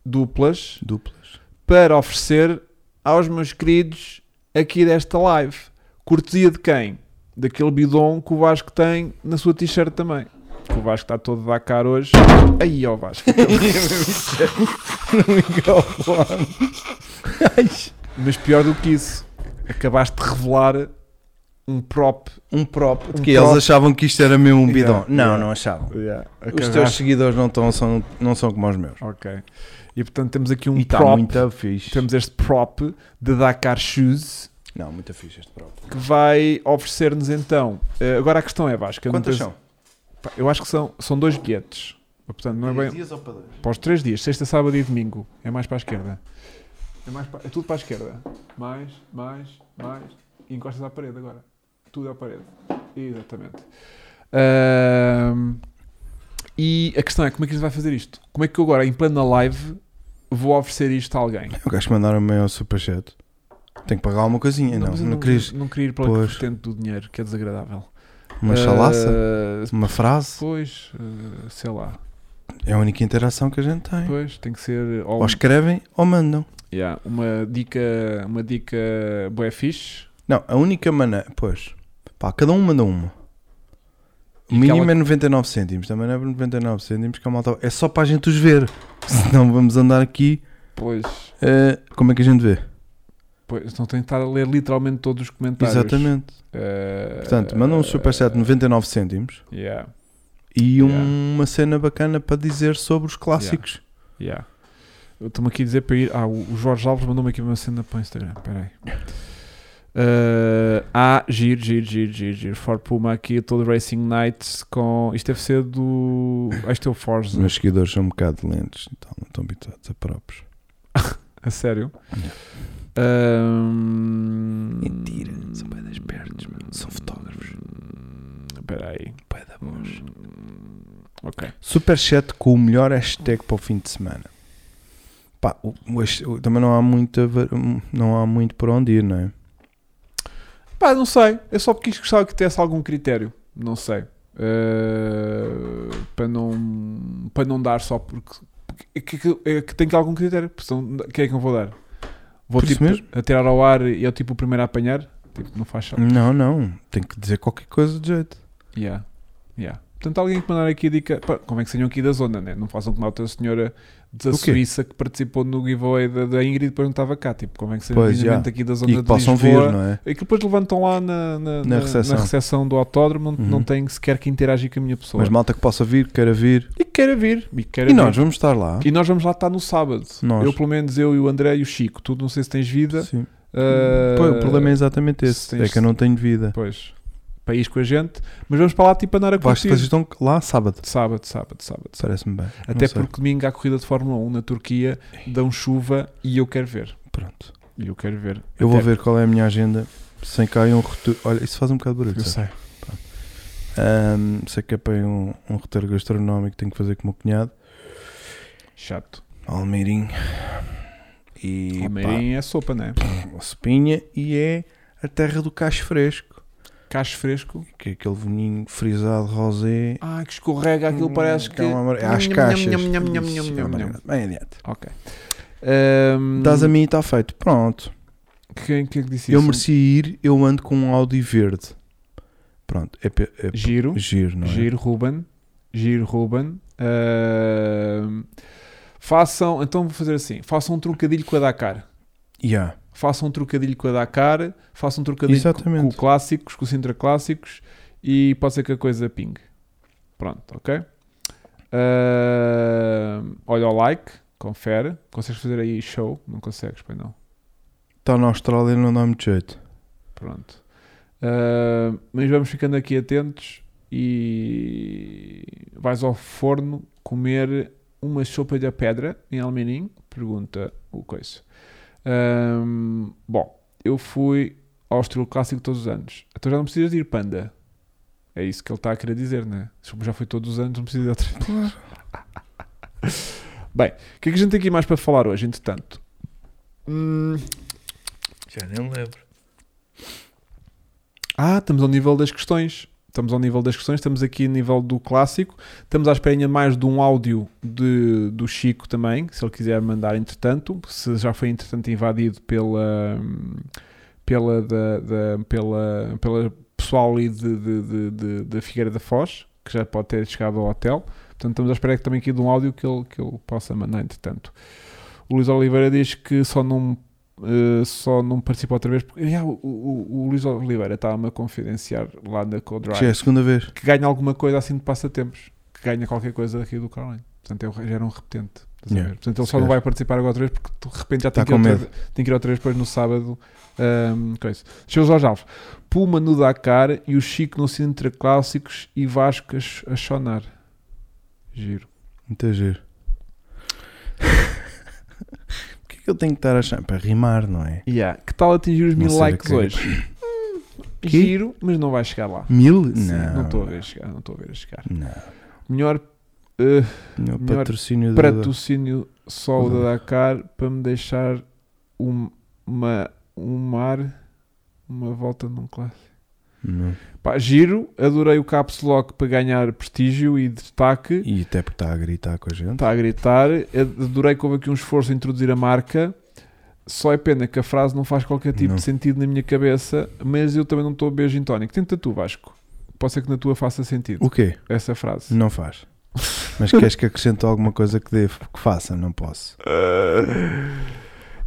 [SPEAKER 1] duplas
[SPEAKER 2] Duplas.
[SPEAKER 1] para oferecer aos meus queridos aqui desta live. Cortesia de quem? Daquele bidon que o Vasco tem na sua t-shirt também. Que o Vasco está todo a dar cara hoje. Aí, ó Vasco. Mas pior do que isso, acabaste de revelar um prop.
[SPEAKER 2] Um prop.
[SPEAKER 1] Um
[SPEAKER 2] De que eles
[SPEAKER 1] prop.
[SPEAKER 2] achavam que isto era mesmo um bidão.
[SPEAKER 1] Yeah,
[SPEAKER 2] não,
[SPEAKER 1] yeah.
[SPEAKER 2] não achavam.
[SPEAKER 1] Yeah,
[SPEAKER 2] Os
[SPEAKER 1] acabaste-
[SPEAKER 2] teus seguidores não, tão, são, não são como os meus.
[SPEAKER 1] Ok. E portanto temos aqui um
[SPEAKER 2] e tá está
[SPEAKER 1] prop.
[SPEAKER 2] muito fixe.
[SPEAKER 1] Temos este prop de Dakar Shoes
[SPEAKER 2] Não, muito fixe este prop.
[SPEAKER 1] que vai oferecer-nos então. eh, agora a questão é, Vasco. eu não
[SPEAKER 2] Quantas
[SPEAKER 1] tenho-
[SPEAKER 2] são?
[SPEAKER 1] Pá, Eu acho que são, são dois bilhetes. Portanto, não é bem.
[SPEAKER 2] dias ou para dois?
[SPEAKER 1] Para os três dias, sexta, sábado e domingo. É mais para a esquerda. É, mais para- é tudo para a esquerda. Mais, mais, mais. E encostas à parede agora. Tudo à parede. Exatamente. Ahm, e a questão é: como é que a gente vai fazer isto? Como é que eu agora, em plena live, vou oferecer isto a alguém?
[SPEAKER 2] O gajo mandaram-me ao superchat. Tem que pagar alguma coisinha, não.
[SPEAKER 1] mas
[SPEAKER 2] Não,
[SPEAKER 1] eu
[SPEAKER 2] querias
[SPEAKER 1] não queria ir para o
[SPEAKER 2] Pois.
[SPEAKER 1] vertente do dinheiro, que é desagradável.
[SPEAKER 2] uma chalaça?
[SPEAKER 1] Ah,
[SPEAKER 2] Uma frase?
[SPEAKER 1] Pois, ah, sei lá.
[SPEAKER 2] É a única interação que a gente tem.
[SPEAKER 1] Pois, tem que ser.
[SPEAKER 2] Ou escrevem ou mandam.
[SPEAKER 1] Yeah, uma dica, uma dica bué fixe.
[SPEAKER 2] Não, a única maneira. Pois. Pá, cada um manda uma.
[SPEAKER 1] E
[SPEAKER 2] O mínimo
[SPEAKER 1] aquela-
[SPEAKER 2] é 99 cêntimos. Também não é por 99 cêntimos que a malta. É só para a gente os ver. Senão vamos andar aqui.
[SPEAKER 1] Pois,
[SPEAKER 2] eh, como é que a gente vê?
[SPEAKER 1] pois não tem que estar a ler literalmente todos os comentários.
[SPEAKER 2] Exatamente. um
[SPEAKER 1] Eh,
[SPEAKER 2] Portanto, mandam um superchat de 99 cêntimos
[SPEAKER 1] yeah.
[SPEAKER 2] E
[SPEAKER 1] Yeah.
[SPEAKER 2] um- uma cena bacana para dizer sobre os clássicos.
[SPEAKER 1] Yeah. Eu Estou-me aqui a dizer para ir. Ah, o o Jorge Alves mandou-me aqui uma cena para o Instagram. Espera aí. Uh, ah, giro, giro, giro, giro, giro. For Puma aqui, todo Racing Nights com. Isto deve ser do. Acho que é o
[SPEAKER 2] Os
[SPEAKER 1] Forza.
[SPEAKER 2] meus seguidores são um bocado lentos, então não estão habituados a próprios.
[SPEAKER 1] A sério? Ehm,
[SPEAKER 2] Mentira, são bué de espertos, mano. São fotógrafos.
[SPEAKER 1] Espera aí. Ok.
[SPEAKER 2] Superchat com o melhor hashtag para o fim de semana. Pá, o- o hash- o- também não há, muito a ver- hum, não há muito por onde ir, não é?
[SPEAKER 1] Pá, não sei. Eu só quis gostava que tivesse algum critério. Não sei. Uh, para, não, para não dar só porque. porque é que, é que tem que algum critério. Porque senão, quem é que eu vou dar? Vou
[SPEAKER 2] Por isso
[SPEAKER 1] tipo,
[SPEAKER 2] mesmo?
[SPEAKER 1] a tirar ao ar e eu tipo o primeiro a apanhar? Tipo, não faz sentido.
[SPEAKER 2] Não, não. Tem que dizer qualquer coisa de jeito.
[SPEAKER 1] Yeah. Yeah. Portanto, alguém que mandar aqui a dica. Pá, como é que saiam aqui da zona, né? Não façam como a outra senhora da
[SPEAKER 2] O quê?
[SPEAKER 1] Suíça que participou no giveaway da, da Ingrid e depois não estava cá. Tipo, como é que saiam
[SPEAKER 2] Pois,
[SPEAKER 1] diretamente
[SPEAKER 2] já.
[SPEAKER 1] aqui da zona
[SPEAKER 2] E que
[SPEAKER 1] de
[SPEAKER 2] possam
[SPEAKER 1] Lisboa?
[SPEAKER 2] vir, não é?
[SPEAKER 1] E que depois levantam lá na, na, na- na recepção.
[SPEAKER 2] recepção.
[SPEAKER 1] do autódromo, não- não
[SPEAKER 2] Uhum.
[SPEAKER 1] tem sequer que interagir com a minha pessoa.
[SPEAKER 2] Mas malta que possa vir, queira vir.
[SPEAKER 1] E que queira vir. E, que queira
[SPEAKER 2] E
[SPEAKER 1] vir.
[SPEAKER 2] nós vamos estar lá.
[SPEAKER 1] E nós vamos lá estar no sábado.
[SPEAKER 2] Nós.
[SPEAKER 1] Eu, pelo menos, eu e o André e o Chico. Tu não sei se tens vida.
[SPEAKER 2] Sim.
[SPEAKER 1] ah,
[SPEAKER 2] Pô, o problema é exatamente esse.
[SPEAKER 1] tens-
[SPEAKER 2] É que eu não tenho vida.
[SPEAKER 1] Pois, para ir com a gente. Mas vamos para lá tipo andar a
[SPEAKER 2] Acho que
[SPEAKER 1] curtir.
[SPEAKER 2] vocês estão lá sábado.
[SPEAKER 1] Sábado, sábado, sábado. sábado.
[SPEAKER 2] Parece-me bem. Não
[SPEAKER 1] Até
[SPEAKER 2] sei.
[SPEAKER 1] porque domingo há corrida de Fórmula 1 na Turquia. Dão chuva e eu quero ver.
[SPEAKER 2] Pronto.
[SPEAKER 1] E eu quero ver.
[SPEAKER 2] Eu vou
[SPEAKER 1] Até-
[SPEAKER 2] ver qual é a minha agenda sem que caia um roteiro. Olha, isso faz um bocado de barulho.
[SPEAKER 1] Eu
[SPEAKER 2] sabe?
[SPEAKER 1] sei.
[SPEAKER 2] Ahm, sei que é para um, um roteiro gastronómico, tenho que fazer com o meu cunhado,
[SPEAKER 1] Chato.
[SPEAKER 2] Almeirinho. E
[SPEAKER 1] E é sopa, né?
[SPEAKER 2] pá, uma sopinha. E é a terra do cacho fresco,
[SPEAKER 1] Cacho fresco.
[SPEAKER 2] que é aquele vinho frisado rosé.
[SPEAKER 1] Ah, que escorrega aquilo,
[SPEAKER 2] Hum,
[SPEAKER 1] parece que.
[SPEAKER 2] é uma amare- Às
[SPEAKER 1] Nham,
[SPEAKER 2] caixas.
[SPEAKER 1] nham, nham, nham,
[SPEAKER 2] Isso,
[SPEAKER 1] nham,
[SPEAKER 2] é
[SPEAKER 1] nham. Hum.
[SPEAKER 2] uma maravilha. Bem adiante.
[SPEAKER 1] Ok. Ahm,
[SPEAKER 2] Dás a mim e está feito. Pronto.
[SPEAKER 1] Quem, quem é que disse
[SPEAKER 2] Eu
[SPEAKER 1] isso?
[SPEAKER 2] mereci ir, eu ando com um Audi verde. Pronto, é, pe- é pe-
[SPEAKER 1] Giro,
[SPEAKER 2] giro, não é?
[SPEAKER 1] giro Ruben, giro Ruben. Ahm, façam, então vou fazer assim: façam um trocadilho com a Dakar.
[SPEAKER 2] Yeah.
[SPEAKER 1] Façam um trocadilho com a Dakar, façam um trocadilho co- com,
[SPEAKER 2] Exatamente.
[SPEAKER 1] o clássicos, com o Sintra Clássicos e pode ser que a coisa pingue. Pronto, ok? Ahm, olha o like, confere. Consegues fazer aí show? Não consegues, pois não.
[SPEAKER 2] Está na Austrália, não dá muito jeito.
[SPEAKER 1] Pronto. Ah, mas vamos ficando aqui atentos e vais ao forno comer uma sopa da pedra em Almenim? Pergunta o coiso. Ahm, bom, eu fui ao estilo clássico todos os anos. Então já não precisas de ir panda. É isso que ele está a querer dizer, né? Se já foi todos os anos, não precisa de outra vez. Bem, o que é que a gente tem aqui mais para falar hoje, entretanto? Hum,
[SPEAKER 2] Já nem lembro.
[SPEAKER 1] Ah, estamos ao nível das questões. Estamos ao nível das questões, estamos aqui a nível do clássico. Estamos à espera ainda mais de um áudio de, do Chico também, se ele quiser mandar entretanto, se já foi entretanto invadido pela, pela, da, da- pela, pela pessoal ali de, de, de- de- da Figueira da Foz, que já pode ter chegado ao hotel. Portanto, estamos à espera também aqui de um áudio que ele, que ele possa mandar entretanto. O Luís Oliveira diz que só não Uh, só não participa outra vez porque Ah, o, o, o Luís Oliveira estava-me a confidenciar lá na
[SPEAKER 2] Já é
[SPEAKER 1] Codrive
[SPEAKER 2] a segunda vez.
[SPEAKER 1] que ganha alguma coisa assim de passatempos, que ganha qualquer coisa aqui do Carlin. Portanto, eu já era um repetente. estás a
[SPEAKER 2] Yeah.
[SPEAKER 1] ver? Portanto, ele
[SPEAKER 2] Se
[SPEAKER 1] só não
[SPEAKER 2] calhar.
[SPEAKER 1] vai participar agora outra vez porque de repente já tem
[SPEAKER 2] Tá
[SPEAKER 1] que, ir
[SPEAKER 2] com
[SPEAKER 1] outra,
[SPEAKER 2] medo.
[SPEAKER 1] tem que ir outra vez depois no sábado. Um, coisa. Chegou Jorge Alves. Puma no Dakar e o Chico no Sintra Clássicos e Vasco a, ch- a chonar. Giro.
[SPEAKER 2] Muito giro. Porquê que eu tenho que estar a achar? Para rimar, não é?
[SPEAKER 1] Yeah. Que tal atingir os
[SPEAKER 2] Não
[SPEAKER 1] mil
[SPEAKER 2] sei
[SPEAKER 1] likes
[SPEAKER 2] daquele.
[SPEAKER 1] hoje? Hum,
[SPEAKER 2] Que?
[SPEAKER 1] Giro, mas não vai chegar lá.
[SPEAKER 2] Mil?
[SPEAKER 1] Sim,
[SPEAKER 2] não.
[SPEAKER 1] não estou a ver chegar, não estou a ver a chegar.
[SPEAKER 2] Não.
[SPEAKER 1] Melhor eh,
[SPEAKER 2] Meu
[SPEAKER 1] Melhor
[SPEAKER 2] patrocínio da...
[SPEAKER 1] patrocínio sol
[SPEAKER 2] Vou
[SPEAKER 1] da
[SPEAKER 2] dar.
[SPEAKER 1] Dakar para me deixar um, uma, um mar, uma volta num clássico.
[SPEAKER 2] Não.
[SPEAKER 1] Pá, giro, adorei o caps lock para ganhar prestígio e destaque.
[SPEAKER 2] E até porque está a gritar com a gente.
[SPEAKER 1] Está a gritar. Adorei que houve aqui um esforço a introduzir a marca. Só é pena que a frase não faz qualquer tipo
[SPEAKER 2] Não.
[SPEAKER 1] de sentido na minha cabeça, mas eu também não estou a beijo em tónico. Tenta tu, Vasco. Pode ser que na tua faça sentido
[SPEAKER 2] O quê?
[SPEAKER 1] essa frase.
[SPEAKER 2] Não faz. Mas queres que acrescente alguma coisa que devo, que faça? Não posso.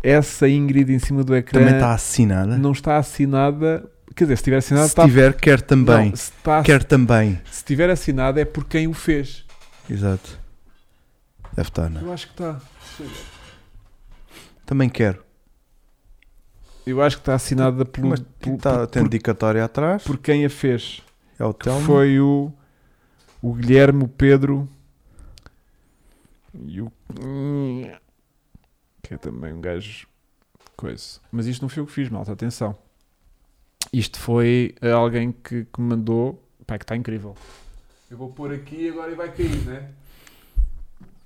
[SPEAKER 1] Essa Ingrid em cima do ecrã
[SPEAKER 2] Também está assinada?
[SPEAKER 1] não está assinada. Quer dizer, se tiver assinado,
[SPEAKER 2] Né? Se
[SPEAKER 1] está.
[SPEAKER 2] tiver, quer também.
[SPEAKER 1] Não, se, tá-
[SPEAKER 2] Quer também.
[SPEAKER 1] se tiver assinado, é por quem o fez.
[SPEAKER 2] Exato. Deve estar, não. é?
[SPEAKER 1] Eu acho que está.
[SPEAKER 2] Também quero.
[SPEAKER 1] Eu acho que está assinada pelo,
[SPEAKER 2] Mas tipo,
[SPEAKER 1] pelo-
[SPEAKER 2] está
[SPEAKER 1] por,
[SPEAKER 2] tem dedicatória atrás.
[SPEAKER 1] por quem a fez.
[SPEAKER 2] é o
[SPEAKER 1] Que
[SPEAKER 2] Telmo.
[SPEAKER 1] foi o, o Guilherme, o Pedro e o. Que é também um gajo. Coisa. Mas isto não foi o que fiz, malta, atenção. Isto foi eh, alguém que, que me mandou. Pá, que está incrível. Eu vou pôr aqui e agora e vai cair, né?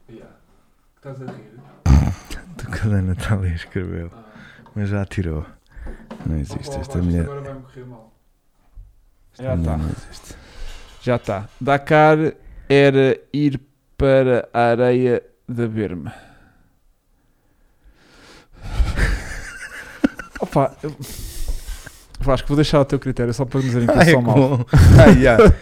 [SPEAKER 1] Yeah. Estás a rir?
[SPEAKER 2] Do que a Natália escreveu. Mas já tirou. Não existe esta mulher.
[SPEAKER 1] Agora vai morrer mal.
[SPEAKER 2] Esta
[SPEAKER 1] Já
[SPEAKER 2] mulher
[SPEAKER 1] está.
[SPEAKER 2] Não existe.
[SPEAKER 1] Já está. Dakar era ir para a areia da Berma. Opa, eu... Vasco, vou deixar ao teu critério só para me dizerem que eu
[SPEAKER 2] Ah, é
[SPEAKER 1] sou mau.
[SPEAKER 2] bom. Ah, yeah.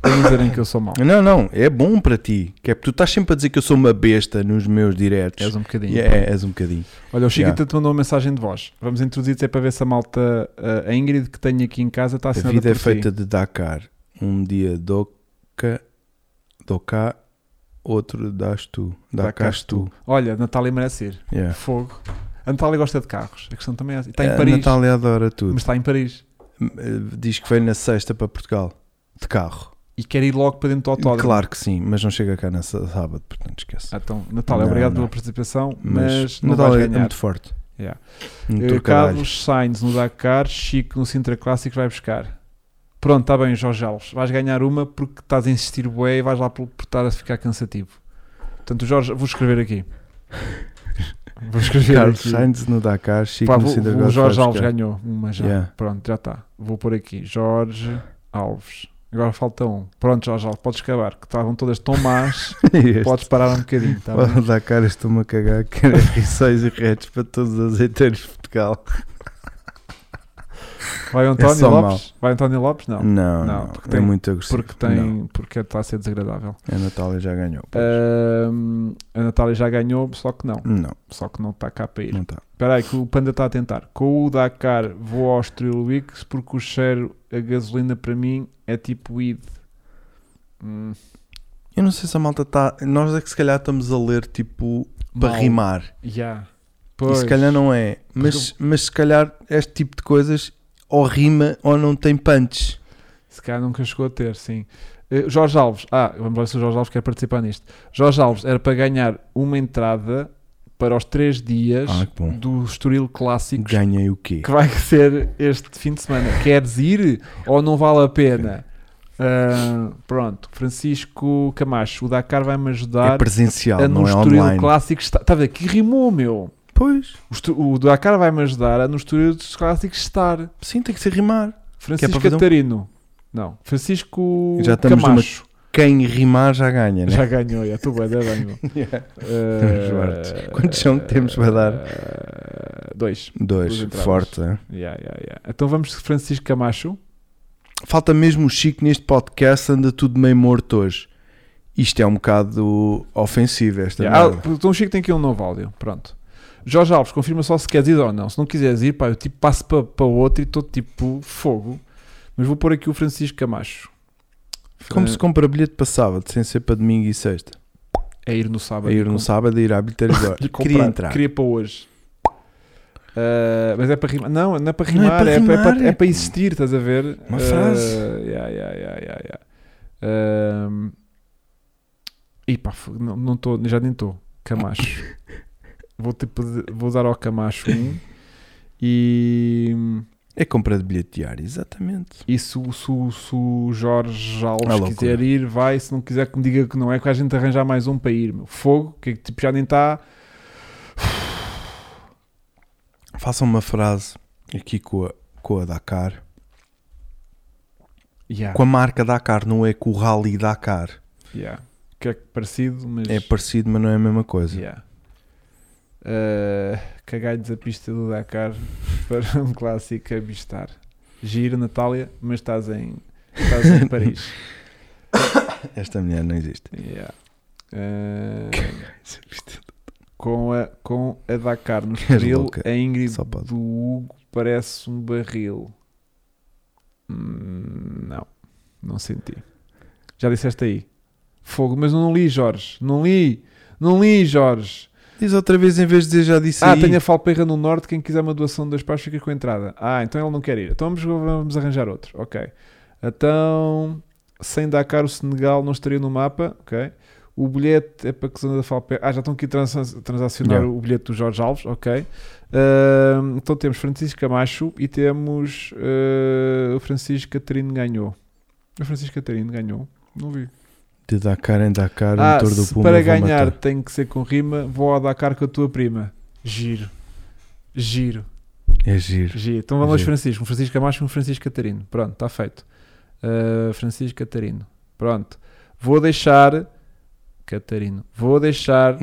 [SPEAKER 1] Para me dizerem que eu sou mau.
[SPEAKER 2] Não, não. É bom para ti. Que é porque tu estás sempre a dizer que eu sou uma besta nos meus diretos.
[SPEAKER 1] És um bocadinho.
[SPEAKER 2] E é, és um bocadinho.
[SPEAKER 1] Olha, o Chiquita
[SPEAKER 2] Yeah.
[SPEAKER 1] te mandou uma mensagem de voz. Vamos introduzir-te aí para ver se a malta, eh, a- a Ingrid que tenho aqui em casa está
[SPEAKER 2] a
[SPEAKER 1] assinada
[SPEAKER 2] vida é
[SPEAKER 1] por ti.
[SPEAKER 2] feita de Dakar. Um dia doca, doca, outro das tu. Dacas tu. É.
[SPEAKER 1] Olha, a Natália merece ir.
[SPEAKER 2] Yeah.
[SPEAKER 1] Fogo. A Natália gosta de carros. A questão também é essa. E Está
[SPEAKER 2] a
[SPEAKER 1] em Paris.
[SPEAKER 2] Eh, Natália adora tudo.
[SPEAKER 1] Mas está em Paris.
[SPEAKER 2] Eh, Diz que veio na sexta para Portugal. De carro.
[SPEAKER 1] e quer ir logo para dentro do autódromo.
[SPEAKER 2] Claro que sim, mas não chega cá na sá- sábado, portanto esquece.
[SPEAKER 1] Ah, Então, Natália,
[SPEAKER 2] Não,
[SPEAKER 1] obrigado
[SPEAKER 2] não.
[SPEAKER 1] pela participação,
[SPEAKER 2] Mas,
[SPEAKER 1] mas, não
[SPEAKER 2] Natália
[SPEAKER 1] vais
[SPEAKER 2] é
[SPEAKER 1] ganhar.
[SPEAKER 2] muito forte.
[SPEAKER 1] Yeah.
[SPEAKER 2] Muito
[SPEAKER 1] Eh,
[SPEAKER 2] do caralho.
[SPEAKER 1] Carlos Sainz no Dakar, Chico no Sintra Clássico vai buscar. Pronto, está bem, Jorge Alves. Vais ganhar uma porque estás a insistir bué e vais lá por por estar a ficar cansativo. Portanto, o Jorge, vou escrever aqui. Vou escrever
[SPEAKER 2] Carlos
[SPEAKER 1] aqui.
[SPEAKER 2] Sainz no Dakar, Chico
[SPEAKER 1] Pá,
[SPEAKER 2] no
[SPEAKER 1] vou-
[SPEAKER 2] Cinder
[SPEAKER 1] o Jorge Alves ganhou uma já.
[SPEAKER 2] é. Yeah.
[SPEAKER 1] Pronto, já está. Vou pôr aqui. Jorge Alves. Agora falta um. Pronto, Jorge Alves, podes acabar, que estavam todas tão más. Podes parar um bocadinho, tá bem?
[SPEAKER 2] O Dakar estou-me a cagar, quero é rissóis e retos para todos os azeiteiros de Portugal.
[SPEAKER 1] Vai António
[SPEAKER 2] É só
[SPEAKER 1] Lopes? Vai António Lopes? Não.
[SPEAKER 2] Não, não,
[SPEAKER 1] Não, porque
[SPEAKER 2] é
[SPEAKER 1] tem-
[SPEAKER 2] muito agressivo.
[SPEAKER 1] Porque tem.
[SPEAKER 2] Não,
[SPEAKER 1] Porque está a ser desagradável.
[SPEAKER 2] a Natália já ganhou. pois.
[SPEAKER 1] Ahm, a Natália já ganhou, só que não.
[SPEAKER 2] Não,
[SPEAKER 1] Só que não está cá para ir.
[SPEAKER 2] não tá. está.
[SPEAKER 1] Espera aí, que o Panda está a tentar. Com o Dakar vou ao Streelwix porque o cheiro a gasolina para mim é tipo weed. Hum,
[SPEAKER 2] Eu não sei se a malta está. Nós é que se calhar estamos a ler tipo para
[SPEAKER 1] mal.
[SPEAKER 2] rimar.
[SPEAKER 1] Yeah.
[SPEAKER 2] E
[SPEAKER 1] Pois.
[SPEAKER 2] se calhar não é. Mas, mas se calhar este tipo de coisas ou rima ou não tem punch.
[SPEAKER 1] Se calhar nunca chegou a ter, sim. Eh, Jorge Alves, ah, vamos lá ver se o Jorge Alves quer participar nisto. Jorge Alves era para ganhar uma entrada para os três dias
[SPEAKER 2] Ah, que bom.
[SPEAKER 1] do Estoril Clássico
[SPEAKER 2] Ganhei o quê? É
[SPEAKER 1] que vai ser este fim de semana. Queres ir ou não vale a pena? Ah, pronto, Francisco Camacho, o Dakar vai-me
[SPEAKER 2] É
[SPEAKER 1] ajudar
[SPEAKER 2] presencial,
[SPEAKER 1] a no
[SPEAKER 2] não é
[SPEAKER 1] Estoril
[SPEAKER 2] online.
[SPEAKER 1] Clássico. Está, está a ver, que rimou, meu.
[SPEAKER 2] Pois,
[SPEAKER 1] O, Estu- o Dakar vai-me ajudar a no Estoril Clássico estar.
[SPEAKER 2] sim, tem que ser rimar.
[SPEAKER 1] Francisco
[SPEAKER 2] fazer um-
[SPEAKER 1] Catarino. Não, Francisco
[SPEAKER 2] Já estamos numa-
[SPEAKER 1] Camacho.
[SPEAKER 2] Quem rimar já ganha, né?
[SPEAKER 1] Já ganhou, já estou bem, dá bem. meu.
[SPEAKER 2] Yeah.
[SPEAKER 1] Eh,
[SPEAKER 2] Jorge, quantos são que temos para dar?
[SPEAKER 1] eh, dois.
[SPEAKER 2] Dois,
[SPEAKER 1] Duas entradas.
[SPEAKER 2] forte. é. hein?
[SPEAKER 1] Yeah, yeah, yeah. Então vamos de Francisco Camacho.
[SPEAKER 2] Falta mesmo o Chico neste podcast, anda tudo meio morto hoje. Isto é um bocado ofensivo, esta
[SPEAKER 1] Yeah.
[SPEAKER 2] merda.
[SPEAKER 1] Ah, então o Chico tem aqui um novo áudio. Pronto. Jorge Alves, confirma só se queres ir ou não. Se não quiseres ir, pá, eu tipo passo para pa outro e estou tipo fogo. Mas vou pôr aqui o Francisco Camacho.
[SPEAKER 2] Como
[SPEAKER 1] Eh,
[SPEAKER 2] se compra bilhete para sábado, sem ser para domingo e sexta.
[SPEAKER 1] É ir no sábado.
[SPEAKER 2] A ir
[SPEAKER 1] Com-
[SPEAKER 2] no sábado e ir à bilheteira agora.
[SPEAKER 1] de comprar.
[SPEAKER 2] Queria entrar.
[SPEAKER 1] Queria para hoje. Ah, mas é para rimar. Não, não é para rimar,
[SPEAKER 2] para
[SPEAKER 1] é, para, é,
[SPEAKER 2] rimar,
[SPEAKER 1] para,
[SPEAKER 2] é-
[SPEAKER 1] é para existir, estás a ver?
[SPEAKER 2] Uma
[SPEAKER 1] Ah,
[SPEAKER 2] frase.
[SPEAKER 1] yeah, yeah, yeah, yeah, yeah. Ahm, e pá, fogo, não- não estou, já nem estou. Camacho. vou, tipo, de- vou dar ao Camacho um. E,
[SPEAKER 2] É compra de bilhete diário, exatamente.
[SPEAKER 1] e se, o- se o- se o Jorge
[SPEAKER 2] Ah,
[SPEAKER 1] Alves
[SPEAKER 2] loucura.
[SPEAKER 1] quiser ir, vai. Se não quiser, que me diga que não é, que a gente arranjar mais um para ir. Meu. Fogo, que tipo, já nem está.
[SPEAKER 2] Façam uma frase aqui com a, com a Dakar.
[SPEAKER 1] Yeah.
[SPEAKER 2] Com a marca Dakar, não é com o Rally Dakar.
[SPEAKER 1] Yeah. Que é parecido, mas.
[SPEAKER 2] É parecido, mas não é a mesma coisa.
[SPEAKER 1] yeah. Uh, Cagai-lhes a pista do Dakar para um clássico abistar. Giro, Natália, mas estás em, estás em Paris.
[SPEAKER 2] Esta mulher não existe.
[SPEAKER 1] Yeah. Uh, com, a, com a Dakar no
[SPEAKER 2] És
[SPEAKER 1] estoril,
[SPEAKER 2] louca.
[SPEAKER 1] a Ingrid
[SPEAKER 2] Só pode.
[SPEAKER 1] do Hugo parece um barril. Hum, não, não senti. Já disseste aí. Fogo, mas não li, Jorge. Não li. Não li, Jorge.
[SPEAKER 2] Diz outra vez em vez de dizer já disse
[SPEAKER 1] Ah,
[SPEAKER 2] aí.
[SPEAKER 1] tem a Falpeira no Norte. Quem quiser uma doação de dois paus fica com a entrada. Ah, então ele não quer ir. Então vamos, vamos arranjar outro. Ok. Então, sem Dakar, o Senegal não estaria no mapa. Ok. O bilhete é para que zona da Falpeira. Ah, já estão aqui transa- transacionar
[SPEAKER 2] Yeah.
[SPEAKER 1] o bilhete do Jorge Alves. Ok. Ahm, então temos Francisco Camacho e temos eh, o Francisco Catarino ganhou. O Francisco Catarino ganhou. Não vi.
[SPEAKER 2] De Dakar em Dakar, o
[SPEAKER 1] Ah,
[SPEAKER 2] motor do
[SPEAKER 1] se
[SPEAKER 2] Puma.
[SPEAKER 1] para
[SPEAKER 2] vai
[SPEAKER 1] ganhar
[SPEAKER 2] matar.
[SPEAKER 1] tem que ser com rima, vou ao Dakar com a tua prima. Giro. Giro.
[SPEAKER 2] É giro.
[SPEAKER 1] Giro. Então vamos aos
[SPEAKER 2] Giro.
[SPEAKER 1] Francisco. Um Francisco Camacho e um Francisco Catarino. Pronto, está feito. Uh, Francisco Catarino. Pronto. Vou deixar. Catarino. Vou deixar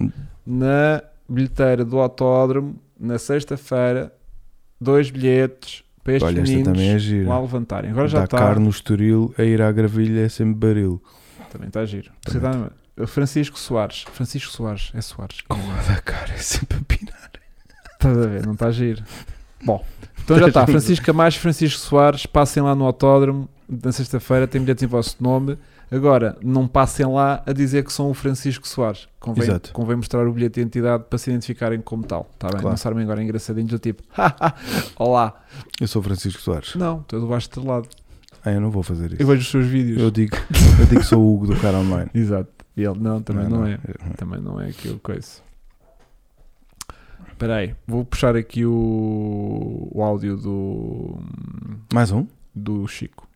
[SPEAKER 1] na bilheteira do autódromo, na sexta-feira, dois bilhetes para estes
[SPEAKER 2] Olha, esta
[SPEAKER 1] meninos
[SPEAKER 2] também é giro.
[SPEAKER 1] lá levantarem. Agora já
[SPEAKER 2] Dakar
[SPEAKER 1] está.
[SPEAKER 2] no Estoril, a ir à gravilha é sempre baril.
[SPEAKER 1] Também está giro.
[SPEAKER 2] Também
[SPEAKER 1] Cidade- Francisco Soares. Francisco Soares. É Soares.
[SPEAKER 2] A Dakar é sempre a pinar.
[SPEAKER 1] Estás a ver, não está a giro. Bom, então já está. Francisco Camacho e Francisco Soares, passem lá no autódromo na sexta-feira, tem bilhetes em vosso nome. Agora, não passem lá a dizer que são o Francisco Soares. Convém,
[SPEAKER 2] Exato.
[SPEAKER 1] convém mostrar o bilhete de identidade para se identificarem como tal. Está bem?
[SPEAKER 2] Claro.
[SPEAKER 1] Não sabem agora engraçadinhos do tipo, "Haha, olá.
[SPEAKER 2] Eu sou Francisco Soares.
[SPEAKER 1] Não, estou do baixo estrelado.
[SPEAKER 2] Ah, eu não vou fazer isso.
[SPEAKER 1] Eu vejo os seus vídeos.
[SPEAKER 2] Eu digo, eu digo que sou o Hugo do Cara Online.
[SPEAKER 1] Exato. E ele, não, também não é. Também não é aquilo coisa. Espera aí, vou puxar aqui o, o áudio do,
[SPEAKER 2] Mais um?
[SPEAKER 1] do Chico.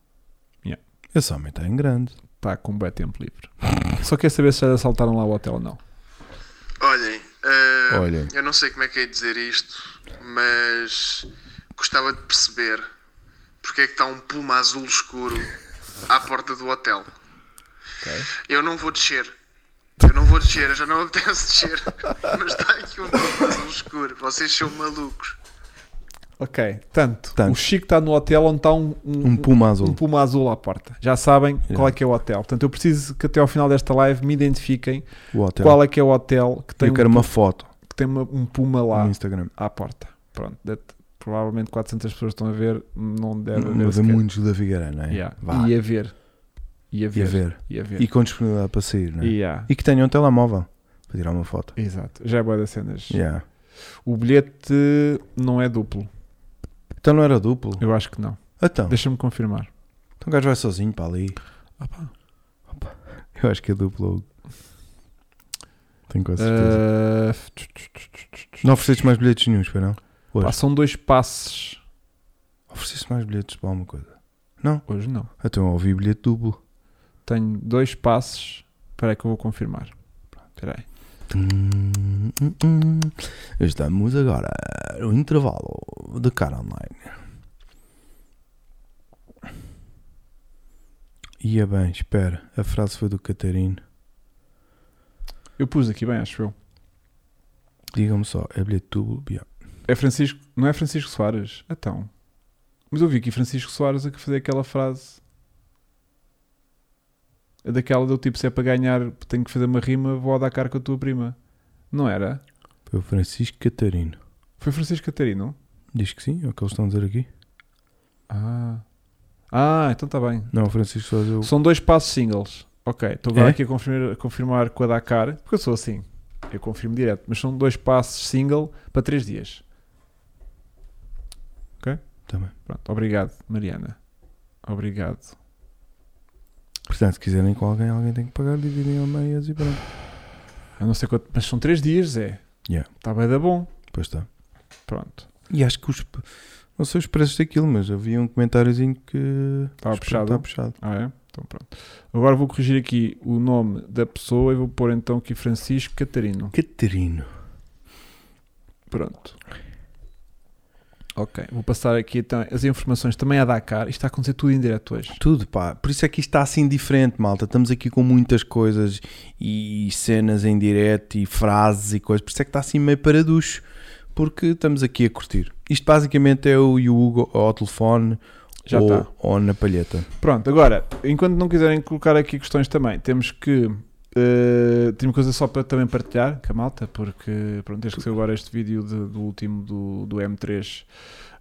[SPEAKER 2] Esse homem está em grande.
[SPEAKER 1] Está com um bué tempo livre. Só quer saber se já assaltaram lá o hotel ou não.
[SPEAKER 4] Olhem, ah,
[SPEAKER 2] Olhem.
[SPEAKER 4] eu não sei como é que é dizer isto, mas gostava de perceber porque é que está um puma azul escuro à porta do hotel. Eu não vou descer. Eu não vou descer, eu já não me apetece descer. Mas está aqui um puma azul escuro. Vocês são malucos.
[SPEAKER 1] Ok, tanto.
[SPEAKER 2] Tanto.
[SPEAKER 1] O Chico está no hotel onde está um, um,
[SPEAKER 2] Um puma azul.
[SPEAKER 1] um puma azul à porta. Já sabem qual é que é o hotel. Portanto, eu preciso que até ao final desta live me identifiquem
[SPEAKER 2] O hotel.
[SPEAKER 1] qual é que é o hotel que tem,
[SPEAKER 2] Então. eu
[SPEAKER 1] um,
[SPEAKER 2] quero uma foto
[SPEAKER 1] que tem uma- um puma lá
[SPEAKER 2] no Instagram.
[SPEAKER 1] à porta. Pronto, that- provavelmente 400 pessoas estão a ver, não deve haver
[SPEAKER 2] Mas é
[SPEAKER 1] sequer.
[SPEAKER 2] muitos da Figueira, não é?
[SPEAKER 1] Yeah.
[SPEAKER 2] Vá.
[SPEAKER 1] E a ver. E a
[SPEAKER 2] E a
[SPEAKER 1] ver.
[SPEAKER 2] ver.
[SPEAKER 1] E a ver.
[SPEAKER 2] E com disponibilidade para sair, não é?
[SPEAKER 1] Yeah.
[SPEAKER 2] E que tenham um telemóvel para tirar uma foto.
[SPEAKER 1] Exato. Já é boa das cenas.
[SPEAKER 2] Yeah.
[SPEAKER 1] O bilhete não é duplo.
[SPEAKER 2] Então não era duplo?
[SPEAKER 1] Eu acho que não.
[SPEAKER 2] Então,
[SPEAKER 1] Deixa-me confirmar.
[SPEAKER 2] então o gajo vai sozinho para ali. Eu acho que é duplo. Hugo. Tenho quase certeza.
[SPEAKER 1] Ah,
[SPEAKER 2] Não ofereceste mais bilhetes nenhums, para não?
[SPEAKER 1] pá, são dois passes.
[SPEAKER 2] Ofereceste mais bilhetes para alguma coisa.
[SPEAKER 1] Hoje não.
[SPEAKER 2] Então eu ouvi bilhete duplo.
[SPEAKER 1] Tenho dois passes. Espera aí que eu vou confirmar. Espera aí.
[SPEAKER 2] Hum, hum, hum. Estamos agora no intervalo de cara online. Ia é bem, espera. A frase foi do Catarino.
[SPEAKER 1] Eu pus aqui bem, acho eu.
[SPEAKER 2] Digam-me só, é bilhete tubo? Yeah.
[SPEAKER 1] É Francisco. Não é Francisco Soares? Então. Mas eu vi aqui Francisco Soares a que fazer aquela frase. É Daquela do tipo, se é para ganhar, tenho que fazer uma rima, vou dar cara com a tua prima. Não era?
[SPEAKER 2] Foi É o Francisco Catarino.
[SPEAKER 1] Foi Francisco Catarino?
[SPEAKER 2] Diz que sim, é o que eles estão a dizer aqui.
[SPEAKER 1] Ah. Ah, então está bem.
[SPEAKER 2] Não, o Francisco Soares é o.
[SPEAKER 1] São dois passos singles. Ok, estou agora
[SPEAKER 2] É?
[SPEAKER 1] aqui a confirmar, a confirmar com a Dakar, porque eu sou assim, eu confirmo direto, mas são dois passos single para três dias.
[SPEAKER 2] Tá bem.
[SPEAKER 1] Pronto, obrigado, Mariana. Obrigado.
[SPEAKER 2] Portanto, se quiserem com alguém, alguém tem que pagar, dividem ao meias e pronto.
[SPEAKER 1] Eu não sei quanto, mas são três dias, é.
[SPEAKER 2] Yeah.
[SPEAKER 1] Está bem da bom.
[SPEAKER 2] Pois está.
[SPEAKER 1] Pronto,
[SPEAKER 2] E acho que os. Não sei os preços daquilo, mas havia um comentáriozinho que.
[SPEAKER 1] estava puxado.
[SPEAKER 2] Estava puxado.
[SPEAKER 1] Ah, é? Então pronto. Agora vou corrigir aqui o nome da pessoa e vou pôr então aqui Francisco Catarino.
[SPEAKER 2] Catarino.
[SPEAKER 1] Pronto. Ok, vou passar aqui então as informações também a Dakar. Isto está a acontecer tudo em direto hoje.
[SPEAKER 2] Tudo, pá. Por isso é que isto está assim diferente, malta. Estamos aqui com muitas coisas e cenas em direto e frases e coisas. Por isso é que está assim meio paraducho. Porque estamos aqui a curtir. Isto basicamente é eu e o Hugo ao telefone
[SPEAKER 1] Já tá.
[SPEAKER 2] ou,
[SPEAKER 1] está.
[SPEAKER 2] ou na palheta.
[SPEAKER 1] Pronto, agora, enquanto não quiserem colocar aqui questões também, temos que. eh, tenho coisa só para também partilhar com a malta, porque pronto, desde que saiu agora este vídeo de- do último do, do M3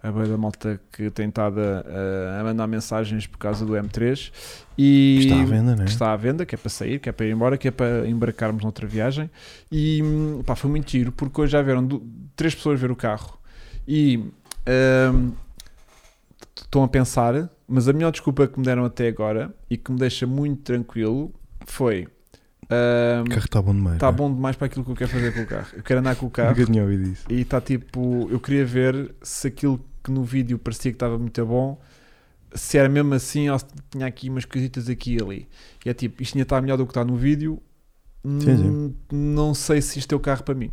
[SPEAKER 1] a bem da malta que tem estado a, a mandar mensagens por causa do M3 e
[SPEAKER 2] Está à venda, não é?
[SPEAKER 1] que está à venda, que é para sair, que é para ir embora, que é para embarcarmos noutra viagem. E pá, foi muito giro, porque hoje já vieram du- três pessoas ver o carro e ahm, t- estão a pensar, mas a melhor desculpa que me deram até agora e que me deixa muito tranquilo foi. ahm,
[SPEAKER 2] O carro está bom demais.
[SPEAKER 1] Está
[SPEAKER 2] não é?
[SPEAKER 1] bom demais para aquilo que eu quero fazer com o carro. Eu quero andar com o carro
[SPEAKER 2] Nunca tinha ouvido isso.
[SPEAKER 1] e está tipo, eu queria ver se aquilo que no vídeo parecia que estava muito bom, se era mesmo assim ou se tinha aqui umas coisitas aqui e ali. E é tipo, isto tinha estar melhor do que está no vídeo,
[SPEAKER 2] Sim, sim.
[SPEAKER 1] Hum, não sei se isto é o carro para mim.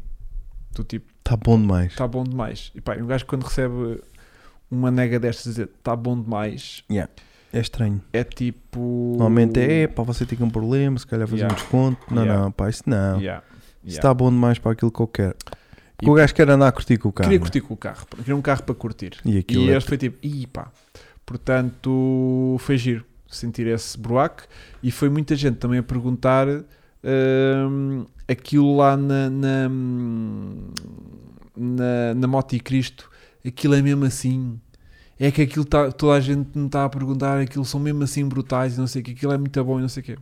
[SPEAKER 1] Do tipo,
[SPEAKER 2] Está Tá bom demais.
[SPEAKER 1] está bom demais. E pá, um gajo quando recebe uma nega destas a dizer está bom demais,
[SPEAKER 2] É estranho.
[SPEAKER 1] é tipo.
[SPEAKER 2] Normalmente é, pá, você tem um problema, se calhar fazer
[SPEAKER 1] Yeah.
[SPEAKER 2] um desconto. Não,
[SPEAKER 1] Yeah.
[SPEAKER 2] não, pá, isso não.
[SPEAKER 1] Yeah,
[SPEAKER 2] Isso
[SPEAKER 1] yeah.
[SPEAKER 2] está bom demais para aquilo que eu quero. Porque
[SPEAKER 1] E-
[SPEAKER 2] o gajo quer andar a curtir com o carro.
[SPEAKER 1] Queria
[SPEAKER 2] não é?
[SPEAKER 1] curtir com o carro, pá. queria um carro para curtir.
[SPEAKER 2] E aquilo
[SPEAKER 1] e
[SPEAKER 2] é-
[SPEAKER 1] este foi tipo, "Ih, pá. Portanto, foi giro sentir esse buraco e foi muita gente também a perguntar hum, aquilo lá na, na, hum, na, na Moto e Cristo, aquilo é mesmo assim. É que aquilo tá, toda a gente me está a perguntar, aquilo são mesmo assim brutais e não sei o que, aquilo é muito bom e não sei o que.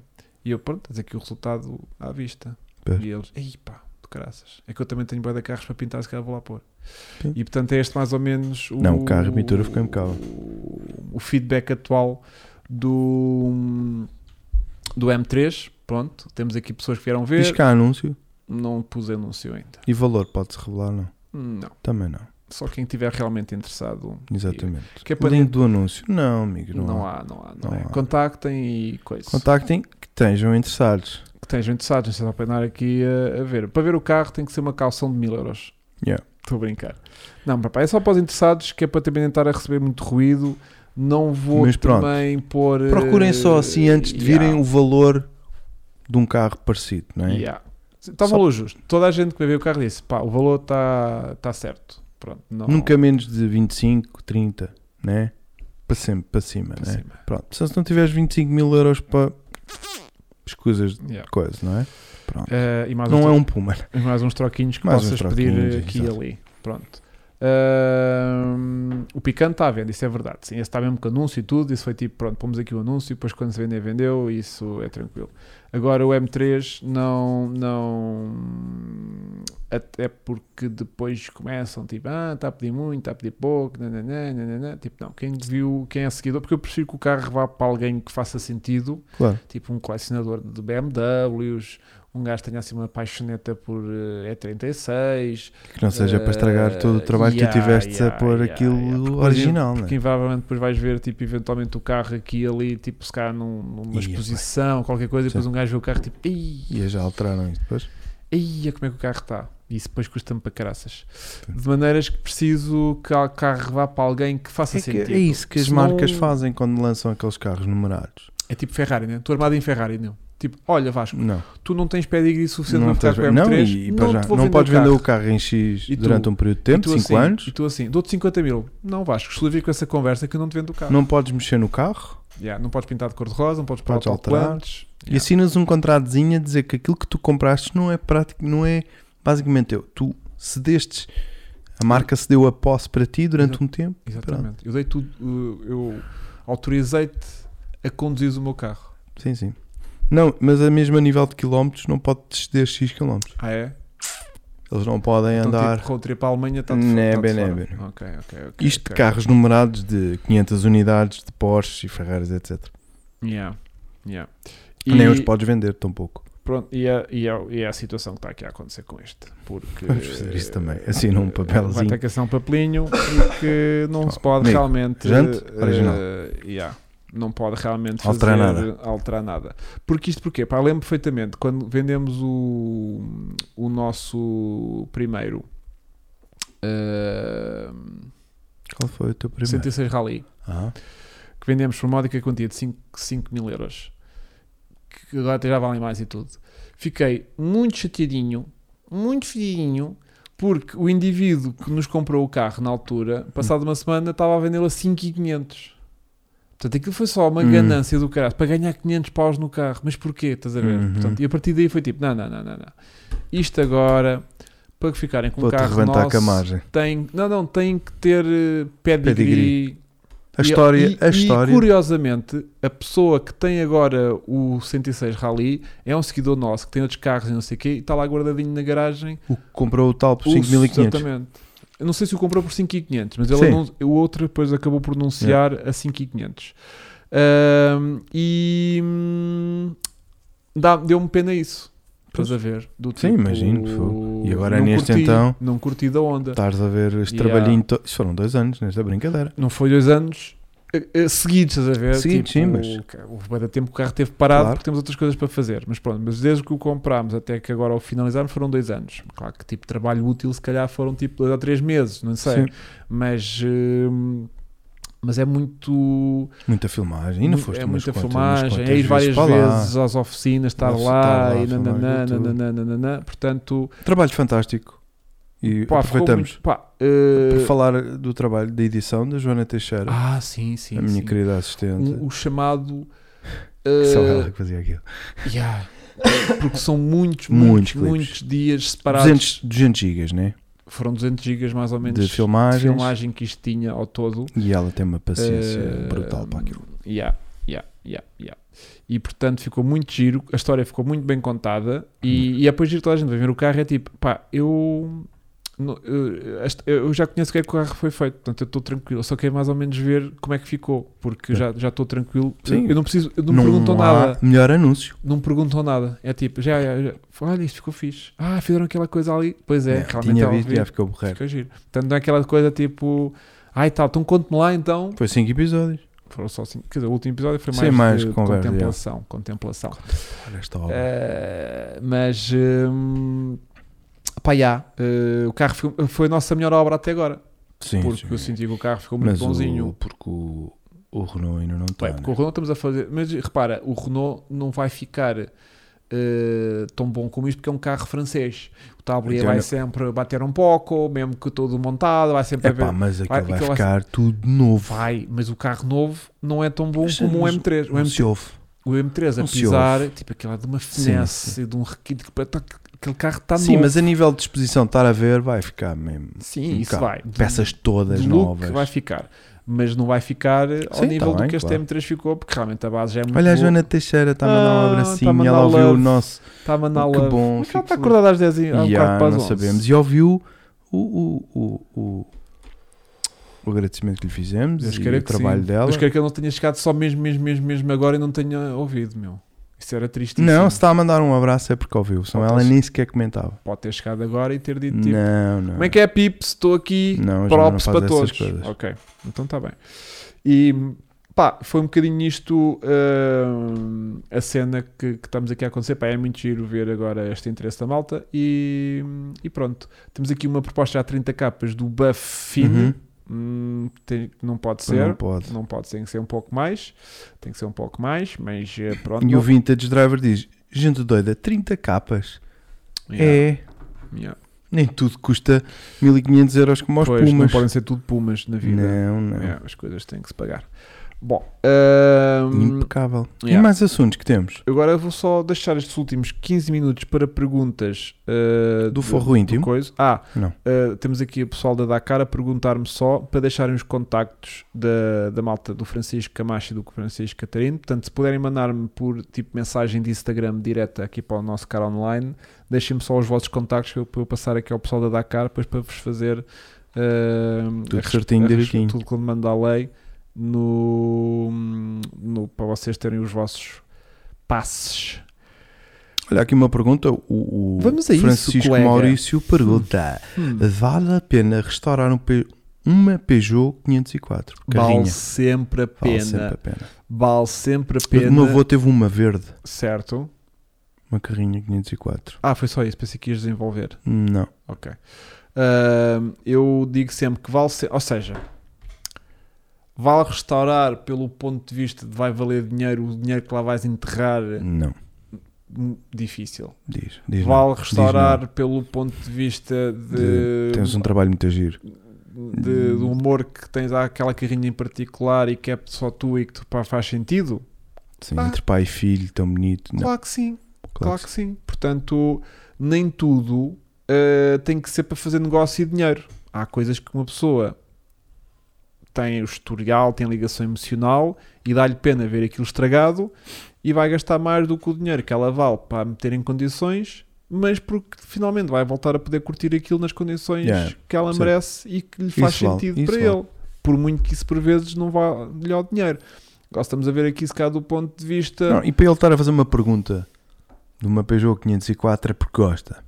[SPEAKER 1] E eu, pronto, mas aqui o resultado à vista.
[SPEAKER 2] Pois.
[SPEAKER 1] E eles, ei pá, de caraças. É que eu também tenho boia de carros para pintar, se calhar vou lá pôr.
[SPEAKER 2] Sim.
[SPEAKER 1] E portanto é este mais ou menos o.
[SPEAKER 2] Não, o carro e a pintura ficou impecável.
[SPEAKER 1] o- O feedback atual do. do M3. Pronto, temos aqui pessoas que vieram ver.
[SPEAKER 2] Diz cá anúncio
[SPEAKER 1] Não pus anúncio ainda.
[SPEAKER 2] e valor, pode-se revelar, não?
[SPEAKER 1] Não.
[SPEAKER 2] Também não,
[SPEAKER 1] Só quem estiver realmente interessado.
[SPEAKER 2] exatamente.
[SPEAKER 1] Que é para-
[SPEAKER 2] Link do anúncio? Não, amigo,
[SPEAKER 1] Não,
[SPEAKER 2] não, há.
[SPEAKER 1] há, não há. Não
[SPEAKER 2] Não
[SPEAKER 1] é.
[SPEAKER 2] há.
[SPEAKER 1] Contactem e coisas.
[SPEAKER 2] Contactem que estejam interessados.
[SPEAKER 1] que tens interessados, não é só para andar aqui a, a ver. Para ver o carro tem que ser uma calção de mil euros.
[SPEAKER 2] Yeah.
[SPEAKER 1] Estou a brincar. Não, papai, é só para os interessados que é para também tentar a receber muito ruído. Não vou
[SPEAKER 2] Mas pronto.
[SPEAKER 1] também pôr. eh,
[SPEAKER 2] Procurem só assim antes de virem
[SPEAKER 1] yeah,
[SPEAKER 2] o valor de um carro parecido, não é?
[SPEAKER 1] yeah. Está o
[SPEAKER 2] Só-
[SPEAKER 1] valor justo. Toda a gente que vai ver o carro disse: pá, o valor está está certo. Pronto, não,
[SPEAKER 2] Nunca menos de 25, 30, né? Para sempre, para cima,
[SPEAKER 1] para
[SPEAKER 2] né?
[SPEAKER 1] cima.
[SPEAKER 2] Pronto, só se não tiveres 25 mil euros para escusas de
[SPEAKER 1] Yeah.
[SPEAKER 2] coisa, não é? Pronto.
[SPEAKER 1] Eh, e mais
[SPEAKER 2] não
[SPEAKER 1] um
[SPEAKER 2] é um Puma.
[SPEAKER 1] E mais uns troquinhos que
[SPEAKER 2] Mais uns
[SPEAKER 1] possas
[SPEAKER 2] troquinhos,
[SPEAKER 1] pedir aqui e
[SPEAKER 2] exato.
[SPEAKER 1] ali. Pronto. Ahm, o picante está à venda, isso é verdade. Sim, esse está mesmo com anúncio e tudo. Isso foi tipo, pronto, pomos aqui o anúncio e depois quando se vender, vendeu. Isso é tranquilo. Agora o M3 não. não até porque depois começam tipo, ah, está a pedir muito, está a pedir pouco. né, Nananã, nananã. Tipo, não. Quem viu, quem é seguidor, porque eu prefiro que o carro vá para alguém que faça sentido
[SPEAKER 2] Claro.
[SPEAKER 1] tipo um colecionador de BMWs, um gajo que tenha assim uma paixoneta por eh, E36.
[SPEAKER 2] Que não seja para estragar todo o
[SPEAKER 1] Eh,
[SPEAKER 2] trabalho que
[SPEAKER 1] yeah,
[SPEAKER 2] tu tiveste
[SPEAKER 1] yeah,
[SPEAKER 2] a pôr
[SPEAKER 1] yeah,
[SPEAKER 2] aquilo
[SPEAKER 1] yeah. Porque,
[SPEAKER 2] original, não
[SPEAKER 1] Porque
[SPEAKER 2] é?
[SPEAKER 1] invariavelmente depois vais ver tipo, eventualmente o carro aqui e ali, tipo se calhar num- numa
[SPEAKER 2] Ia,
[SPEAKER 1] exposição, qualquer coisa, e depois um gajo vê o carro tipo, ei,
[SPEAKER 2] é? E já alteraram isso depois?
[SPEAKER 1] eia, como é que o carro está? E isso depois custa-me para caraças. De maneiras que preciso que o carro vá para alguém que faça
[SPEAKER 2] É, que-
[SPEAKER 1] sentido.
[SPEAKER 2] é isso que as
[SPEAKER 1] Senão-
[SPEAKER 2] marcas fazem quando lançam aqueles carros numerados.
[SPEAKER 1] É tipo Ferrari, né? Estou armado em Ferrari, não? Tipo, olha Vasco,
[SPEAKER 2] Não,
[SPEAKER 1] tu não tens pedigree suficiente
[SPEAKER 2] não,
[SPEAKER 1] para
[SPEAKER 2] tens-
[SPEAKER 1] ficar com o
[SPEAKER 2] não,
[SPEAKER 1] M3,
[SPEAKER 2] e, e para
[SPEAKER 1] não,
[SPEAKER 2] já,
[SPEAKER 1] te vou
[SPEAKER 2] não
[SPEAKER 1] vender
[SPEAKER 2] podes
[SPEAKER 1] o
[SPEAKER 2] vender
[SPEAKER 1] carro.
[SPEAKER 2] o carro em X
[SPEAKER 1] E tu-
[SPEAKER 2] durante um período de
[SPEAKER 1] E
[SPEAKER 2] tempo,
[SPEAKER 1] tu
[SPEAKER 2] 5
[SPEAKER 1] assim,
[SPEAKER 2] anos.
[SPEAKER 1] E tu assim, dou-te 50 mil. Não, Vasco, escrevi com essa conversa que eu não te vendo o carro.
[SPEAKER 2] Não podes mexer no carro
[SPEAKER 1] Yeah, não podes pintar de cor-de-rosa, não podes pôr
[SPEAKER 2] Podes
[SPEAKER 1] autocolantes.
[SPEAKER 2] e
[SPEAKER 1] Yeah.
[SPEAKER 2] assinas um contratozinho a dizer que aquilo que tu compraste não é prático, não é basicamente eu. Tu cedestes, a marca cedeu a posse para ti durante
[SPEAKER 1] Exato.
[SPEAKER 2] um tempo.
[SPEAKER 1] Exatamente. Eu dei tudo, uh, eu autorizei-te a conduzir o meu carro.
[SPEAKER 2] Sim, sim. Não, mas a mesmo a nível de quilómetros não pode ceder X quilómetros.
[SPEAKER 1] Ah, é?
[SPEAKER 2] Eles não podem andar. é
[SPEAKER 1] Então, tipo, road trip à Alemanha está de
[SPEAKER 2] Nebe,
[SPEAKER 1] está de
[SPEAKER 2] nebe.
[SPEAKER 1] fora. Ok, ok, ok.
[SPEAKER 2] Isto de
[SPEAKER 1] ok.
[SPEAKER 2] carros numerados de 500 unidades, de Porsche e Ferraris, etc.
[SPEAKER 1] Yeah, yeah.
[SPEAKER 2] Nem
[SPEAKER 1] E-
[SPEAKER 2] os podes vender tão pouco.
[SPEAKER 1] Pronto, e é, e, é, e é a situação que está aqui a acontecer com este. Porque,
[SPEAKER 2] Vamos fazer isso também. Assina um
[SPEAKER 1] eh,
[SPEAKER 2] papelzinho.
[SPEAKER 1] Vai ter que assinar um papelinho porque não se pode
[SPEAKER 2] amigo,
[SPEAKER 1] realmente.
[SPEAKER 2] gente,
[SPEAKER 1] eh,
[SPEAKER 2] original.
[SPEAKER 1] yeah, não pode realmente fazer,
[SPEAKER 2] Alterar nada.
[SPEAKER 1] alterar nada. Porque isto porquê? Pá, lembro perfeitamente quando vendemos o, o nosso primeiro. eh,
[SPEAKER 2] Qual foi o teu primeiro?
[SPEAKER 1] 106 Rally
[SPEAKER 2] Ah,
[SPEAKER 1] que vendemos por módica quantia de 5, 5 mil euros, que agora até já valem mais e tudo. Fiquei muito chateadinho, muito fediadinho, porque o indivíduo que nos comprou o carro na altura, passado uma semana, estava a vendê-lo a 5,500. Portanto, aquilo foi só uma
[SPEAKER 2] Hum.
[SPEAKER 1] ganância do caralho para ganhar 500 paus no carro. Mas porquê? Estás a ver?
[SPEAKER 2] Uhum.
[SPEAKER 1] Portanto, e a partir daí foi tipo: não, não, não, não, não. Isto agora para ficarem com um
[SPEAKER 2] Vou-te
[SPEAKER 1] carro
[SPEAKER 2] reventar
[SPEAKER 1] nosso,
[SPEAKER 2] com a margem.
[SPEAKER 1] Tem, não, não, tem que ter eh, pedigree.
[SPEAKER 2] Pedigree. A
[SPEAKER 1] E-
[SPEAKER 2] história,
[SPEAKER 1] e-
[SPEAKER 2] a
[SPEAKER 1] e,
[SPEAKER 2] história.
[SPEAKER 1] curiosamente, a pessoa que tem agora o 106 Rally é um seguidor nosso, que tem outros carros e não sei o quê, e está lá guardadinho na garagem.
[SPEAKER 2] O que comprou o tal por
[SPEAKER 1] O-
[SPEAKER 2] 5.500.
[SPEAKER 1] Exatamente. Eu não sei se o comprou por 5.500, mas ele
[SPEAKER 2] Sim.
[SPEAKER 1] anun- o outro depois acabou por anunciar a 5.500. Ahm, e hum, dá- deu-me pena isso. Estás a ver? Do
[SPEAKER 2] Sim,
[SPEAKER 1] tipo,
[SPEAKER 2] imagino, fogo. E agora é
[SPEAKER 1] não
[SPEAKER 2] neste
[SPEAKER 1] curti,
[SPEAKER 2] então? Tá
[SPEAKER 1] Não curti da onda.
[SPEAKER 2] Estás a ver este
[SPEAKER 1] Yeah.
[SPEAKER 2] trabalhinho. to- Isso foram dois anos nesta brincadeira.
[SPEAKER 1] Não foi dois anos eh, eh, seguidos, estás a ver?
[SPEAKER 2] Seguidos, sim, mas-
[SPEAKER 1] o ca- Houve bué de tempo que o carro teve parado
[SPEAKER 2] Claro.
[SPEAKER 1] porque temos outras coisas para fazer. Mas pronto, mas desde que o comprámos até que agora ao finalizar foram dois anos. Claro que tipo trabalho útil se calhar foram tipo dois ou três meses, não sei.
[SPEAKER 2] Sim.
[SPEAKER 1] Mas, hum, mas é muito.
[SPEAKER 2] Muita filmagem. E não foste
[SPEAKER 1] é
[SPEAKER 2] umas
[SPEAKER 1] muita
[SPEAKER 2] quantas- umas
[SPEAKER 1] filmagem,
[SPEAKER 2] quantas
[SPEAKER 1] é ir várias
[SPEAKER 2] para lá.
[SPEAKER 1] vezes às oficinas, estar
[SPEAKER 2] Deve-se
[SPEAKER 1] lá,
[SPEAKER 2] estar lá,
[SPEAKER 1] e
[SPEAKER 2] filmar
[SPEAKER 1] nananã,
[SPEAKER 2] aquilo tudo.
[SPEAKER 1] nananã, nananã. Portanto,
[SPEAKER 2] Trabalho fantástico. E
[SPEAKER 1] pá, ficou
[SPEAKER 2] aproveitamos
[SPEAKER 1] muito- pá, eh,
[SPEAKER 2] para falar do trabalho da edição da Joana Teixeira,
[SPEAKER 1] ah, sim, sim.
[SPEAKER 2] a minha
[SPEAKER 1] sim.
[SPEAKER 2] querida assistente.
[SPEAKER 1] Um- o chamado.
[SPEAKER 2] Só
[SPEAKER 1] eh,
[SPEAKER 2] ela que fazia aquilo.
[SPEAKER 1] Yeah. Porque são muitos,
[SPEAKER 2] Muitos
[SPEAKER 1] muitos, muitos,
[SPEAKER 2] clipes.
[SPEAKER 1] dias separados.
[SPEAKER 2] 200, 200 gigas, né?
[SPEAKER 1] Foram 200 gigas mais ou menos
[SPEAKER 2] De filmagens.
[SPEAKER 1] de filmagem que isto tinha ao todo.
[SPEAKER 2] E ela tem uma paciência
[SPEAKER 1] Eh,
[SPEAKER 2] brutal para aquilo.
[SPEAKER 1] Yeah, yeah, yeah, yeah. E portanto ficou muito giro, a história ficou muito bem contada.
[SPEAKER 2] Hum.
[SPEAKER 1] E, e é depois giro toda a gente vai ver o carro. É tipo, pá, eu. no- eu- esta- eu já conheço o que é que o carro foi feito, portanto eu estou tranquilo. Eu só quero mais ou menos ver como é que ficou, porque eu já já estou tranquilo.
[SPEAKER 2] Sim.
[SPEAKER 1] Eu não preciso, eu não, me perguntam
[SPEAKER 2] há
[SPEAKER 1] nada.
[SPEAKER 2] melhor anúncio.
[SPEAKER 1] não perguntam nada. É tipo, já, já, já olha, isto ficou fixe. Ah, fizeram aquela coisa ali. Pois é,
[SPEAKER 2] É,
[SPEAKER 1] realmente
[SPEAKER 2] tinha
[SPEAKER 1] ela
[SPEAKER 2] visto e
[SPEAKER 1] viu.
[SPEAKER 2] já ficou borrado.
[SPEAKER 1] Fica giro. Portanto, não é aquela coisa tipo, ai tal, então conte-me lá então.
[SPEAKER 2] Foi 5 episódios.
[SPEAKER 1] Foram só assim, quer dizer, o último episódio foi
[SPEAKER 2] Sim,
[SPEAKER 1] mais,
[SPEAKER 2] mais
[SPEAKER 1] de
[SPEAKER 2] conversa,
[SPEAKER 1] contemplação, contemplação.
[SPEAKER 2] Olha esta obra.
[SPEAKER 1] Eh, mas, hum, pá, já, eh, o carro ficou- foi a nossa melhor obra até agora,
[SPEAKER 2] sim,
[SPEAKER 1] porque
[SPEAKER 2] sim.
[SPEAKER 1] eu senti que o carro ficou muito
[SPEAKER 2] Mas
[SPEAKER 1] bonzinho.
[SPEAKER 2] o, porque o, o Renault ainda não está.
[SPEAKER 1] Bem,
[SPEAKER 2] né?
[SPEAKER 1] é porque o Renault estamos a fazer. Mas repara, o Renault não vai ficar eh, tão bom como isto porque é um carro francês. O tablier
[SPEAKER 2] Então,
[SPEAKER 1] vai
[SPEAKER 2] não-
[SPEAKER 1] sempre bater um pouco, mesmo que todo montado, vai sempre
[SPEAKER 2] é
[SPEAKER 1] haver.
[SPEAKER 2] pá, mas aquilo
[SPEAKER 1] Vai-
[SPEAKER 2] vai,
[SPEAKER 1] aquilo vai-
[SPEAKER 2] ficar tudo novo.
[SPEAKER 1] Vai, mas o carro novo não é tão bom
[SPEAKER 2] Mas
[SPEAKER 1] como um
[SPEAKER 2] mas
[SPEAKER 1] M3. O,
[SPEAKER 2] Não
[SPEAKER 1] M3
[SPEAKER 2] se ouve.
[SPEAKER 1] o M3 a
[SPEAKER 2] não se
[SPEAKER 1] pisar,
[SPEAKER 2] ouve.
[SPEAKER 1] tipo aquilo é de uma
[SPEAKER 2] Sim,
[SPEAKER 1] finesse, e de um requinte. que- tá- Aquele carro está
[SPEAKER 2] Sim,
[SPEAKER 1] novo.
[SPEAKER 2] mas a nível de exposição, estar a ver, vai ficar mesmo.
[SPEAKER 1] Sim,
[SPEAKER 2] um
[SPEAKER 1] isso
[SPEAKER 2] bocado.
[SPEAKER 1] vai. De-
[SPEAKER 2] Peças todas
[SPEAKER 1] de look
[SPEAKER 2] novas.
[SPEAKER 1] vai ficar. Mas não vai ficar eh, ao
[SPEAKER 2] Sim,
[SPEAKER 1] nível
[SPEAKER 2] tá
[SPEAKER 1] do
[SPEAKER 2] bem,
[SPEAKER 1] que este
[SPEAKER 2] claro.
[SPEAKER 1] M3 ficou, porque realmente a base já é muito
[SPEAKER 2] Olha, a
[SPEAKER 1] boa.
[SPEAKER 2] Joana Teixeira está a mandar um
[SPEAKER 1] Ah,
[SPEAKER 2] abracinho.
[SPEAKER 1] tá a mandar
[SPEAKER 2] ela ouviu o
[SPEAKER 1] love.
[SPEAKER 2] nosso.
[SPEAKER 1] Está a mandar
[SPEAKER 2] que
[SPEAKER 1] love. Mas
[SPEAKER 2] bom.
[SPEAKER 1] ela
[SPEAKER 2] fico
[SPEAKER 1] está
[SPEAKER 2] feliz.
[SPEAKER 1] acordada às 10 e há um
[SPEAKER 2] Ya,
[SPEAKER 1] quarto para as
[SPEAKER 2] não
[SPEAKER 1] 11.
[SPEAKER 2] sabemos. E ouviu o, o, o, o, o agradecimento que lhe fizemos
[SPEAKER 1] Deus
[SPEAKER 2] e
[SPEAKER 1] queira
[SPEAKER 2] o
[SPEAKER 1] que
[SPEAKER 2] trabalho
[SPEAKER 1] sim.
[SPEAKER 2] dela.
[SPEAKER 1] Deus queira que ele não tenha chegado só mesmo, mesmo, mesmo, mesmo agora e não tenha ouvido, meu. Isso era triste.
[SPEAKER 2] Não, se está a mandar um abraço é porque ouviu, senão
[SPEAKER 1] Pode
[SPEAKER 2] ela
[SPEAKER 1] ser.
[SPEAKER 2] nem sequer comentava.
[SPEAKER 1] Pode ter chegado agora e ter dito assim. tipo,
[SPEAKER 2] não, não.
[SPEAKER 1] como é que é, Pips? Estou aqui,
[SPEAKER 2] Não, a Joana não
[SPEAKER 1] props
[SPEAKER 2] faz
[SPEAKER 1] para
[SPEAKER 2] essas
[SPEAKER 1] todos.
[SPEAKER 2] coisas.
[SPEAKER 1] Ok, então está bem. E pá, foi um bocadinho isto hum, a cena que, que estamos aqui a acontecer. Pá, é muito giro ver agora este interesse da malta. E, e pronto, temos aqui uma proposta a 30 capas do Buffin.
[SPEAKER 2] Uhum.
[SPEAKER 1] Hum, tem- não pode
[SPEAKER 2] Não
[SPEAKER 1] ser.
[SPEAKER 2] pode.
[SPEAKER 1] Não pode, tem que ser um pouco mais. Tem que ser um pouco mais, mas eh, pronto.
[SPEAKER 2] E
[SPEAKER 1] não-
[SPEAKER 2] o Vintage Driver diz: gente doida, 30 capas.
[SPEAKER 1] Yeah,
[SPEAKER 2] É,
[SPEAKER 1] yeah.
[SPEAKER 2] nem tudo custa 1500 euros como aos
[SPEAKER 1] Pois, não
[SPEAKER 2] Pumas.
[SPEAKER 1] podem ser tudo pumas na vida.
[SPEAKER 2] Não, não.
[SPEAKER 1] Yeah, as coisas têm que se pagar. Bom, ahm,
[SPEAKER 2] Impecável. E
[SPEAKER 1] yeah.
[SPEAKER 2] mais assuntos que temos?
[SPEAKER 1] agora vou só deixar estes últimos 15 minutos para perguntas ah,
[SPEAKER 2] Do forro íntimo?
[SPEAKER 1] coisa. Ah,
[SPEAKER 2] Não.
[SPEAKER 1] ah, temos aqui o pessoal da Dakar a perguntar-me só para deixarem os contactos da, da malta do Francisco Camacho e do Francisco Catarino. Portanto, se puderem mandar-me por tipo mensagem de Instagram direta aqui para o nosso cara online, deixem-me só os vossos contactos para eu, para eu passar aqui ao pessoal da Dakar, depois para vos fazer ah,
[SPEAKER 2] Tudo
[SPEAKER 1] a res-
[SPEAKER 2] certinho,
[SPEAKER 1] a res-
[SPEAKER 2] direitinho.
[SPEAKER 1] tudo quando manda a lei no, no- para vocês terem os vossos passes.
[SPEAKER 2] Olha aqui uma pergunta. O, o
[SPEAKER 1] Vamos a isso,
[SPEAKER 2] Francisco
[SPEAKER 1] colega. Hum.
[SPEAKER 2] Maurício pergunta: vale a pena restaurar um Pe- uma Peugeot 504? Carrinha.
[SPEAKER 1] Vale sempre a
[SPEAKER 2] Vale
[SPEAKER 1] pena.
[SPEAKER 2] sempre a pena.
[SPEAKER 1] Vale sempre a
[SPEAKER 2] O
[SPEAKER 1] pena.
[SPEAKER 2] meu avô teve uma verde,
[SPEAKER 1] Certo.
[SPEAKER 2] uma carrinha 504.
[SPEAKER 1] Ah, foi só isso. Pensei que ias desenvolver.
[SPEAKER 2] Não.
[SPEAKER 1] Ok. Ahm, eu digo sempre que vale ser. Ou seja, vale restaurar pelo ponto de vista de vai valer dinheiro, o dinheiro que lá vais enterrar,
[SPEAKER 2] Não.
[SPEAKER 1] hum, difícil.
[SPEAKER 2] Diz. diz
[SPEAKER 1] vale
[SPEAKER 2] não.
[SPEAKER 1] restaurar
[SPEAKER 2] Diz
[SPEAKER 1] pelo ponto de vista de.
[SPEAKER 2] De- não. Tens um trabalho muito giro.
[SPEAKER 1] de- do humor que tens àquela carrinha em particular e que é só tu e que tu, pá, faz sentido?
[SPEAKER 2] Sim,
[SPEAKER 1] Ah.
[SPEAKER 2] Entre pai e filho, tão bonito. Não,
[SPEAKER 1] Claro que sim.
[SPEAKER 2] claro
[SPEAKER 1] Claro
[SPEAKER 2] que
[SPEAKER 1] que sim. Portanto, nem tudo eh, tem que ser para fazer negócio e dinheiro. Há coisas que uma pessoa tem o historial, tem ligação emocional e dá-lhe pena ver aquilo estragado e vai gastar mais do que o dinheiro que ela vale para meter em condições, mas porque finalmente vai voltar a poder curtir aquilo nas condições
[SPEAKER 2] Yeah,
[SPEAKER 1] que ela
[SPEAKER 2] sim.
[SPEAKER 1] merece e que lhe faz
[SPEAKER 2] Isso vale,
[SPEAKER 1] sentido
[SPEAKER 2] isso
[SPEAKER 1] para
[SPEAKER 2] vale.
[SPEAKER 1] ele. Por muito que isso por vezes não vá melhor dinheiro. Agora estamos a ver aqui se calhar do ponto de vista.
[SPEAKER 2] Não, e para ele estar a fazer uma pergunta de uma Peugeot 504 é porque gosta.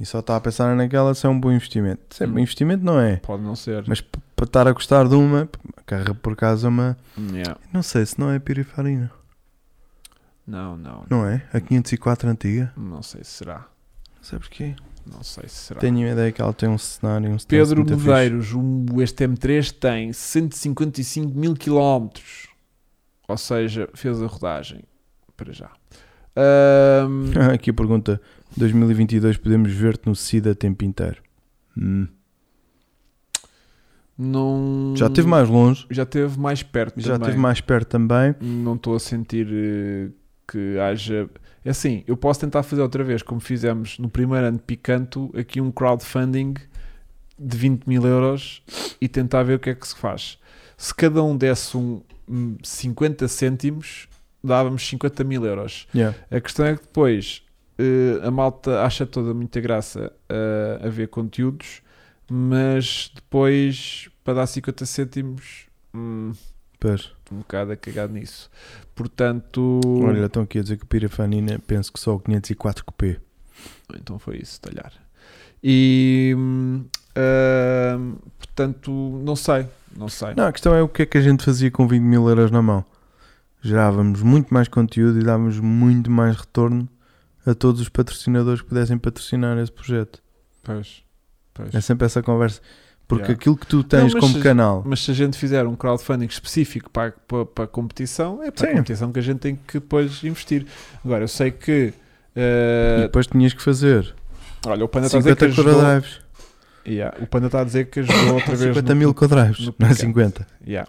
[SPEAKER 2] E só está a pensar naquela se é um bom investimento. Se é um investimento não é.
[SPEAKER 1] Pode não ser.
[SPEAKER 2] Mas p- para estar a gostar de uma, p- a carra por acaso é uma.
[SPEAKER 1] Yeah.
[SPEAKER 2] Não sei se não é pirifarina.
[SPEAKER 1] Não, não.
[SPEAKER 2] Não é? A 504 antiga.
[SPEAKER 1] Não sei se será.
[SPEAKER 2] Não sei porquê.
[SPEAKER 1] Não sei se será.
[SPEAKER 2] Tenho a ideia que ela tem um cenário. Um stance
[SPEAKER 1] Pedro
[SPEAKER 2] muito fixe.
[SPEAKER 1] Medeiros, o- este M3 tem 155 mil quilómetros. Ou seja, fez a rodagem. Para já. Ahm,
[SPEAKER 2] Ah, Aqui a pergunta: 2022 podemos ver-te no SIDA tempo inteiro? Hum.
[SPEAKER 1] não...
[SPEAKER 2] Já esteve mais longe,
[SPEAKER 1] Já teve mais perto
[SPEAKER 2] já
[SPEAKER 1] também.
[SPEAKER 2] esteve mais perto também.
[SPEAKER 1] Não estou a sentir eh, que haja... É assim, eu posso tentar fazer outra vez, como fizemos no primeiro ano de Picanto, aqui um crowdfunding de 20 mil euros e tentar ver o que é que se faz. Se cada um desse um hum, 50 cêntimos, dávamos 50 mil euros.
[SPEAKER 2] Yeah.
[SPEAKER 1] A questão é que depois eh, a malta acha toda muita graça eh, a ver conteúdos, mas depois para dar 50 cêntimos, hum,
[SPEAKER 2] Pois.
[SPEAKER 1] um bocado a cagar nisso. Portanto,
[SPEAKER 2] Olha, estão aqui a dizer que Pirafanina penso que só o 504 copê.
[SPEAKER 1] então foi isso, talhar. E hum, ahm, portanto, não sei, não sei.
[SPEAKER 2] Não, a questão é o que é que a gente fazia com 20 mil euros na mão. Gerávamos muito mais conteúdo e dávamos muito mais retorno a todos os patrocinadores que pudessem patrocinar esse projeto.
[SPEAKER 1] Pois, pois.
[SPEAKER 2] É sempre essa conversa. Porque
[SPEAKER 1] Yeah.
[SPEAKER 2] aquilo que tu tens
[SPEAKER 1] Não, mas
[SPEAKER 2] como
[SPEAKER 1] se-
[SPEAKER 2] canal.
[SPEAKER 1] Mas se a gente fizer um crowdfunding específico para, a- para, para a competição, é para a
[SPEAKER 2] Sim.
[SPEAKER 1] competição que a gente tem que depois investir. Agora, eu sei que.
[SPEAKER 2] E
[SPEAKER 1] eh,
[SPEAKER 2] depois tinhas que fazer
[SPEAKER 1] olha, o Panda está a dizer que
[SPEAKER 2] 50
[SPEAKER 1] ajudou,
[SPEAKER 2] co-drives.
[SPEAKER 1] Yeah, o Panda está a dizer que ajudou outra vez.
[SPEAKER 2] 50
[SPEAKER 1] no-
[SPEAKER 2] mil co-drives,
[SPEAKER 1] no
[SPEAKER 2] não é
[SPEAKER 1] podcast.
[SPEAKER 2] 50.
[SPEAKER 1] Yeah.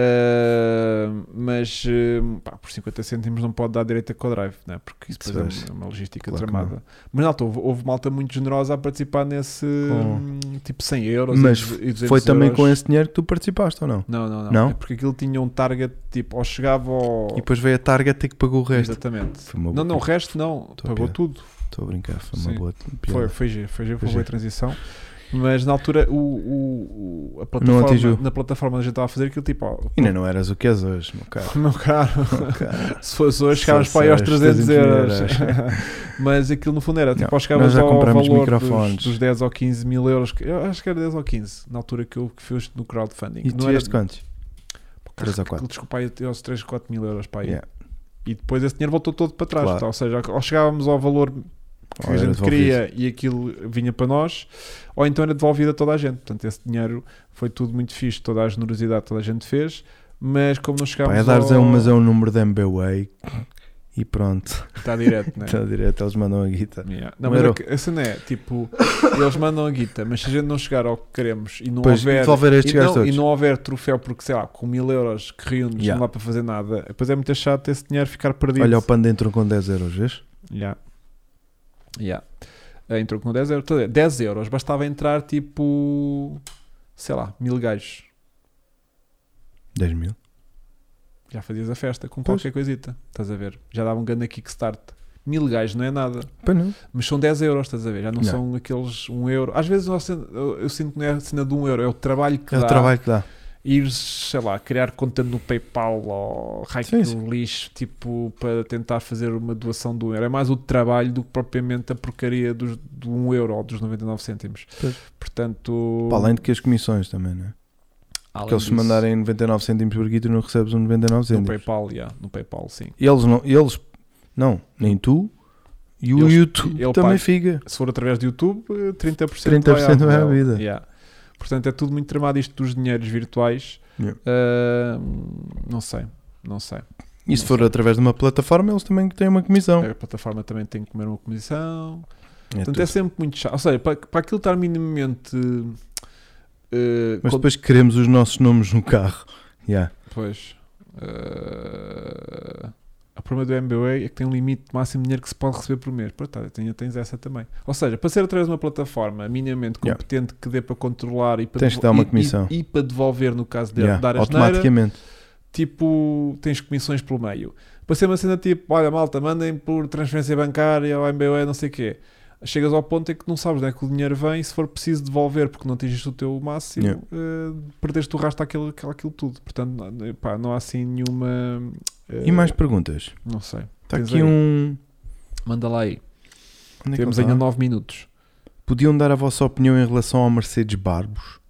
[SPEAKER 1] Eh, mas eh, pá, por 50 cêntimos não pode dar direito a co-drive, né? porque isso depois é
[SPEAKER 2] Pois.
[SPEAKER 1] uma- é uma logística
[SPEAKER 2] Claro que
[SPEAKER 1] tramada. Mas não, houve, houve malta muito generosa a participar nesse
[SPEAKER 2] Com-
[SPEAKER 1] hum, tipo 100 euros.
[SPEAKER 2] Mas
[SPEAKER 1] e du- e 200
[SPEAKER 2] Foi também
[SPEAKER 1] euros.
[SPEAKER 2] com esse dinheiro que tu participaste ou não?
[SPEAKER 1] Não, não, não.
[SPEAKER 2] Não?
[SPEAKER 1] É porque aquilo tinha um target, tipo, ou chegava ao.
[SPEAKER 2] E depois veio a Target ter que pagou o resto.
[SPEAKER 1] Exatamente.
[SPEAKER 2] Foi uma
[SPEAKER 1] Não,
[SPEAKER 2] boa.
[SPEAKER 1] não, o resto não.
[SPEAKER 2] Estou a
[SPEAKER 1] Pagou
[SPEAKER 2] piar.
[SPEAKER 1] tudo.
[SPEAKER 2] Estou a brincar, foi uma
[SPEAKER 1] Sim.
[SPEAKER 2] boa
[SPEAKER 1] Foi,
[SPEAKER 2] piada.
[SPEAKER 1] foi giro, foi giro, foi
[SPEAKER 2] Foi
[SPEAKER 1] uma boa
[SPEAKER 2] giro.
[SPEAKER 1] transição. Mas na altura, o, o- o- a plataforma,
[SPEAKER 2] atingiu.
[SPEAKER 1] na plataforma onde a gente estava a fazer aquilo, tipo, ó,
[SPEAKER 2] Ainda não eras o que és hoje, meu caro.
[SPEAKER 1] meu caro,
[SPEAKER 2] Cara,
[SPEAKER 1] se fosse hoje,
[SPEAKER 2] Se
[SPEAKER 1] chegávamos
[SPEAKER 2] fosse
[SPEAKER 1] para aí aos
[SPEAKER 2] hoje,
[SPEAKER 1] 300 euros.
[SPEAKER 2] 300
[SPEAKER 1] Mas aquilo no fundo era, tipo,
[SPEAKER 2] Não,
[SPEAKER 1] ou
[SPEAKER 2] nós
[SPEAKER 1] chegávamos
[SPEAKER 2] já
[SPEAKER 1] ao
[SPEAKER 2] compramos
[SPEAKER 1] valor
[SPEAKER 2] microfones.
[SPEAKER 1] dos, dos 10 ou 15 mil euros, que- eu acho que era 10 ou 15, na altura que eu que fiz no crowdfunding.
[SPEAKER 2] E tu
[SPEAKER 1] era, Ah,
[SPEAKER 2] vieste quantos? Três ou
[SPEAKER 1] aquilo,
[SPEAKER 2] quatro.
[SPEAKER 1] desculpa, aí, aos 3, 4 mil euros para aí.
[SPEAKER 2] Yeah.
[SPEAKER 1] E depois esse dinheiro voltou todo para trás. tá?
[SPEAKER 2] Claro.
[SPEAKER 1] Ou seja, ou chegávamos ao valor que a
[SPEAKER 2] Ou era
[SPEAKER 1] gente
[SPEAKER 2] devolvido.
[SPEAKER 1] queria e aquilo vinha para nós, ou então era devolvido a toda a gente. Portanto, esse dinheiro foi tudo muito fixe, toda a generosidade que toda a gente fez, mas como não
[SPEAKER 2] Pá,
[SPEAKER 1] chegávamos
[SPEAKER 2] é dar-lhes
[SPEAKER 1] ao...
[SPEAKER 2] um, mas é um número da MBWay e pronto,
[SPEAKER 1] Está direto, né?
[SPEAKER 2] está direto, eles mandam a guita.
[SPEAKER 1] Yeah. Não,
[SPEAKER 2] Um
[SPEAKER 1] mas
[SPEAKER 2] euro.
[SPEAKER 1] é que a cena é, tipo, eles mandam a guita, mas se a gente não chegar ao que queremos e não
[SPEAKER 2] Depois
[SPEAKER 1] houver...
[SPEAKER 2] devolver estes
[SPEAKER 1] E
[SPEAKER 2] gajos
[SPEAKER 1] não, e
[SPEAKER 2] todos.
[SPEAKER 1] não houver troféu porque, sei lá, com mil euros que reúnes
[SPEAKER 2] Yeah.
[SPEAKER 1] não dá para fazer nada. Depois é muito chato esse dinheiro ficar perdido.
[SPEAKER 2] Olha, o panda entrou com 10 euros, vês?
[SPEAKER 1] Yeah. Yeah. Eh, Entrou com 10 euros. Quer dizer, 10 euros. Bastava entrar tipo. Sei lá, mil gajos.
[SPEAKER 2] 10 mil.
[SPEAKER 1] Já fazias a festa com
[SPEAKER 2] Pois.
[SPEAKER 1] qualquer coisita. Estás a ver? Já dava um grande kickstart. Mil gajos não é nada.
[SPEAKER 2] Pois não.
[SPEAKER 1] Mas são 10 euros, estás a ver? Já não,
[SPEAKER 2] Não.
[SPEAKER 1] são aqueles 1 euro. Às vezes eu, sinto- eu- eu sinto que não é a cena de 1 euro. É o trabalho que
[SPEAKER 2] É
[SPEAKER 1] dá.
[SPEAKER 2] o trabalho que dá.
[SPEAKER 1] Ir, sei lá, criar conta no PayPal ou raio
[SPEAKER 2] Sim,
[SPEAKER 1] do
[SPEAKER 2] sim.
[SPEAKER 1] lixo, tipo, para tentar fazer uma doação de 1 euro. É mais o trabalho do que propriamente a porcaria dos, do 1 euro ou dos 99 cêntimos.
[SPEAKER 2] Pois.
[SPEAKER 1] Portanto,
[SPEAKER 2] Pá, além de que as comissões também, né?
[SPEAKER 1] além
[SPEAKER 2] Que eles se
[SPEAKER 1] disso,
[SPEAKER 2] mandarem 99 cêntimos por guita, não recebes um 99
[SPEAKER 1] no
[SPEAKER 2] cêntimos.
[SPEAKER 1] PayPal, yeah, no PayPal, sim.
[SPEAKER 2] E Eles não, eles não, nem tu. E o
[SPEAKER 1] Eles-
[SPEAKER 2] YouTube
[SPEAKER 1] ele
[SPEAKER 2] também
[SPEAKER 1] paga.
[SPEAKER 2] fica.
[SPEAKER 1] Se for através do YouTube, eh, 30%,
[SPEAKER 2] 30% vai à
[SPEAKER 1] Abel.
[SPEAKER 2] vida.
[SPEAKER 1] Yeah. Portanto, é tudo muito tramado isto dos dinheiros virtuais.
[SPEAKER 2] Yeah.
[SPEAKER 1] Ah, não sei, não sei.
[SPEAKER 2] E se for através de uma plataforma, eles também têm uma comissão.
[SPEAKER 1] A plataforma também tem que comer uma comissão.
[SPEAKER 2] Então- É
[SPEAKER 1] Portanto,
[SPEAKER 2] tudo.
[SPEAKER 1] é sempre muito chato. Ou seja, para, para aquilo estar minimamente. eh,
[SPEAKER 2] Mas
[SPEAKER 1] con-
[SPEAKER 2] depois queremos os nossos nomes no carro. Yeah.
[SPEAKER 1] Pois. eh, a problema do MBA é que tem um limite máximo de dinheiro que se pode receber por mês. Pronto, tá, tenho- tens essa também. Ou seja, para ser através de uma plataforma minimamente
[SPEAKER 2] Yeah.
[SPEAKER 1] competente que dê para controlar e para,
[SPEAKER 2] Tens de
[SPEAKER 1] devol-
[SPEAKER 2] dar uma
[SPEAKER 1] e- e-
[SPEAKER 2] comissão.
[SPEAKER 1] E, para devolver no caso de
[SPEAKER 2] Yeah,
[SPEAKER 1] dar a geneira,
[SPEAKER 2] automaticamente.
[SPEAKER 1] tipo, tens comissões pelo meio. Para ser uma cena tipo, olha malta, mandem por transferência bancária ou MBE, não sei o quê. Chegas ao ponto em que não sabes de onde é que o dinheiro vem e se for preciso devolver porque não atingiste o teu máximo,
[SPEAKER 2] Yeah.
[SPEAKER 1] eh, perdeste o rastro àquilo, àquilo, àquilo tudo. Portanto, não- pá, não há assim nenhuma. eh,
[SPEAKER 2] E mais perguntas.
[SPEAKER 1] Não sei.
[SPEAKER 2] Está
[SPEAKER 1] Tens
[SPEAKER 2] aqui
[SPEAKER 1] aí.
[SPEAKER 2] um.
[SPEAKER 1] Manda lá aí.
[SPEAKER 2] onde é que
[SPEAKER 1] Temos
[SPEAKER 2] ele
[SPEAKER 1] ainda
[SPEAKER 2] tá?
[SPEAKER 1] 9 minutos.
[SPEAKER 2] Podiam dar a vossa opinião em relação ao Mercedes Barbos?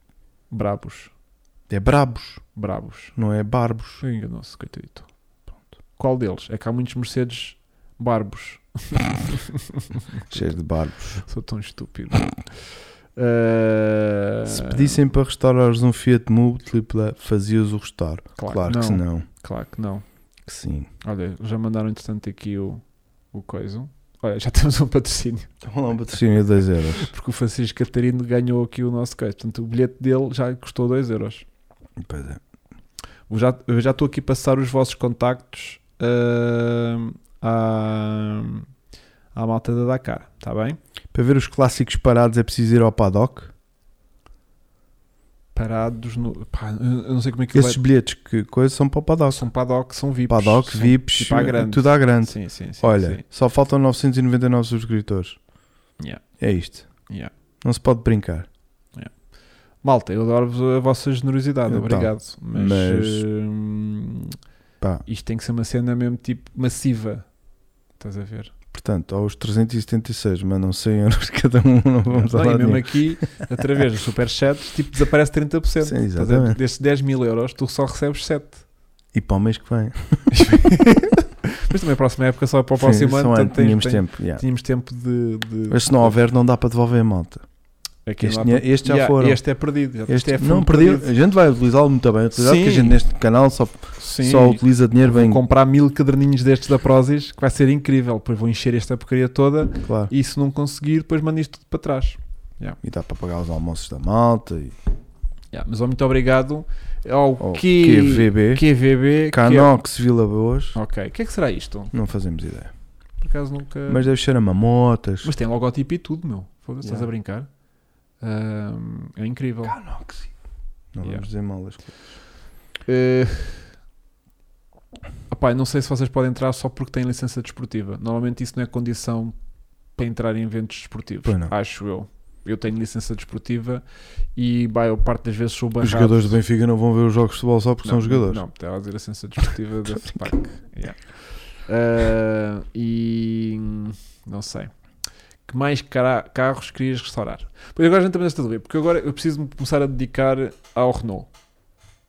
[SPEAKER 1] Brabos.
[SPEAKER 2] É Brabos,
[SPEAKER 1] Brabos.
[SPEAKER 2] não é Barbos.
[SPEAKER 1] Enganou-se, coitadito. Qual deles? É que há muitos Mercedes barbos.
[SPEAKER 2] Cheio de Barbos.
[SPEAKER 1] Sou tão estúpido. Eh,
[SPEAKER 2] Se pedissem para restaurares um Fiat múltipla, fazias o restauro.
[SPEAKER 1] Claro,
[SPEAKER 2] Claro
[SPEAKER 1] que
[SPEAKER 2] que
[SPEAKER 1] não.
[SPEAKER 2] não.
[SPEAKER 1] Claro que não.
[SPEAKER 2] Que sim.
[SPEAKER 1] Olha, já mandaram entretanto aqui o, o coisa. Olha, já temos um patrocínio.
[SPEAKER 2] Estão lá um patrocínio de 2 euros.
[SPEAKER 1] Porque o Francisco Catarino ganhou aqui o nosso coisa. Portanto, o bilhete dele já custou 2 euros.
[SPEAKER 2] Pois é.
[SPEAKER 1] Eu já eu já estou aqui a passar os vossos contactos ahm, à, à malta da Dakar, está bem?
[SPEAKER 2] Para ver os clássicos parados é preciso ir ao paddock.
[SPEAKER 1] Parados no. pá, eu eu não sei como é que
[SPEAKER 2] Esses
[SPEAKER 1] vai-
[SPEAKER 2] bilhetes que coisa são para o paddock.
[SPEAKER 1] são paddock, são VIPs.
[SPEAKER 2] Paddock,
[SPEAKER 1] são
[SPEAKER 2] VIPs,
[SPEAKER 1] tipo à grande.
[SPEAKER 2] tudo à grande.
[SPEAKER 1] Sim, sim, sim.
[SPEAKER 2] Olha,
[SPEAKER 1] sim.
[SPEAKER 2] só faltam 999 subscritores.
[SPEAKER 1] Yeah.
[SPEAKER 2] É isto.
[SPEAKER 1] Yeah.
[SPEAKER 2] Não se pode brincar.
[SPEAKER 1] Malta, eu adoro-vos a vossa generosidade,
[SPEAKER 2] Então,
[SPEAKER 1] obrigado. Mas,
[SPEAKER 2] mas-
[SPEAKER 1] hum,
[SPEAKER 2] Pá,
[SPEAKER 1] isto tem que ser uma cena mesmo tipo massiva. Estás a ver?
[SPEAKER 2] portanto, aos 376 mandam 100 euros cada um, não vamos
[SPEAKER 1] Não,
[SPEAKER 2] a
[SPEAKER 1] e
[SPEAKER 2] lado
[SPEAKER 1] mesmo é
[SPEAKER 2] nenhum.
[SPEAKER 1] aqui, através dos superchats, tipo, desaparece 30%.
[SPEAKER 2] Sim,
[SPEAKER 1] Estás a ver?
[SPEAKER 2] exatamente.
[SPEAKER 1] Destes 10 mil euros, tu só recebes 7.
[SPEAKER 2] E para o mês que vem.
[SPEAKER 1] Mas também a próxima época só é para o
[SPEAKER 2] Sim,
[SPEAKER 1] próximo
[SPEAKER 2] só
[SPEAKER 1] ano, portanto tens-
[SPEAKER 2] tínhamos
[SPEAKER 1] tens-
[SPEAKER 2] tempo. yeah.
[SPEAKER 1] tínhamos tempo de. de-
[SPEAKER 2] Mas se não houver, não dá para devolver, malta.
[SPEAKER 1] aqui
[SPEAKER 2] Este,
[SPEAKER 1] não há-
[SPEAKER 2] dinhe- este já
[SPEAKER 1] Yeah,
[SPEAKER 2] foram.
[SPEAKER 1] Este é perdido. Este,
[SPEAKER 2] Este-
[SPEAKER 1] é fundo
[SPEAKER 2] não, perdido. A gente vai utilizá-lo muito bem. Utilizado, porque a
[SPEAKER 1] Sim.
[SPEAKER 2] gente neste canal só,
[SPEAKER 1] Sim,
[SPEAKER 2] só utiliza dinheiro
[SPEAKER 1] vou
[SPEAKER 2] bem.
[SPEAKER 1] comprar mil caderninhos destes da Prozis, que vai ser incrível. Depois vou encher esta porcaria toda
[SPEAKER 2] Claro.
[SPEAKER 1] e se não conseguir, depois mando isto tudo para trás.
[SPEAKER 2] E dá para pagar os almoços da malta. E...
[SPEAKER 1] Yeah, mas ó, muito obrigado ao
[SPEAKER 2] Ao
[SPEAKER 1] Q-
[SPEAKER 2] QVB.
[SPEAKER 1] QVB. que é-
[SPEAKER 2] Canox Vila Boas.
[SPEAKER 1] Ok, o que é que será isto?
[SPEAKER 2] Não fazemos ideia.
[SPEAKER 1] Por acaso nunca.
[SPEAKER 2] Mas deve ser a mamotas.
[SPEAKER 1] Mas tem logotipo e tudo, meu. Foda-se, estás
[SPEAKER 2] Yeah.
[SPEAKER 1] a brincar? Ahm, é incrível.
[SPEAKER 2] Canox. Não
[SPEAKER 1] Yeah.
[SPEAKER 2] vamos dizer mal as coisas.
[SPEAKER 1] Eh, opá, eu não sei se vocês podem entrar só porque têm licença desportiva. Normalmente isso não é condição para entrar em eventos desportivos,
[SPEAKER 2] Pois não.
[SPEAKER 1] acho eu. Eu tenho licença desportiva e bah, eu parte das vezes sou barrado.
[SPEAKER 2] Os jogadores do Benfica não vão ver os jogos de futebol só porque
[SPEAKER 1] Não,
[SPEAKER 2] são jogadores.
[SPEAKER 1] Não, estava a dizer licença desportiva da FPAC. Yeah. Eh, e não sei. Que mais cara- carros querias restaurar? Pois agora a gente também nesta dúvida, porque agora eu preciso me começar a dedicar ao Renault.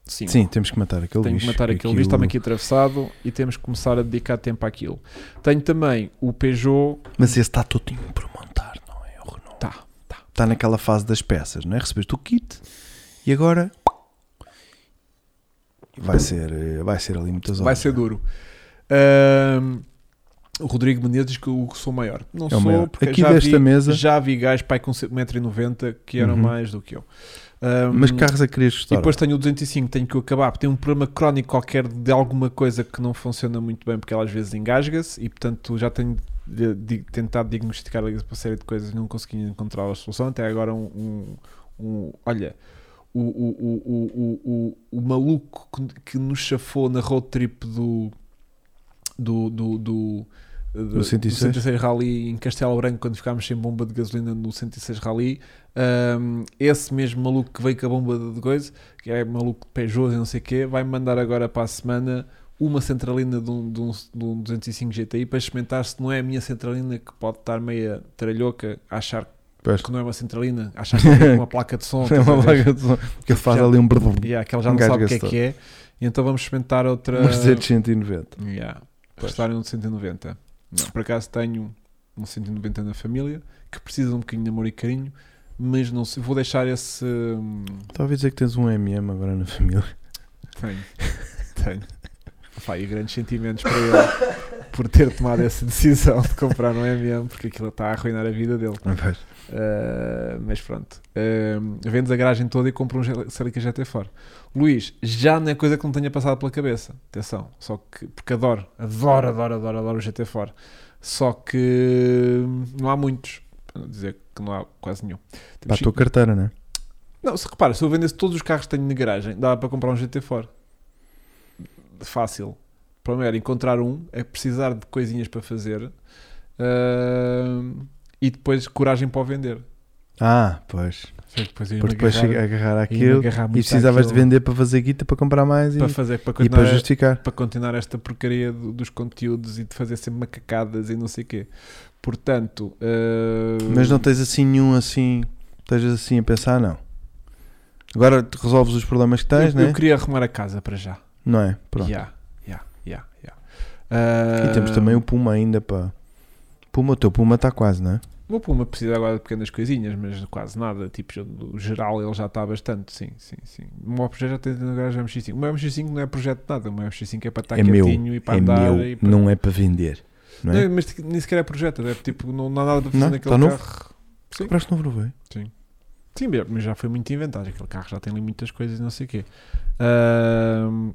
[SPEAKER 1] Sim.
[SPEAKER 2] Sim, temos que matar aquele
[SPEAKER 1] Tenho que
[SPEAKER 2] bicho.
[SPEAKER 1] matar aquele bicho, está-me aqui atravessado e temos que começar a dedicar tempo àquilo. Tenho também o Peugeot.
[SPEAKER 2] Mas esse está todinho por montar, não é? O Renault.
[SPEAKER 1] Tá,
[SPEAKER 2] tá. Está naquela fase das peças, não é? Recebeste o kit e agora. Vai ser, eh, vai ser ali muitas horas.
[SPEAKER 1] Vai ser
[SPEAKER 2] não é?
[SPEAKER 1] duro. Ahm, o Rodrigo Menezes diz que eu sou maior. Não
[SPEAKER 2] É o
[SPEAKER 1] sou,
[SPEAKER 2] maior.
[SPEAKER 1] porque
[SPEAKER 2] Aqui
[SPEAKER 1] já
[SPEAKER 2] desta
[SPEAKER 1] vi,
[SPEAKER 2] mesa-
[SPEAKER 1] Já vi gajos pai com 1,90m que eram
[SPEAKER 2] Uhum.
[SPEAKER 1] mais do que eu. Ahm,
[SPEAKER 2] Mas que carros é que querias
[SPEAKER 1] e
[SPEAKER 2] gostar?
[SPEAKER 1] depois tenho o 205, tenho que o acabar, porque tem um problema crónico qualquer de alguma coisa que não funciona muito bem, porque ela às vezes engasga-se e portanto já tenho de- de- tentado diagnosticar ali uma série de coisas e não consegui encontrar a solução. Até agora um, um- um- olha, o, o, o, o, o, o, o maluco que- que nos chafou na road trip do do, do, do, do
[SPEAKER 2] 106?
[SPEAKER 1] do 106 Rally em Castelo Branco, quando ficámos sem bomba de gasolina no 106 Rally, ahm, esse mesmo maluco que veio com a bomba de de coisa, que é maluco de Peugeot e não sei o quê, vai mandar agora para a semana uma centralina de um, de um, de um 205 GTI para experimentar se não é a minha centralina que pode estar meia tralhoca, a achar
[SPEAKER 2] Pois.
[SPEAKER 1] que não é uma centralina, a achar que é uma placa de som.
[SPEAKER 2] É
[SPEAKER 1] estás a
[SPEAKER 2] uma
[SPEAKER 1] ver?
[SPEAKER 2] vaga de som. Porque ele faz
[SPEAKER 1] Já-
[SPEAKER 2] ali um brrr.
[SPEAKER 1] Yeah, que ela já não
[SPEAKER 2] Engasga-se
[SPEAKER 1] sabe o que é
[SPEAKER 2] todo.
[SPEAKER 1] que é. E então vamos experimentar outra.
[SPEAKER 2] Mercedes 190.
[SPEAKER 1] Yeah. Restaram um de 190. Não, por acaso tenho um 190 na família que precisa de um bocadinho de amor e carinho, mas não sei. Vou deixar esse. hum,
[SPEAKER 2] Estava a dizer que tens um MM agora na família.
[SPEAKER 1] Tenho. tenho. Pá, e grandes sentimentos para ele por ter tomado essa decisão de comprar um MM, porque aquilo está a arruinar a vida dele.
[SPEAKER 2] Pois.
[SPEAKER 1] Uh, mas pronto, uh, vendes a garagem toda e compro um Gel- Celica GT Ford. Luís, já não é coisa que não tenha passado pela cabeça. Atenção, só que porque adoro, adoro, adoro, adoro, adoro o GT Ford. Só que hum, não há muitos, para não dizer que não há quase nenhum.
[SPEAKER 2] Para
[SPEAKER 1] Temos
[SPEAKER 2] a tua carteira, né?
[SPEAKER 1] não, se repara, se eu vendesse todos os carros que tenho na garagem, dava para comprar um GT Ford. Fácil. O problema era encontrar um, é precisar de coisinhas para fazer ah, e depois coragem para o vender.
[SPEAKER 2] Ah, pois.
[SPEAKER 1] Sei que Depois eu ia
[SPEAKER 2] Porque depois
[SPEAKER 1] agarrar-
[SPEAKER 2] chega- agarrar
[SPEAKER 1] ia me
[SPEAKER 2] aquilo
[SPEAKER 1] agarrar
[SPEAKER 2] e
[SPEAKER 1] muito
[SPEAKER 2] precisavas de
[SPEAKER 1] àquilo
[SPEAKER 2] vender para fazer guita para comprar mais e
[SPEAKER 1] para fazer para
[SPEAKER 2] e
[SPEAKER 1] continuar,
[SPEAKER 2] para justificar.
[SPEAKER 1] para continuar esta porcaria do- dos conteúdos e de fazer sempre macacadas e não sei o quê. Portanto, ah,
[SPEAKER 2] Mas não tens assim nenhum assim. Estejas assim a pensar, não. Agora te resolves os problemas que tens,
[SPEAKER 1] eu, eu
[SPEAKER 2] né?
[SPEAKER 1] queria arrumar a casa para já.
[SPEAKER 2] Não é? Pronto.
[SPEAKER 1] Yeah, yeah, yeah, yeah.
[SPEAKER 2] E temos
[SPEAKER 1] Ah,
[SPEAKER 2] também o Puma ainda para. Puma, o teu Puma está quase, não é?
[SPEAKER 1] Eh, Vou pôr uma precisa agora de pequenas coisinhas, mas quase nada. Tipo, já- no geral ele já está bastante, sim, sim, sim. O meu projeto já tem na garagem MX5. O meu MX5 não é projeto de nada, o meu MX5 é para estar
[SPEAKER 2] é meu.
[SPEAKER 1] quietinho e para
[SPEAKER 2] É
[SPEAKER 1] andar
[SPEAKER 2] meu.
[SPEAKER 1] e para...
[SPEAKER 2] Não é para vender. Não é?
[SPEAKER 1] Não, mas nem sequer é projeto, é tipo, não, não há nada para fazer
[SPEAKER 2] Não?
[SPEAKER 1] naquele
[SPEAKER 2] Está novo?
[SPEAKER 1] carro. Sim.
[SPEAKER 2] Compraste novo, não foi?
[SPEAKER 1] Sim, bem, mas já foi muito inventado. Aquele carro já tem ali muitas coisas e não sei o quê. Ahm,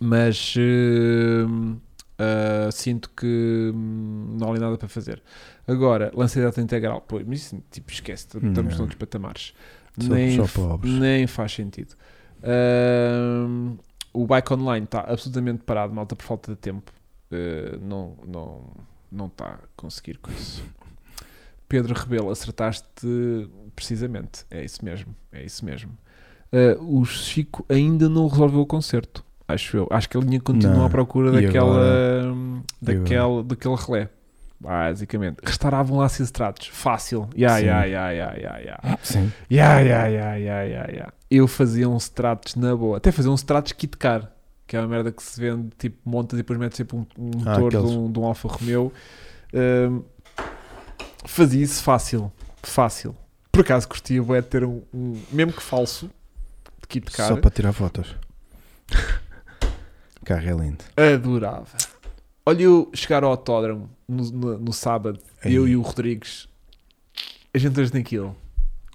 [SPEAKER 1] mas ahm, ah, sinto que hum, não há ali nada para fazer. Agora, lancei data integral. Pô, mas isso tipo, esquece, estamos
[SPEAKER 2] Não.
[SPEAKER 1] noutros patamares.
[SPEAKER 2] Somos
[SPEAKER 1] Nem,
[SPEAKER 2] só
[SPEAKER 1] f-
[SPEAKER 2] pobres.
[SPEAKER 1] nem faz sentido. Ahm, o bike online está absolutamente parado, malta, por falta de tempo. Ah, não, não, não está a conseguir com isso. Pedro Rebelo, acertaste precisamente. É isso mesmo, é isso mesmo. Ah, o Chico ainda não resolveu o concerto, acho eu. Acho que ele ainda continua
[SPEAKER 2] Não.
[SPEAKER 1] à procura
[SPEAKER 2] E
[SPEAKER 1] daquela,
[SPEAKER 2] E
[SPEAKER 1] daquele, daquele relé. Basicamente, restauravam lá Cistratos. Fácil. Ya,
[SPEAKER 2] Sim.
[SPEAKER 1] ya, ya, ya, ya, ya.
[SPEAKER 2] Sim.
[SPEAKER 1] Ya, ya, ya, ya, ya, ya. Eu fazia uns tratos na boa. Até fazia uns tratos kit car, que é uma merda que se vende, tipo, montas e depois metes tipo um, um
[SPEAKER 2] Ah,
[SPEAKER 1] motor
[SPEAKER 2] aqueles.
[SPEAKER 1] de, um, de um Alfa Romeo. Ahm, fazia isso fácil. Fácil. Por acaso curtia bué de ter um, um- mesmo que falso, de kit car.
[SPEAKER 2] Só para tirar fotos. O carro é lindo.
[SPEAKER 1] Adorava. Olha, eu chegar ao autódromo no, no- no sábado,
[SPEAKER 2] Ei.
[SPEAKER 1] eu e o Rodrigues, a gente hoje naquilo.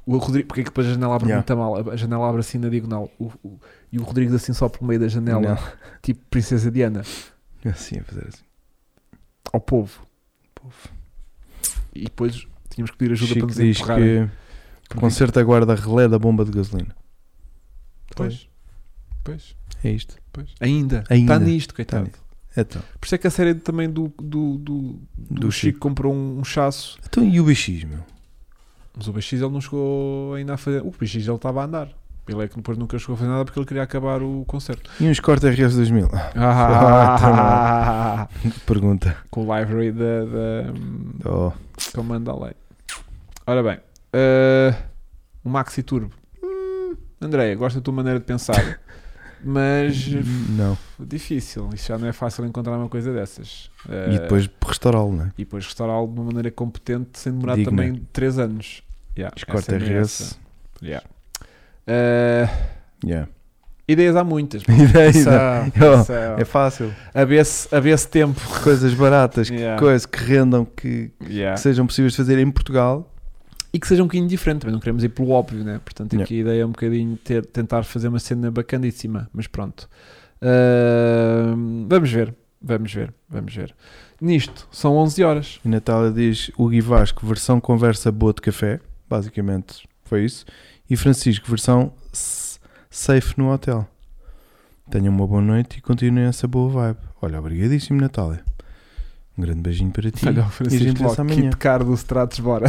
[SPEAKER 1] O Rodrigo, porque é que depois a janela abre
[SPEAKER 2] Yeah.
[SPEAKER 1] muito mal? A janela abre assim na diagonal. O- o- e o Rodrigues assim só por meio da janela,
[SPEAKER 2] Não.
[SPEAKER 1] tipo Princesa Diana,
[SPEAKER 2] Assim, a fazer assim.
[SPEAKER 1] ao povo.
[SPEAKER 2] Povo.
[SPEAKER 1] E depois tínhamos que pedir ajuda
[SPEAKER 2] Chico
[SPEAKER 1] para nos
[SPEAKER 2] diz
[SPEAKER 1] empurrar.
[SPEAKER 2] que o concerto aguarda relé da bomba de gasolina.
[SPEAKER 1] Pois, pois,
[SPEAKER 2] É isto.
[SPEAKER 1] pois. Ainda.
[SPEAKER 2] Ainda.
[SPEAKER 1] Está nisto, coitado.
[SPEAKER 2] Então,
[SPEAKER 1] Por isso é que a série também do, do, do, do
[SPEAKER 2] Do
[SPEAKER 1] Chico
[SPEAKER 2] Chico.
[SPEAKER 1] comprou um, um chasso
[SPEAKER 2] então e o BX, meu?
[SPEAKER 1] Mas o BX ele não chegou ainda a fazer. O BX ele estava a andar. Ele é que depois nunca chegou a fazer nada porque ele queria acabar o concerto.
[SPEAKER 2] E uns cortes RS 2000?
[SPEAKER 1] Ah,
[SPEAKER 2] Pergunta.
[SPEAKER 1] com o library da, da
[SPEAKER 2] Oh,
[SPEAKER 1] Comanda Lei. Ora bem, eh, o Maxi Turbo. Hum, Andréia, gosto da tua maneira de pensar, mas
[SPEAKER 2] não.
[SPEAKER 1] difícil. Isso já não é fácil encontrar uma coisa dessas. Eh,
[SPEAKER 2] E depois restaurá-lo, não é?
[SPEAKER 1] e depois restaurá-lo de uma maneira competente sem demorar
[SPEAKER 2] Digna.
[SPEAKER 1] também 3 anos. Yeah,
[SPEAKER 2] Os
[SPEAKER 1] essa
[SPEAKER 2] cortes
[SPEAKER 1] é a minha
[SPEAKER 2] RS.
[SPEAKER 1] essa. Yeah. Eh,
[SPEAKER 2] Yeah.
[SPEAKER 1] Ideias há muitas.
[SPEAKER 2] Ideia.
[SPEAKER 1] São,
[SPEAKER 2] Oh,
[SPEAKER 1] são.
[SPEAKER 2] É fácil.
[SPEAKER 1] Havia-se havia-se tempo.
[SPEAKER 2] Coisas baratas,
[SPEAKER 1] Yeah.
[SPEAKER 2] coisas que rendam, que, que sejam possíveis de fazer em Portugal.
[SPEAKER 1] E que seja um bocadinho diferente, também não queremos ir pelo óbvio, né? Portanto,
[SPEAKER 2] Yeah.
[SPEAKER 1] aqui a ideia é um bocadinho ter- tentar fazer uma cena bacaníssima, mas pronto. Ahm, vamos ver, vamos ver, vamos ver. Nisto, são 11 horas.
[SPEAKER 2] E Natália diz: o Gui Vasco, versão conversa boa de café. Basicamente foi isso. E Francisco, versão s- safe no hotel. Tenham uma boa noite e continuem essa boa vibe. Olha, obrigadíssimo, Natália. Um grande beijinho para ti.
[SPEAKER 1] Olha, o
[SPEAKER 2] e a
[SPEAKER 1] Francisco
[SPEAKER 2] gente vê-se
[SPEAKER 1] Locke,
[SPEAKER 2] amanhã.
[SPEAKER 1] Kit Car do Stratos, bora.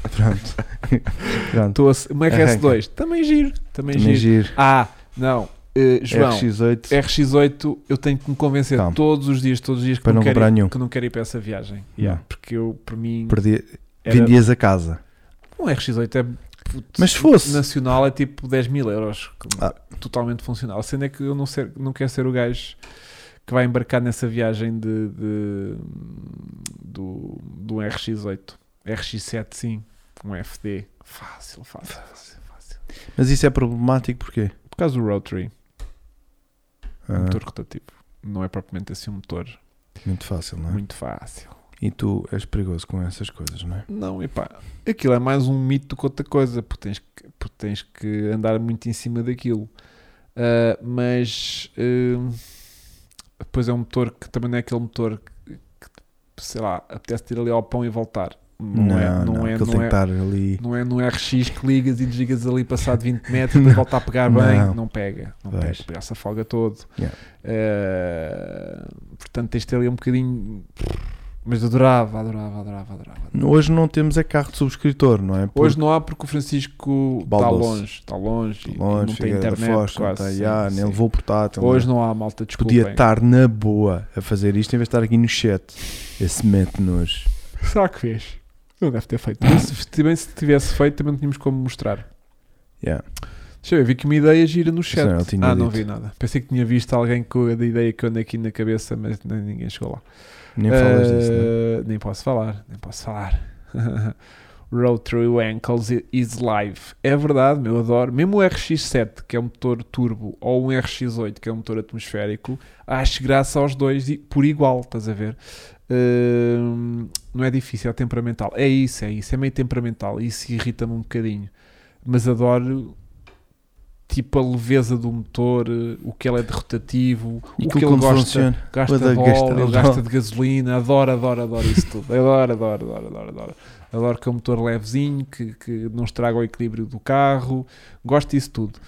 [SPEAKER 2] Pronto. Pronto.
[SPEAKER 1] Estou a se- Uma é RS2, também giro, também,
[SPEAKER 2] Também
[SPEAKER 1] giro.
[SPEAKER 2] giro.
[SPEAKER 1] Ah, não, eh, João,
[SPEAKER 2] RX8.
[SPEAKER 1] RX8 eu tenho que me convencer
[SPEAKER 2] Calma.
[SPEAKER 1] todos os dias, todos os dias que
[SPEAKER 2] Para
[SPEAKER 1] não,
[SPEAKER 2] não
[SPEAKER 1] quero
[SPEAKER 2] comprar
[SPEAKER 1] ir,
[SPEAKER 2] nenhum.
[SPEAKER 1] que não quero ir para essa viagem.
[SPEAKER 2] Yeah.
[SPEAKER 1] Porque eu, para mim,
[SPEAKER 2] Perdi,
[SPEAKER 1] era-
[SPEAKER 2] vendias a casa.
[SPEAKER 1] um RX8 é puto,
[SPEAKER 2] Mas se fosse.
[SPEAKER 1] nacional é tipo 10 mil euros, como-
[SPEAKER 2] Ah.
[SPEAKER 1] totalmente funcional. A cena é que eu não, ser, não quero ser o gajo que vai embarcar nessa viagem de, de- do, do RX8. RX7 sim, um FD. Fácil, fácil, fácil, fácil.
[SPEAKER 2] Mas isso é problemático porque
[SPEAKER 1] Por causa do Rotary,
[SPEAKER 2] ah,
[SPEAKER 1] motor rotativo. não é propriamente assim um motor
[SPEAKER 2] Muito fácil, não é?
[SPEAKER 1] muito fácil.
[SPEAKER 2] E tu és perigoso com essas coisas, não é?
[SPEAKER 1] Não, epá, aquilo é mais um mito do que outra coisa, porque tens que, porque tens que andar muito em cima daquilo. Ah, mas ah, depois é um motor que também não é aquele motor que, que, sei lá, apetece ter ali ao pão e voltar. Não, é, não, é,
[SPEAKER 2] aquilo tem
[SPEAKER 1] não é,
[SPEAKER 2] que estar ali.
[SPEAKER 1] não é no RX que ligas e desligas ali passado 20 metros para voltar a pegar bem,
[SPEAKER 2] Não.
[SPEAKER 1] não, pega, não
[SPEAKER 2] Pois.
[SPEAKER 1] pega, pega-se a folga todo.
[SPEAKER 2] Yeah.
[SPEAKER 1] Eh, portanto, tens de ter ali um bocadinho. Mas adorava, adorava, adorava, adorava. adorava.
[SPEAKER 2] Hoje não temos é carro de subscritor, não é?
[SPEAKER 1] Hoje não há porque o Francisco está
[SPEAKER 2] Baldoso. Tá
[SPEAKER 1] longe, está longe, e
[SPEAKER 2] longe,
[SPEAKER 1] não tem
[SPEAKER 2] Figueira da
[SPEAKER 1] internet
[SPEAKER 2] Foz, não
[SPEAKER 1] quase.
[SPEAKER 2] tem-
[SPEAKER 1] sim,
[SPEAKER 2] ah,
[SPEAKER 1] sim.
[SPEAKER 2] nem levou o portátil. não é?
[SPEAKER 1] Hoje não há malta, desculpem.
[SPEAKER 2] Podia tá- estar na boa a fazer isto em vez de estar aqui no chat. Esse mete-nos.
[SPEAKER 1] Será que fez? Não deve ter feito. Mas se- também se tivesse feito, também não tínhamos como mostrar.
[SPEAKER 2] Yeah.
[SPEAKER 1] Deixa eu ver, vi que uma ideia gira no chat.
[SPEAKER 2] não, ele tinha
[SPEAKER 1] ah, não
[SPEAKER 2] dito.
[SPEAKER 1] vi nada. Pensei que tinha visto alguém com a ideia que eu ando aqui na cabeça, mas nem- ninguém chegou lá.
[SPEAKER 2] Nem falas disso, né?
[SPEAKER 1] Eh, Nem posso falar, nem posso falar. Road Through Ankles i- is live. É verdade, meu, eu adoro. Mesmo o RX7, que é um motor turbo, ou um RX8, que é um motor atmosférico, acho graça aos dois e- por igual, estás a ver? Hum, não é difícil, é temperamental. É isso, é isso. É meio temperamental. Isso irrita-me um bocadinho. Mas adoro tipo a leveza do motor, eh, o que ele é de rotativo,
[SPEAKER 2] E
[SPEAKER 1] o que
[SPEAKER 2] aquilo
[SPEAKER 1] ele
[SPEAKER 2] como
[SPEAKER 1] gosta
[SPEAKER 2] funciona.
[SPEAKER 1] gasta
[SPEAKER 2] Adoro
[SPEAKER 1] de
[SPEAKER 2] gastar
[SPEAKER 1] óleo,
[SPEAKER 2] óleo.
[SPEAKER 1] gasta de gasolina, adoro, adoro, adoro isso tudo. Adoro, adoro, adoro, adoro, adoro. Adoro que é um motor levezinho, que, que não estraga o equilíbrio do carro, gosto disso tudo.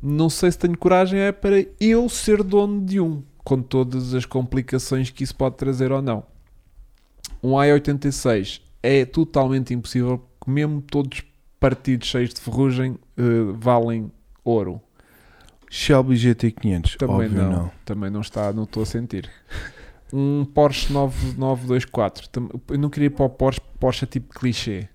[SPEAKER 1] Não sei se tenho coragem, é para eu ser dono de um, com todas as complicações que isso pode trazer ou não. Um i86 é totalmente impossível, porque mesmo todos partidos cheios de ferrugem eh, valem ouro.
[SPEAKER 2] Shelby GT500.
[SPEAKER 1] Também
[SPEAKER 2] Óbvio
[SPEAKER 1] não.
[SPEAKER 2] não.
[SPEAKER 1] Também não está, não estou a sentir. Um Porsche 9924. Tam- Eu não queria ir para o Porsche, Porsche é tipo clichê.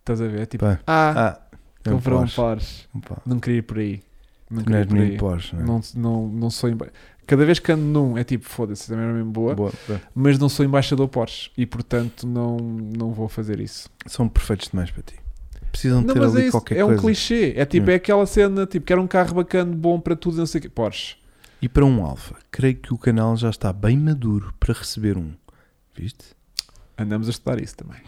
[SPEAKER 1] Estás a ver? É Tipo,
[SPEAKER 2] Pá.
[SPEAKER 1] ah,
[SPEAKER 2] Ah, é um
[SPEAKER 1] comprou um
[SPEAKER 2] Porsche.
[SPEAKER 1] Porsche.
[SPEAKER 2] Um Porsche.
[SPEAKER 1] Não queria ir por aí. Não
[SPEAKER 2] Não
[SPEAKER 1] queria ir
[SPEAKER 2] és
[SPEAKER 1] por
[SPEAKER 2] menino
[SPEAKER 1] aí.
[SPEAKER 2] Porsche, não é?
[SPEAKER 1] Não, não, não sou emba- Cada vez que ando num é tipo, foda-se, também era mesmo
[SPEAKER 2] é?
[SPEAKER 1] boa,
[SPEAKER 2] Boa, boa.
[SPEAKER 1] mas não sou embaixador Porsche e portanto não, não vou fazer isso.
[SPEAKER 2] São perfeitos demais para ti. Precisam de
[SPEAKER 1] Não,
[SPEAKER 2] ter
[SPEAKER 1] mas
[SPEAKER 2] ali
[SPEAKER 1] é isso,
[SPEAKER 2] qualquer
[SPEAKER 1] é um
[SPEAKER 2] coisa.
[SPEAKER 1] clichê. É tipo,
[SPEAKER 2] Hum.
[SPEAKER 1] é aquela cena, tipo, quero um carro bacana, bom para tudo, não sei o quê. Porsche.
[SPEAKER 2] E para um Alfa, creio que o canal já está bem maduro para receber um. Viste?
[SPEAKER 1] Andamos a estudar isso também.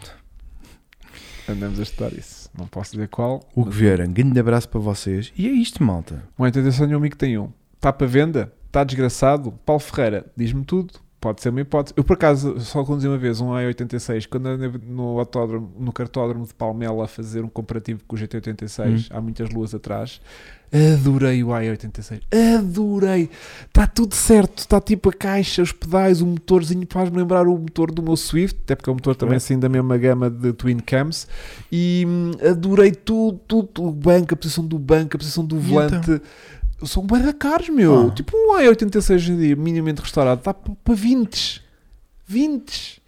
[SPEAKER 1] Andamos a estudar isso. Não posso dizer qual.
[SPEAKER 2] O que vier, um grande abraço para vocês. E é isto, malta.
[SPEAKER 1] Um 86 meu amigo tem um. Está para venda? Está desgraçado? Paulo Ferreira, diz-me tudo. Pode ser uma hipótese. Eu, por acaso, só conduzi uma vez um A86, quando andei no, autódromo, no cartódromo de Palmela a fazer um comparativo com o GT86, há muitas luas atrás. Adorei o A86. Adorei! Está tudo certo. Está tipo a caixa, os pedais, o motorzinho. Faz-me lembrar o motor do meu Swift, até porque é um motor também assim da mesma gama de Twin Cams. E hum, adorei tudo, tudo. O banco, a posição do banco, a posição do
[SPEAKER 2] E
[SPEAKER 1] volante. São bué da caros, meu.
[SPEAKER 2] Ah.
[SPEAKER 1] Tipo um A86 hoje em dia, minimamente restaurado, está para 20. 20.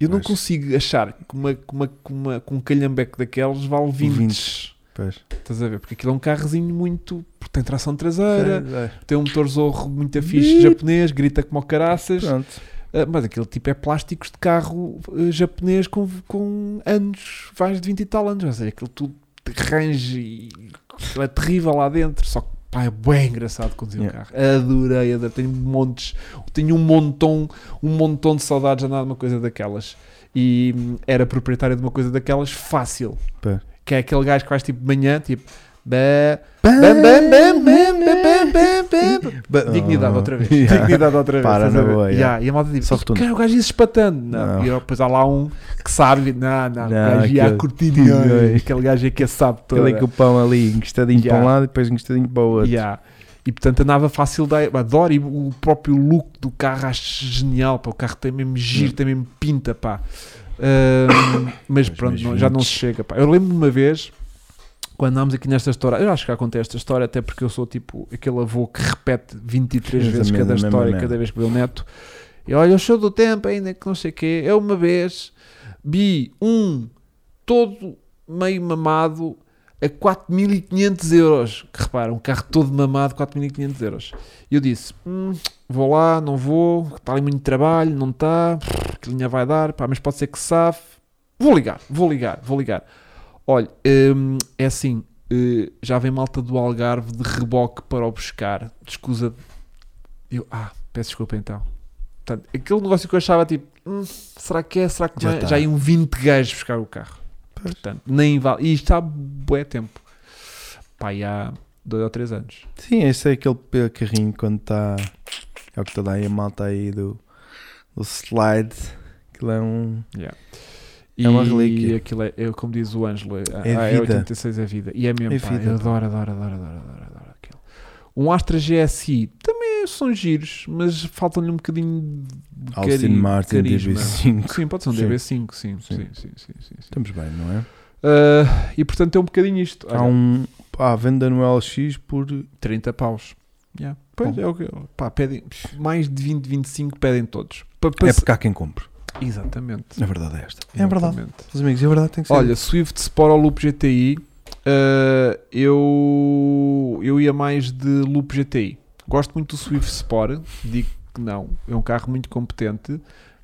[SPEAKER 1] Eu não
[SPEAKER 2] Pois.
[SPEAKER 1] consigo achar que, uma, que, uma, que, uma, que um calhambeque daqueles vale 20.
[SPEAKER 2] 20. Pois.
[SPEAKER 1] Estás a ver? Porque aquilo é um carrozinho muito. Porque tem tração traseira,
[SPEAKER 2] Pronto.
[SPEAKER 1] tem um motor zorro muito fixe japonês, grita como o caraças. Ah, Mas aquele tipo é plásticos de carro ah, japonês com, com anos, vais de 20 e tal anos, ou seja, aquilo tudo de range e aquilo é terrível lá dentro, só que pá, é bem engraçado conduzir o
[SPEAKER 2] Yeah.
[SPEAKER 1] carro. Adorei, adorei, tenho montes, tenho um montão, um montão de saudades de andar numa coisa daquelas. E hum, era proprietário de uma coisa daquelas fácil.
[SPEAKER 2] Pá.
[SPEAKER 1] Que é aquele gajo que faz tipo de manhã, tipo. "Bé, bam, bam, bam, bam, bam, bam, bam, bam."
[SPEAKER 2] Ba-
[SPEAKER 1] Dignidade
[SPEAKER 2] Oh.
[SPEAKER 1] outra vez.
[SPEAKER 2] Yeah.
[SPEAKER 1] Dignidade outra vez.
[SPEAKER 2] Para
[SPEAKER 1] estás
[SPEAKER 2] na
[SPEAKER 1] a ver?
[SPEAKER 2] boa, yeah.
[SPEAKER 1] Yeah, E a malta diz:
[SPEAKER 2] Só rotunda.
[SPEAKER 1] Cara, o gajo ia se espatando. Não.
[SPEAKER 2] Não.
[SPEAKER 1] E depois há lá um que sabe. Não, não.
[SPEAKER 2] Não,
[SPEAKER 1] o gajo ia
[SPEAKER 2] aquele-
[SPEAKER 1] a curtir. e,
[SPEAKER 2] Ai.
[SPEAKER 1] Aquele gajo é que a sabe toda.
[SPEAKER 2] Ele é que o pão ali, encostadinho para um
[SPEAKER 1] Yeah.
[SPEAKER 2] lado e depois encostadinho para o outro.
[SPEAKER 1] Yeah. E portanto andava fácil. Da... Adoro. E o próprio look do carro acho genial. Pá. O carro tem mesmo giro,
[SPEAKER 2] Hum.
[SPEAKER 1] tem mesmo pinta. Pá. Ahm, mas pronto,
[SPEAKER 2] meus
[SPEAKER 1] não- já não
[SPEAKER 2] vintes.
[SPEAKER 1] se chega. Pá. Eu lembro-me uma vez. Quando andámos aqui nesta história, eu acho que já contei esta história, até porque eu sou tipo aquele avô que repete 23
[SPEAKER 2] Mas a
[SPEAKER 1] vezes
[SPEAKER 2] mesma-
[SPEAKER 1] cada
[SPEAKER 2] a mesma
[SPEAKER 1] história,
[SPEAKER 2] merda.
[SPEAKER 1] cada vez que vê o neto. E olha, eu sou do tempo ainda que não sei o quê. Eu uma vez vi um todo meio mamado a 4.500 euros. Que repara, um carro todo mamado, 4.500 euros. E eu disse: "Hum, vou lá, não vou, está ali muito trabalho, não está, que linha vai dar, pá, mas pode ser que safe. Vou ligar, vou ligar, vou ligar. Olha, hum, é assim, eh, já vem malta do Algarve de reboque para o buscar. de Escusa. Eu, ah, peço desculpa então. Portanto, aquele negócio que eu achava tipo, "Hum, será que é? Será que
[SPEAKER 2] Já
[SPEAKER 1] não é?
[SPEAKER 2] tá.
[SPEAKER 1] Já iam 20 gajos buscar o carro.
[SPEAKER 2] Pois.
[SPEAKER 1] Portanto, nem vale. E isto há bué tempo. Pá, e há 2 ou 3 anos.
[SPEAKER 2] Sim, esse é aquele pe- carrinho quando está. É o que está aí a malta aí do, do slide. Aquilo é um.
[SPEAKER 1] E
[SPEAKER 2] É uma relíquia.
[SPEAKER 1] aquilo é, é como diz o Ângelo, a,
[SPEAKER 2] É
[SPEAKER 1] a
[SPEAKER 2] vida.
[SPEAKER 1] 86 é vida. E é mesmo,
[SPEAKER 2] É
[SPEAKER 1] pá,
[SPEAKER 2] vida,
[SPEAKER 1] eu
[SPEAKER 2] pá.
[SPEAKER 1] adoro, adoro, adoro, adoro, adoro, adoro aquilo. Um Astra GSI também são giros, mas faltam-lhe um bocadinho de
[SPEAKER 2] Austin
[SPEAKER 1] cari-
[SPEAKER 2] Martin
[SPEAKER 1] carisma.
[SPEAKER 2] DB5.
[SPEAKER 1] Sim, pode ser um
[SPEAKER 2] Sim.
[SPEAKER 1] DB5, sim, sim,
[SPEAKER 2] Sim.
[SPEAKER 1] sim, sim, sim, sim.
[SPEAKER 2] Estamos bem, não é?
[SPEAKER 1] Ah, e portanto é um bocadinho isto. Olha,
[SPEAKER 2] Há um. Há venda no LX por.
[SPEAKER 1] 30 paus. Yeah. Pois
[SPEAKER 2] Bom.
[SPEAKER 1] é o que pá, pedem mais de 20, 25 pedem todos. Pa- pa-
[SPEAKER 2] É porque há quem compre.
[SPEAKER 1] Exatamente.
[SPEAKER 2] Na verdade é esta. É verdade.
[SPEAKER 1] Exatamente.
[SPEAKER 2] Meus amigos, é verdade, tem que ser.
[SPEAKER 1] Olha, Swift Sport ou Loop GTI, eh, eu, eu ia mais de Loop GTI. Gosto muito do Swift Sport, digo que não, é um carro muito competente,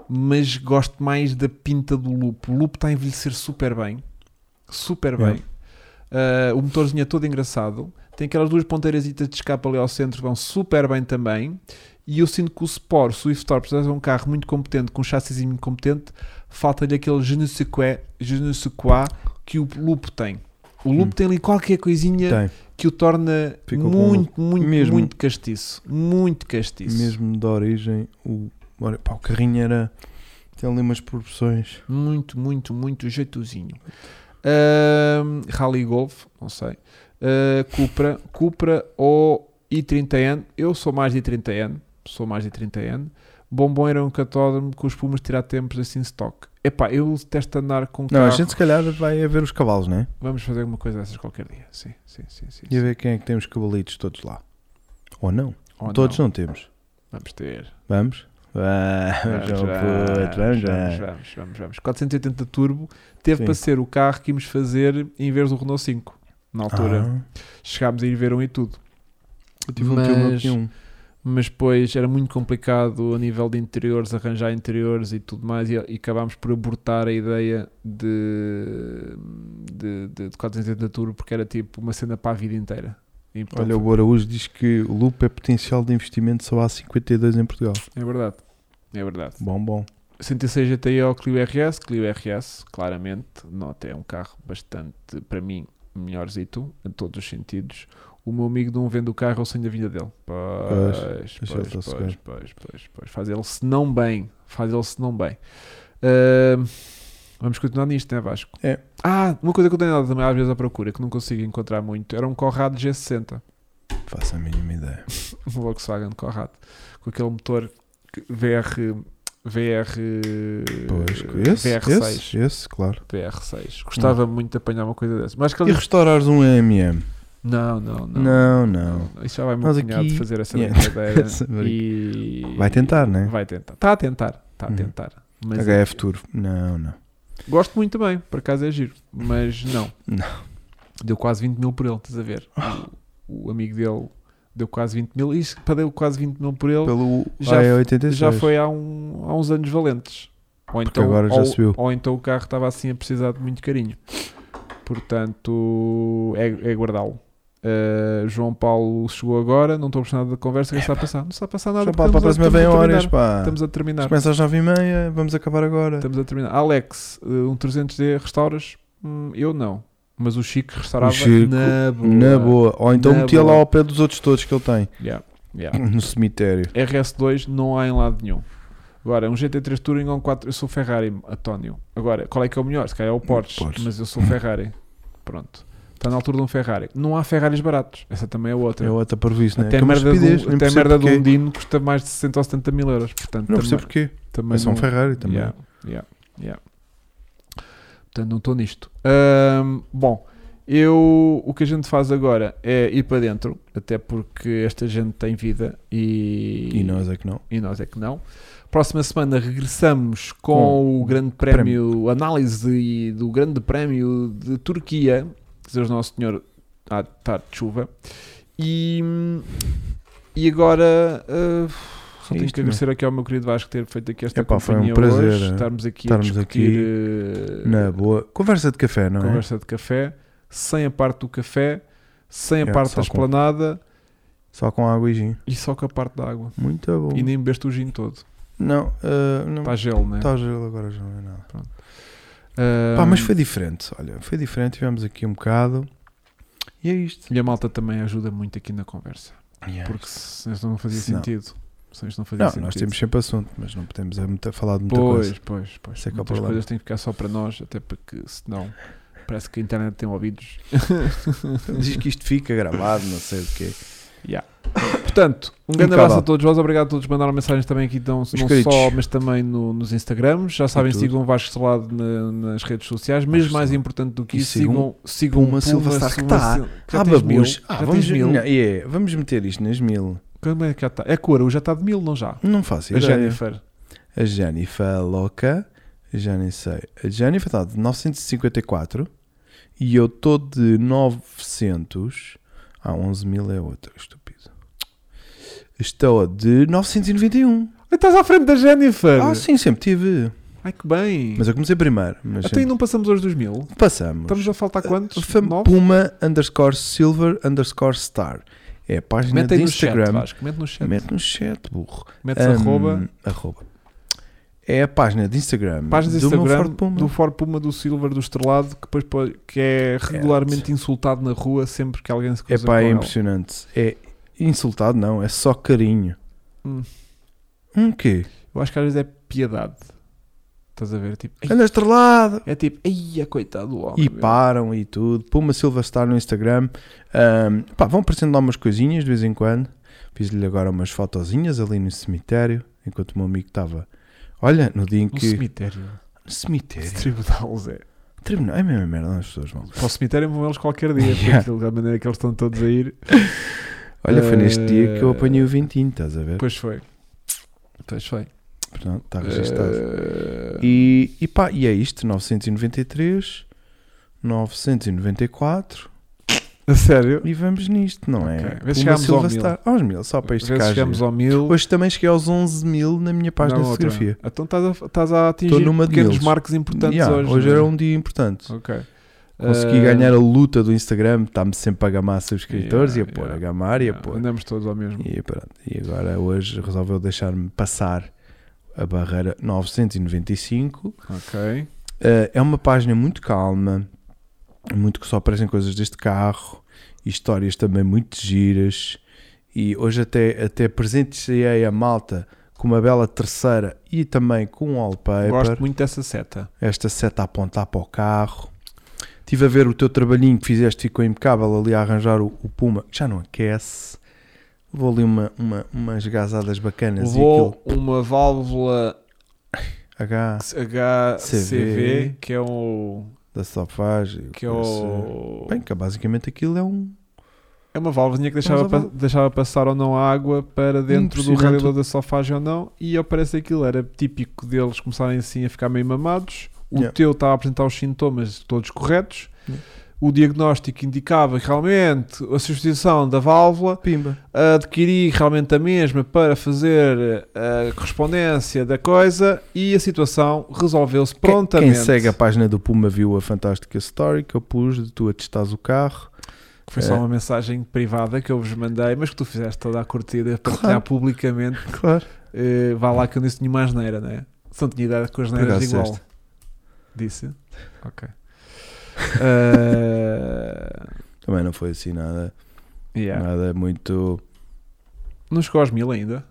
[SPEAKER 1] mas gosto mais da pinta do Loop. O Loop está a envelhecer super bem, super
[SPEAKER 2] Yeah.
[SPEAKER 1] bem. Eh, o motorzinho é todo engraçado, tem aquelas duas ponteirasitas de escape ali ao centro, vão super bem também. E eu sinto que o Sport, o Swift Sport, apesar de ser um carro muito competente, com um chassis muito competente, falta-lhe aquele je ne sais quoi, je ne sais quoi que o Lupo tem. O Lupo
[SPEAKER 2] Hum.
[SPEAKER 1] tem ali qualquer coisinha
[SPEAKER 2] tem.
[SPEAKER 1] que o torna
[SPEAKER 2] Ficou com um
[SPEAKER 1] muito, muito,
[SPEAKER 2] Mesmo.
[SPEAKER 1] muito castiço. Muito castiço.
[SPEAKER 2] Mesmo da origem, o. Olha, pá, o carrinho era. Tem ali umas proporções.
[SPEAKER 1] Muito, muito, muito jeitozinho. Ahm, Rally Golf, não sei. Ah, Cupra, Cupra ou i30N. um. Eu sou mais de i30N. um, Sou mais de i30N. Bombom era um catódromo com os pumas tirar tempos assim stock. Epá, eu detesto andar com
[SPEAKER 2] Não, a
[SPEAKER 1] carros.
[SPEAKER 2] gente se calhar vai a ver os cavalos, não é?
[SPEAKER 1] Vamos fazer alguma coisa dessas qualquer dia. Sim, sim, sim. sim,
[SPEAKER 2] E a
[SPEAKER 1] sim.
[SPEAKER 2] ver quem é que tem os cavalitos todos lá. Ou não.
[SPEAKER 1] Ou
[SPEAKER 2] todos
[SPEAKER 1] não.
[SPEAKER 2] não, temos.
[SPEAKER 1] Vamos ter.
[SPEAKER 2] Vamos? Vamos, ao puto, vamos,
[SPEAKER 1] vamos,
[SPEAKER 2] vamos.
[SPEAKER 1] vamos, vamos, vamos. 480 Turbo teve
[SPEAKER 2] Sim.
[SPEAKER 1] para ser o carro que íamos fazer em vez do Renault 5. Na altura
[SPEAKER 2] Ah,
[SPEAKER 1] chegámos a ir ver um e tudo,
[SPEAKER 2] eu tive um tio meu que tinha um.
[SPEAKER 1] mas depois era muito complicado a nível de interiores, arranjar interiores e tudo mais. E, e acabámos por abortar a ideia de, de, de, de 480 Turbo porque era tipo uma cena para a vida inteira. E, portanto,
[SPEAKER 2] Olha, o Araújo diz que o Lupo é potencial de investimento só há 52 em Portugal.
[SPEAKER 1] é verdade, é verdade.
[SPEAKER 2] Bom, bom.
[SPEAKER 1] 106 GTI ou Clio RS, Clio RS, claramente, nota é um carro bastante, para mim, melhorzito, em todos os sentidos. O meu amigo não vende o carro sem da vida dele. Pois,
[SPEAKER 2] deixa eu
[SPEAKER 1] pois,
[SPEAKER 2] estar
[SPEAKER 1] pois,
[SPEAKER 2] seguro.
[SPEAKER 1] pois, pois, pois. Faz ele se não bem, faz ele se não bem. Ahm, vamos continuar nisto, né Vasco?
[SPEAKER 2] É.
[SPEAKER 1] Ah, uma coisa que eu tenho dado também às vezes à procura, que não consigo encontrar muito, era um Corrado G60,
[SPEAKER 2] Faço a mínima ideia.
[SPEAKER 1] um Volkswagen Corrado, com aquele motor que- VR... VR...
[SPEAKER 2] Pois,
[SPEAKER 1] Eh,
[SPEAKER 2] esse,
[SPEAKER 1] VR6.
[SPEAKER 2] esse, esse, claro.
[SPEAKER 1] PR6. Gostava muito de apanhar uma coisa dessa. Mas que
[SPEAKER 2] E
[SPEAKER 1] ali...
[SPEAKER 2] restaurares um MM?
[SPEAKER 1] Não, não, não.
[SPEAKER 2] Não, não.
[SPEAKER 1] Isso já vai meu
[SPEAKER 2] Nós
[SPEAKER 1] cunhado
[SPEAKER 2] aqui-
[SPEAKER 1] fazer essa
[SPEAKER 2] Yeah.
[SPEAKER 1] brincadeira.
[SPEAKER 2] Essa
[SPEAKER 1] e...
[SPEAKER 2] Vai tentar, né?
[SPEAKER 1] Vai tentar. Está a tentar. Está a
[SPEAKER 2] Uhum.
[SPEAKER 1] tentar. Mas
[SPEAKER 2] HF Turbo. Não, não.
[SPEAKER 1] Gosto muito também, por acaso é giro. Mas não.
[SPEAKER 2] Não.
[SPEAKER 1] Deu quase 20 mil por ele, estás a ver? O, o amigo dele deu quase 20 mil. E isso, para deu quase 20 mil por ele,
[SPEAKER 2] Pelo
[SPEAKER 1] Já-
[SPEAKER 2] AE86.
[SPEAKER 1] já foi há, um- há uns anos valentes. Ou então,
[SPEAKER 2] agora já
[SPEAKER 1] ou-
[SPEAKER 2] subiu.
[SPEAKER 1] ou então o carro estava assim a precisar de muito carinho. Portanto, é, é guardá-lo. Uh, João Paulo chegou agora, não estou a gostar nada da conversa, o que é que está a passar? Não está a passar nada.
[SPEAKER 2] Já
[SPEAKER 1] porque
[SPEAKER 2] pá, para a
[SPEAKER 1] estamos
[SPEAKER 2] próxima vem
[SPEAKER 1] estamos a
[SPEAKER 2] horas,
[SPEAKER 1] terminar.
[SPEAKER 2] pá.
[SPEAKER 1] Estamos a terminar.
[SPEAKER 2] Começa às 9h30, vamos acabar agora.
[SPEAKER 1] Estamos a terminar. Alex, uh, um 300D restauras? Hum, eu não. Mas o Chico restaurava
[SPEAKER 2] O Chico,
[SPEAKER 1] na boa.
[SPEAKER 2] Na boa. Ou então
[SPEAKER 1] Na
[SPEAKER 2] metia lá
[SPEAKER 1] boa. Ah.
[SPEAKER 2] ao pé dos outros todos que ele tem.
[SPEAKER 1] Yeah, yeah.
[SPEAKER 2] No cemitério.
[SPEAKER 1] RS2 não há em lado nenhum. Agora, um GT3 Touring ou um 4, eu sou Ferrari, António. Agora, qual é que é o melhor? Se calhar é o Porsche,
[SPEAKER 2] Porsche.
[SPEAKER 1] mas eu sou Ferrari. Pronto. Está na altura de um Ferrari. Não há Ferraris baratos. Essa também é outra.
[SPEAKER 2] É outra previsto, né?
[SPEAKER 1] até
[SPEAKER 2] Que
[SPEAKER 1] a
[SPEAKER 2] é uma
[SPEAKER 1] merda,
[SPEAKER 2] estupidez,
[SPEAKER 1] do,
[SPEAKER 2] nem
[SPEAKER 1] até a
[SPEAKER 2] percebo
[SPEAKER 1] merda de
[SPEAKER 2] porquê.
[SPEAKER 1] um Dino custa mais de 60 ou 70 mil euros. Portanto,
[SPEAKER 2] Não
[SPEAKER 1] também,
[SPEAKER 2] percebo porquê.
[SPEAKER 1] também
[SPEAKER 2] É só um
[SPEAKER 1] não-
[SPEAKER 2] Ferrari também.
[SPEAKER 1] Yeah, yeah, yeah. Portanto, não estou nisto. Ahm, bom, eu o que a gente faz agora é ir para dentro, até porque esta gente tem vida e,
[SPEAKER 2] E nós é que não.
[SPEAKER 1] e nós é que não. Próxima semana regressamos com,
[SPEAKER 2] Com
[SPEAKER 1] o Grande Prémio,
[SPEAKER 2] prémio.
[SPEAKER 1] análise do Grande Prémio de Turquia, seja Nosso Senhor à tarde de chuva. E, e agora ah, só
[SPEAKER 2] É
[SPEAKER 1] tenho
[SPEAKER 2] isto,
[SPEAKER 1] que agradecer aqui ao meu querido Vasco ter feito aqui esta
[SPEAKER 2] Epá, foi um
[SPEAKER 1] companhia
[SPEAKER 2] prazer,
[SPEAKER 1] hoje,
[SPEAKER 2] eh,
[SPEAKER 1] estarmos aqui
[SPEAKER 2] estarmos
[SPEAKER 1] a discutir eh,
[SPEAKER 2] Na boa. Conversa de café, não é?
[SPEAKER 1] conversa de café. sem a parte do café, sem a
[SPEAKER 2] Yeah,
[SPEAKER 1] parte
[SPEAKER 2] É, só
[SPEAKER 1] da
[SPEAKER 2] com-
[SPEAKER 1] esplanada
[SPEAKER 2] Só com água e gin.
[SPEAKER 1] e só com a parte da água.
[SPEAKER 2] Muito bom.
[SPEAKER 1] E nem bebeste o gin todo.
[SPEAKER 2] Não, ah, não.
[SPEAKER 1] Está gel, né?
[SPEAKER 2] Está gelo agora já não é nada.
[SPEAKER 1] Ah,
[SPEAKER 2] Pá, mas foi diferente. Olha, foi diferente. Tivemos aqui um bocado. E é isto.
[SPEAKER 1] E a malta também ajuda muito aqui na conversa. Porque senão isto não fazia
[SPEAKER 2] É. Se não-
[SPEAKER 1] sentido. Senão isto não fazia
[SPEAKER 2] Não,
[SPEAKER 1] sentido.
[SPEAKER 2] nós temos sempre assunto, mas não podemos é muita- falar de muita
[SPEAKER 1] Pois,
[SPEAKER 2] coisa.
[SPEAKER 1] pois, pois.
[SPEAKER 2] Esse é que é o
[SPEAKER 1] Muitas
[SPEAKER 2] problema.
[SPEAKER 1] coisas têm que ficar só para nós, até porque senão parece que a internet tem ouvidos.
[SPEAKER 2] Diz que isto fica gravado, não sei o quê.
[SPEAKER 1] Portanto, um grande
[SPEAKER 2] bocado.
[SPEAKER 1] abraço a todos vós. Obrigado a todos que mandaram mensagens também aqui, então, não
[SPEAKER 2] queridos.
[SPEAKER 1] só, mas também no- nos Instagrams. Já sabem,
[SPEAKER 2] tudo.
[SPEAKER 1] sigam o Vasco Salado na- nas redes sociais, mas
[SPEAKER 2] Vasco
[SPEAKER 1] mais
[SPEAKER 2] Salado.
[SPEAKER 1] importante do que
[SPEAKER 2] E
[SPEAKER 1] isso,
[SPEAKER 2] sigam
[SPEAKER 1] sigam, sigam
[SPEAKER 2] Puma Silva Sá, que tá
[SPEAKER 1] Já
[SPEAKER 2] ah,
[SPEAKER 1] tens mil?
[SPEAKER 2] babus. Ah,
[SPEAKER 1] já
[SPEAKER 2] vamos,
[SPEAKER 1] tens mil?
[SPEAKER 2] não, é, vamos meter isto nas mil.
[SPEAKER 1] Como é que já está? É que o Aru já está de mil, não já?
[SPEAKER 2] Não faço
[SPEAKER 1] A
[SPEAKER 2] ideia.
[SPEAKER 1] Jennifer.
[SPEAKER 2] A Jennifer louca. Já nem sei. A Jennifer está de 954 e eu estou de 900. Ah, 11 mil é outra, estúpido. Estou de 991.
[SPEAKER 1] Ah, Estás à frente da Jennifer!
[SPEAKER 2] Ah, sim, sempre tive.
[SPEAKER 1] Ai que bem!
[SPEAKER 2] Mas eu comecei primeiro. Mas
[SPEAKER 1] Até aí
[SPEAKER 2] sempre-
[SPEAKER 1] não passamos aos 2000.
[SPEAKER 2] Passamos.
[SPEAKER 1] Estamos a faltar quantos?
[SPEAKER 2] Fam-
[SPEAKER 1] Nove?
[SPEAKER 2] Puma underscore silver underscore star. É a página
[SPEAKER 1] Mete aí
[SPEAKER 2] de
[SPEAKER 1] no chat,
[SPEAKER 2] Instagram.
[SPEAKER 1] Vasco. Mete no chat.
[SPEAKER 2] Mete um, no chat, burro.
[SPEAKER 1] Metes
[SPEAKER 2] Ahm,
[SPEAKER 1] arroba.
[SPEAKER 2] arroba. É a página de Instagram.
[SPEAKER 1] Página do
[SPEAKER 2] do meu
[SPEAKER 1] Instagram
[SPEAKER 2] Ford Puma.
[SPEAKER 1] do Ford Puma do Silver do Estrelado que, depois, pode- que é regularmente insultado na rua sempre que alguém se
[SPEAKER 2] É
[SPEAKER 1] cruza com
[SPEAKER 2] pá, é
[SPEAKER 1] ele.
[SPEAKER 2] impressionante. É insultado, não, é só carinho.
[SPEAKER 1] Hum.
[SPEAKER 2] Um quê?
[SPEAKER 1] Eu acho que às vezes é piedade. Estás a ver? Tipo, "Ei",
[SPEAKER 2] Anda estrelado!
[SPEAKER 1] é tipo, ai, coitado do homem.
[SPEAKER 2] E
[SPEAKER 1] meu."
[SPEAKER 2] param e tudo. Puma Silva Star no Instagram. Ahm, pá, vão aparecendo lá umas coisinhas de vez em quando. Fiz-lhe agora umas fotozinhas ali no cemitério. Enquanto o meu amigo estava. Olha, no dia em
[SPEAKER 1] No
[SPEAKER 2] que. É.
[SPEAKER 1] cemitério.
[SPEAKER 2] Cemitério.
[SPEAKER 1] Tribunal, Zé.
[SPEAKER 2] Tribunal. É a mesma merda, onde as pessoas vão.
[SPEAKER 1] Para o cemitério vão eles qualquer dia. porque
[SPEAKER 2] Yeah.
[SPEAKER 1] aquilo, da maneira que eles estão todos a ir.
[SPEAKER 2] Olha, foi neste dia que eu
[SPEAKER 1] Eh,
[SPEAKER 2] apanhei o ventinho, estás a ver?
[SPEAKER 1] Pois foi. Pois foi.
[SPEAKER 2] Portanto, está registado.
[SPEAKER 1] Eh,
[SPEAKER 2] E, e pá, e é isto, 993, 994,
[SPEAKER 1] A sério?
[SPEAKER 2] e vamos nisto, não é?
[SPEAKER 1] Ok. Vê
[SPEAKER 2] Puma
[SPEAKER 1] se chegamos
[SPEAKER 2] Silva
[SPEAKER 1] ao mil.
[SPEAKER 2] Star. Aos mil, só para isto
[SPEAKER 1] Às vezes
[SPEAKER 2] ficar
[SPEAKER 1] chegamos
[SPEAKER 2] giro.
[SPEAKER 1] ao mil.
[SPEAKER 2] Hoje também cheguei aos 11 mil na minha página
[SPEAKER 1] Não,
[SPEAKER 2] de
[SPEAKER 1] outra.
[SPEAKER 2] fotografia.
[SPEAKER 1] Então estás a, estás a atingir
[SPEAKER 2] Estou numa de
[SPEAKER 1] pequenos
[SPEAKER 2] milos.
[SPEAKER 1] marcos importantes
[SPEAKER 2] Yeah,
[SPEAKER 1] hoje.
[SPEAKER 2] hoje
[SPEAKER 1] não é?
[SPEAKER 2] era um dia importante.
[SPEAKER 1] Ok.
[SPEAKER 2] Consegui
[SPEAKER 1] Eh,
[SPEAKER 2] ganhar a luta do Instagram, está-me sempre a gamar subscritores
[SPEAKER 1] Yeah,
[SPEAKER 2] e a pôr,
[SPEAKER 1] yeah.
[SPEAKER 2] a gamar e a
[SPEAKER 1] ah,
[SPEAKER 2] pôr.
[SPEAKER 1] Andamos todos ao mesmo.
[SPEAKER 2] E, pronto, e agora hoje resolveu deixar-me passar a barreira 995.
[SPEAKER 1] Ok.
[SPEAKER 2] Uh, é uma página muito calma, muito que só aparecem coisas deste carro, e histórias também muito giras. E hoje até, até presenteei a malta com uma bela terceira e também com um wallpaper.
[SPEAKER 1] Gosto muito dessa seta.
[SPEAKER 2] Esta seta a apontar para o carro. Estive a ver o teu trabalhinho que fizeste, ficou impecável ali a arranjar o, o Puma, que já não aquece. Vou ali uma, uma, umas gasadas bacanas e
[SPEAKER 1] Levou
[SPEAKER 2] aquilo. Ah.
[SPEAKER 1] uma válvula
[SPEAKER 2] H
[SPEAKER 1] HCV, que é o.
[SPEAKER 2] da Sofage.
[SPEAKER 1] Que é, o
[SPEAKER 2] eh, Bem, que basicamente aquilo é um,
[SPEAKER 1] é uma válvulazinha que deixava,
[SPEAKER 2] Mas a
[SPEAKER 1] pa- deixava passar ou não a água para dentro do
[SPEAKER 2] Impressionante.
[SPEAKER 1] radiador da sofagem ou não. E ao parecer aquilo era típico deles começarem assim a ficar meio mamados. O
[SPEAKER 2] Yeah.
[SPEAKER 1] teu estava a apresentar os sintomas todos corretos.
[SPEAKER 2] Yeah.
[SPEAKER 1] O diagnóstico indicava que realmente a substituição da válvula
[SPEAKER 2] Pimba.
[SPEAKER 1] adquiri realmente a mesma para fazer eh, a correspondência da coisa e a situação resolveu-se
[SPEAKER 2] Quem-
[SPEAKER 1] prontamente.
[SPEAKER 2] Quem segue a página do Puma viu a fantástica story que eu pus de tu a testares o carro.
[SPEAKER 1] Que Foi só
[SPEAKER 2] É.
[SPEAKER 1] uma mensagem privada que eu vos mandei, mas que tu fizeste toda a curtida para
[SPEAKER 2] Claro.
[SPEAKER 1] partilhar publicamente.
[SPEAKER 2] Claro.
[SPEAKER 1] Eh, vá lá que eu disse nenhuma asneira, não é? Se não tinha idade com as
[SPEAKER 2] Por
[SPEAKER 1] neiras
[SPEAKER 2] acaso
[SPEAKER 1] igual.
[SPEAKER 2] disseste.
[SPEAKER 1] Disse? Ok. Eh,
[SPEAKER 2] Também não foi assim nada,
[SPEAKER 1] yeah.
[SPEAKER 2] nada muito.
[SPEAKER 1] Não chegou aos mil ainda?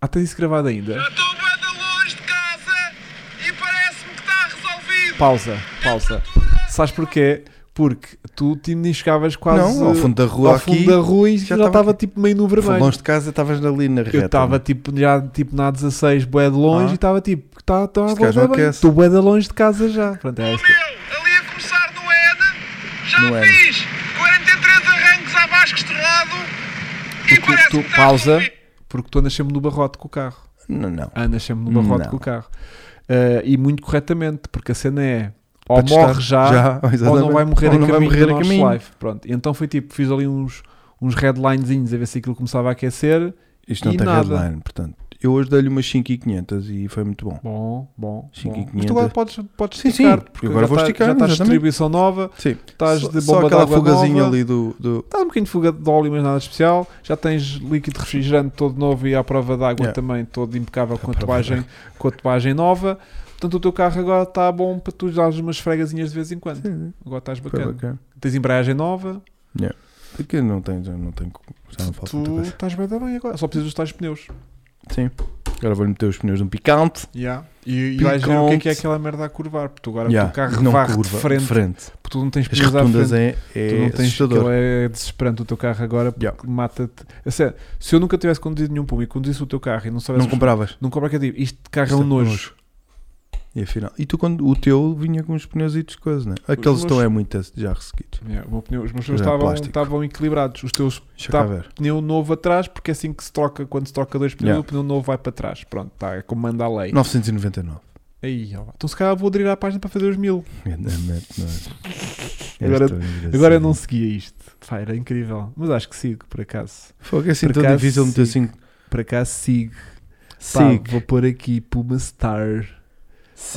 [SPEAKER 1] Ah, tens isso gravado ainda?
[SPEAKER 4] estou bem longe de casa e parece-me que está resolvido.
[SPEAKER 1] Pausa, pausa. Sabes porquê? Porque tu te- nem chegavas quase
[SPEAKER 2] não, ao fundo da rua
[SPEAKER 1] ao fundo
[SPEAKER 2] aqui.
[SPEAKER 1] da rua e já
[SPEAKER 2] tava
[SPEAKER 1] estava
[SPEAKER 2] aqui.
[SPEAKER 1] tipo meio no
[SPEAKER 2] foi
[SPEAKER 1] vermelho.
[SPEAKER 2] longe de casa, estavas ali na reta.
[SPEAKER 1] Eu estava tipo já tipo na 16, bué de longe
[SPEAKER 2] Ah.
[SPEAKER 1] e estava tipo, tá, tá,
[SPEAKER 2] Este gajo não aquece.
[SPEAKER 1] estou bué de longe de casa já. Pronto, é isso.
[SPEAKER 4] Meu, ali a começar no Ed, já
[SPEAKER 2] No Ed.
[SPEAKER 4] fiz 43 arranques à Vasco estrelado e
[SPEAKER 1] Porque
[SPEAKER 4] parece-me que
[SPEAKER 1] tu,
[SPEAKER 4] está
[SPEAKER 1] pausa,
[SPEAKER 4] resolvido.
[SPEAKER 1] porque tu andas sempre no barrote com o carro.
[SPEAKER 2] Não, não.
[SPEAKER 1] Andas sempre no barrote
[SPEAKER 2] Não.
[SPEAKER 1] com o carro. Ah, e muito corretamente, porque a cena é ou
[SPEAKER 2] Para testar.
[SPEAKER 1] morre já, ou não
[SPEAKER 2] exatamente.
[SPEAKER 1] vai morrer
[SPEAKER 2] Ou
[SPEAKER 1] a
[SPEAKER 2] não vai
[SPEAKER 1] caminho
[SPEAKER 2] morrer
[SPEAKER 1] do
[SPEAKER 2] a
[SPEAKER 1] nosso
[SPEAKER 2] caminho.
[SPEAKER 1] live. Pronto. E então foi tipo, fiz ali uns, uns headlinezinhos a ver se aquilo começava a aquecer.
[SPEAKER 2] Isto não
[SPEAKER 1] E
[SPEAKER 2] tem
[SPEAKER 1] nada.
[SPEAKER 2] headline, portanto. Eu hoje dei-lhe umas 5,500 e foi muito bom.
[SPEAKER 1] Bom, bom.
[SPEAKER 2] Sim,
[SPEAKER 1] bom.
[SPEAKER 2] que
[SPEAKER 1] Mas tu agora
[SPEAKER 2] 500.
[SPEAKER 1] podes, podes
[SPEAKER 2] Sim, sim.
[SPEAKER 1] esticar-te,
[SPEAKER 2] Eu agora
[SPEAKER 1] já
[SPEAKER 2] vou
[SPEAKER 1] tá-
[SPEAKER 2] esticar,
[SPEAKER 1] Já estás de
[SPEAKER 2] exatamente.
[SPEAKER 1] distribuição nova,
[SPEAKER 2] Sim.
[SPEAKER 1] estás
[SPEAKER 2] Só-
[SPEAKER 1] de
[SPEAKER 2] só
[SPEAKER 1] bomba de
[SPEAKER 2] aquela
[SPEAKER 1] água
[SPEAKER 2] fugazinha
[SPEAKER 1] nova.
[SPEAKER 2] ali do, do-
[SPEAKER 1] Estás um bocadinho de fuga de óleo, mas nada de especial. Já tens líquido refrigerante todo novo e à prova de água
[SPEAKER 2] Yeah.
[SPEAKER 1] também, todo impecável com a,
[SPEAKER 2] prova de
[SPEAKER 1] tubagem, com a tubagem nova. Portanto, o teu carro agora está bom para tu dares umas fregazinhas de vez em quando.
[SPEAKER 2] Sim,
[SPEAKER 1] Agora estás
[SPEAKER 2] foi
[SPEAKER 1] bacana.
[SPEAKER 2] bacana.
[SPEAKER 1] Tens embreagem nova,
[SPEAKER 2] Aqui não tem, já não tem, como- já não falta muita
[SPEAKER 1] tu
[SPEAKER 2] coisa.
[SPEAKER 1] estás bem da bem agora. Só precisas dos tais pneus.
[SPEAKER 2] Sim. Agora vou-lhe meter os pneus num picante.
[SPEAKER 1] Yeah. E, e vais ver o que é que é
[SPEAKER 2] Picante.
[SPEAKER 1] aquela merda a curvar, porque tu agora
[SPEAKER 2] Yeah,
[SPEAKER 1] o teu carro
[SPEAKER 2] não
[SPEAKER 1] varre
[SPEAKER 2] curva,
[SPEAKER 1] de frente,
[SPEAKER 2] frente.
[SPEAKER 1] porque tu não tens
[SPEAKER 2] As
[SPEAKER 1] pneus à frente.
[SPEAKER 2] rotundas é,
[SPEAKER 1] Tu
[SPEAKER 2] é
[SPEAKER 1] não tens aquilo
[SPEAKER 2] assustador.
[SPEAKER 1] é desesperante o teu carro agora porque
[SPEAKER 2] Yeah.
[SPEAKER 1] mata-te. A sério, se eu nunca tivesse conduzido nenhum público, conduzisse o teu carro e não soubesse
[SPEAKER 2] Não compravas.
[SPEAKER 1] Não compra que eu digo, este carro é
[SPEAKER 2] Isto
[SPEAKER 1] um nojo.
[SPEAKER 2] E afinal, e tu quando o teu vinha com os pneus e coisas, né? Aqueles
[SPEAKER 1] meus-
[SPEAKER 2] estão é muito já ressequidos.
[SPEAKER 1] Yeah, É, o meu pneu- os meus
[SPEAKER 2] Aquilo
[SPEAKER 1] pneus
[SPEAKER 2] era
[SPEAKER 1] estavam,
[SPEAKER 2] é plástico.
[SPEAKER 1] estavam equilibrados. Os teus
[SPEAKER 2] Deixa
[SPEAKER 1] Tá.
[SPEAKER 2] cá ver.
[SPEAKER 1] pneu novo atrás, porque é assim que se troca, quando se troca dois pneus,
[SPEAKER 2] Yeah.
[SPEAKER 1] o pneu novo vai para trás. Pronto, tá, é como manda a lei.
[SPEAKER 2] 999.
[SPEAKER 1] Aí, ó. Então se calhar vou aderir à página para fazer os mil.
[SPEAKER 2] Grandamente, não é?
[SPEAKER 1] Agora-
[SPEAKER 2] Esta é engraçada.
[SPEAKER 1] Agora eu não seguia isto. Pá, era incrível. Mas acho que sigo, por acaso.
[SPEAKER 2] Fogo, é assim
[SPEAKER 1] Por
[SPEAKER 2] tão
[SPEAKER 1] acaso,
[SPEAKER 2] difícil meter 5.
[SPEAKER 1] Por acaso sigo. Pá,
[SPEAKER 2] Sigo.
[SPEAKER 1] vou pôr aqui Puma Star.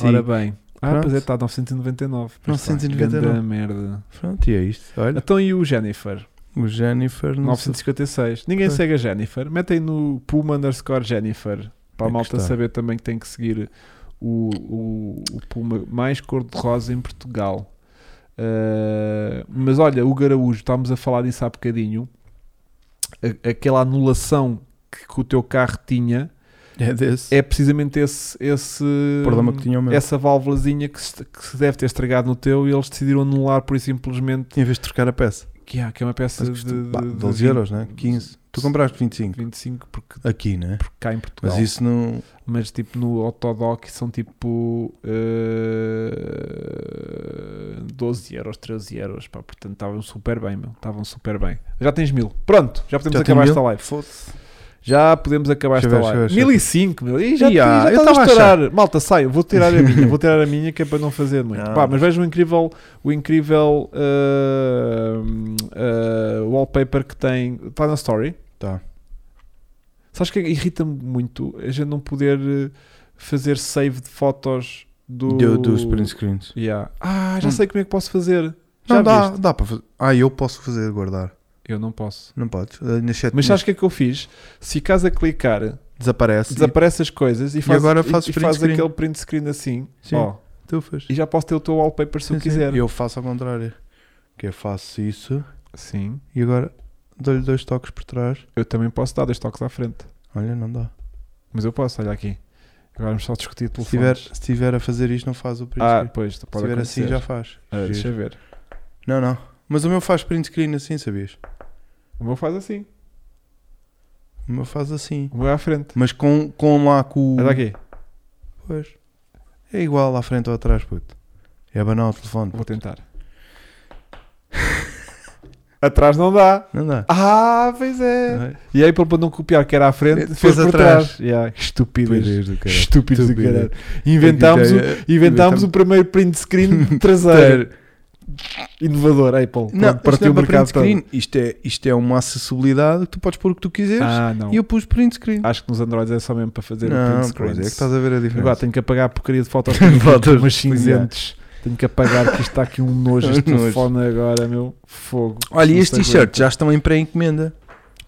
[SPEAKER 1] Ora bem. Ah,
[SPEAKER 2] Pronto.
[SPEAKER 1] pois é, está 999. Pois está,
[SPEAKER 2] 999.
[SPEAKER 1] Ganda merda.
[SPEAKER 2] Pronto, e é isto. Olha,
[SPEAKER 1] Então e o Jennifer?
[SPEAKER 2] o Jennifer não sei-
[SPEAKER 1] 956. Ninguém
[SPEAKER 2] Ok.
[SPEAKER 1] segue a Jennifer. Metem no Puma underscore Jennifer. Para a
[SPEAKER 2] É que
[SPEAKER 1] malta
[SPEAKER 2] está.
[SPEAKER 1] saber também que tem que seguir o, o, o Puma mais cor-de-rosa em Portugal. Ah, mas olha, o Garaújo, estávamos a falar disso há bocadinho. A- aquela anulação que, que o teu carro tinha
[SPEAKER 2] É desse.
[SPEAKER 1] é precisamente esse, esse
[SPEAKER 2] o problema que tinha o meu.
[SPEAKER 1] essa válvulazinha que se, que se deve ter estragado no teu e eles decidiram anular por simplesmente
[SPEAKER 2] Em vez de trocar a peça.
[SPEAKER 1] que, é- que é uma peça
[SPEAKER 2] Mas
[SPEAKER 1] de,
[SPEAKER 2] custa,
[SPEAKER 1] de,
[SPEAKER 2] pá,
[SPEAKER 1] de
[SPEAKER 2] 12
[SPEAKER 1] 20,
[SPEAKER 2] euros, né? 15. Tu compraste 25.
[SPEAKER 1] 25 porque,
[SPEAKER 2] Aqui, né?
[SPEAKER 1] porque cá em Portugal.
[SPEAKER 2] Mas
[SPEAKER 1] Mas,
[SPEAKER 2] isso não.
[SPEAKER 1] tipo no Autodoc são tipo eh, 12 euros, 13 euros. Pá, portanto estavam super bem, meu. Estavam super bem. Já tens mil. Pronto, já podemos
[SPEAKER 2] Já tem
[SPEAKER 1] acabar
[SPEAKER 2] mil?
[SPEAKER 1] esta live.
[SPEAKER 2] Foda-se.
[SPEAKER 1] Já podemos acabar
[SPEAKER 2] Deixa eu
[SPEAKER 1] esta
[SPEAKER 2] ver,
[SPEAKER 1] live.
[SPEAKER 2] deixa eu ver,
[SPEAKER 1] 1005, meu. E já,
[SPEAKER 2] Ih, ah,
[SPEAKER 1] já
[SPEAKER 2] eu
[SPEAKER 1] estava a
[SPEAKER 2] estava a
[SPEAKER 1] tirar. Malta, saio. Vou tirar a minha. vou tirar a minha que é para não fazer muito.
[SPEAKER 2] Não.
[SPEAKER 1] Pá, mas vejo o incrível, o incrível ah, ah, wallpaper que tem. Está na story.
[SPEAKER 2] Tá.
[SPEAKER 1] Sabes que irrita-me muito a gente não poder eh, fazer save de fotos do.
[SPEAKER 2] Deu dos print screens.
[SPEAKER 1] Yeah. Ah, já
[SPEAKER 2] Hum.
[SPEAKER 1] sei como é que posso fazer. Já
[SPEAKER 2] Não, dá,
[SPEAKER 1] viste?
[SPEAKER 2] dá para fazer. Ah, eu posso fazer guardar.
[SPEAKER 1] Eu não posso.
[SPEAKER 2] Não podes. Ah, Na chat
[SPEAKER 1] Mas sabes o que é que eu fiz? Se caso a clicar
[SPEAKER 2] desaparece.
[SPEAKER 1] desaparece as coisas e, faz,
[SPEAKER 2] agora
[SPEAKER 1] e-
[SPEAKER 2] fazes
[SPEAKER 1] e
[SPEAKER 2] print
[SPEAKER 1] faz
[SPEAKER 2] screen.
[SPEAKER 1] aquele print screen assim
[SPEAKER 2] Sim.
[SPEAKER 1] ó,
[SPEAKER 2] E tu fazes.
[SPEAKER 1] e já posso ter o teu wallpaper se eu
[SPEAKER 2] Sim, sim.
[SPEAKER 1] quiser.
[SPEAKER 2] Eu faço ao contrário. Que eu faço isso
[SPEAKER 1] Sim,
[SPEAKER 2] e agora dou-lhe dois toques por trás.
[SPEAKER 1] eu também posso dar dois toques à frente,
[SPEAKER 2] Olha, não dá.
[SPEAKER 1] mas eu posso, olha aqui. Agora vamos só discutir
[SPEAKER 2] Se
[SPEAKER 1] telefones.
[SPEAKER 2] estiver, se estiver a fazer isto, não faz o print
[SPEAKER 1] ah,
[SPEAKER 2] screen.
[SPEAKER 1] pois,
[SPEAKER 2] se
[SPEAKER 1] pode
[SPEAKER 2] estiver
[SPEAKER 1] acontecer.
[SPEAKER 2] assim, já faz.
[SPEAKER 1] Ah, deixa
[SPEAKER 2] Giro.
[SPEAKER 1] eu ver.
[SPEAKER 2] é- Não, não. Mas o meu faz print screen assim, sabias?
[SPEAKER 1] O meu faz assim,
[SPEAKER 2] O meu faz assim.
[SPEAKER 1] o meu é à frente.
[SPEAKER 2] Mas com, com lá com o.
[SPEAKER 1] Olha aqui,
[SPEAKER 2] Pois. É igual à frente ou atrás, puto. É abanar o telefone.
[SPEAKER 1] vou
[SPEAKER 2] puto.
[SPEAKER 1] tentar. Atrás não dá.
[SPEAKER 2] Não dá.
[SPEAKER 1] Ah, pois é.
[SPEAKER 2] Não é?
[SPEAKER 1] E aí, para não copiar que era à frente,
[SPEAKER 2] Fez
[SPEAKER 1] fez, por
[SPEAKER 2] atrás.
[SPEAKER 1] trás. Yeah, Estúpidas.
[SPEAKER 2] Estupidez do caralho.
[SPEAKER 1] Estúpidos do
[SPEAKER 2] Estupidez.
[SPEAKER 1] caralho. Inventámos, um o,
[SPEAKER 2] é,
[SPEAKER 1] Inventámos o primeiro print screen traseiro. Inovador, Apple.
[SPEAKER 2] Não,
[SPEAKER 1] Pronto, partiu
[SPEAKER 2] isto,
[SPEAKER 1] o
[SPEAKER 2] não é para
[SPEAKER 1] mercado
[SPEAKER 2] print screen. isto, é, isto é uma acessibilidade que tu podes pôr o que tu
[SPEAKER 1] todo.
[SPEAKER 2] quiseres.
[SPEAKER 1] Ah, não.
[SPEAKER 2] E eu pus print screen.
[SPEAKER 1] Acho que nos Androids é só mesmo para fazer o
[SPEAKER 2] não,
[SPEAKER 1] print
[SPEAKER 2] pois
[SPEAKER 1] screen.
[SPEAKER 2] é que estás a ver a diferença.
[SPEAKER 1] Agora tenho que apagar a porcaria de fotos que tenho aqui,
[SPEAKER 2] Fotos,
[SPEAKER 1] umas
[SPEAKER 2] sim,
[SPEAKER 1] cinzentas. Tenho que apagar que isto está aqui um nojo. Este
[SPEAKER 2] Um nojo.
[SPEAKER 1] telefone agora, meu. Fogo.
[SPEAKER 2] Olha, e
[SPEAKER 1] Não
[SPEAKER 2] este
[SPEAKER 1] sei
[SPEAKER 2] t-shirt
[SPEAKER 1] bem.
[SPEAKER 2] já estão em pré-encomenda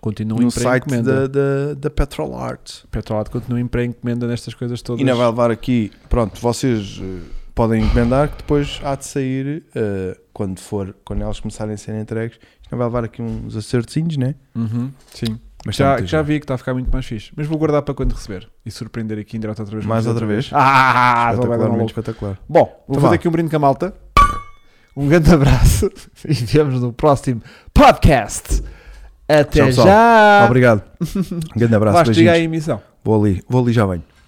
[SPEAKER 1] Continua
[SPEAKER 2] no
[SPEAKER 1] em
[SPEAKER 2] site
[SPEAKER 1] pré-encomenda.
[SPEAKER 2] da, da, da Petrol Arts.
[SPEAKER 1] Petrolado continua em pré-encomenda nestas coisas todas.
[SPEAKER 2] E ainda vai levar aqui, pronto, vocês eh, podem encomendar que depois há de sair eh, quando for, quando elas começarem a ser entregues. Isto não vai levar aqui uns acertinhos, né?
[SPEAKER 1] Uhum, Sim.
[SPEAKER 2] Mas está
[SPEAKER 1] já,
[SPEAKER 2] muito
[SPEAKER 1] já
[SPEAKER 2] giro.
[SPEAKER 1] vi que está a ficar muito mais fixe. Mas vou guardar para quando receber e surpreender aqui em direto outra vez.
[SPEAKER 2] Mais outra vez.
[SPEAKER 1] Ah, só vai dar um
[SPEAKER 2] Espetacularmente
[SPEAKER 1] louco.
[SPEAKER 2] espetacular.
[SPEAKER 1] Bom, vou
[SPEAKER 2] Então
[SPEAKER 1] fazer
[SPEAKER 2] vá.
[SPEAKER 1] aqui um brinde com a malta. Um grande abraço e vemos no próximo podcast. Até
[SPEAKER 2] Tchau, pessoal.
[SPEAKER 1] já. Ah.
[SPEAKER 2] Obrigado. Um grande abraço.
[SPEAKER 1] Vais, diga aí
[SPEAKER 2] Beijinhos.
[SPEAKER 1] a emissão.
[SPEAKER 2] Vou ali, vou ali já venho.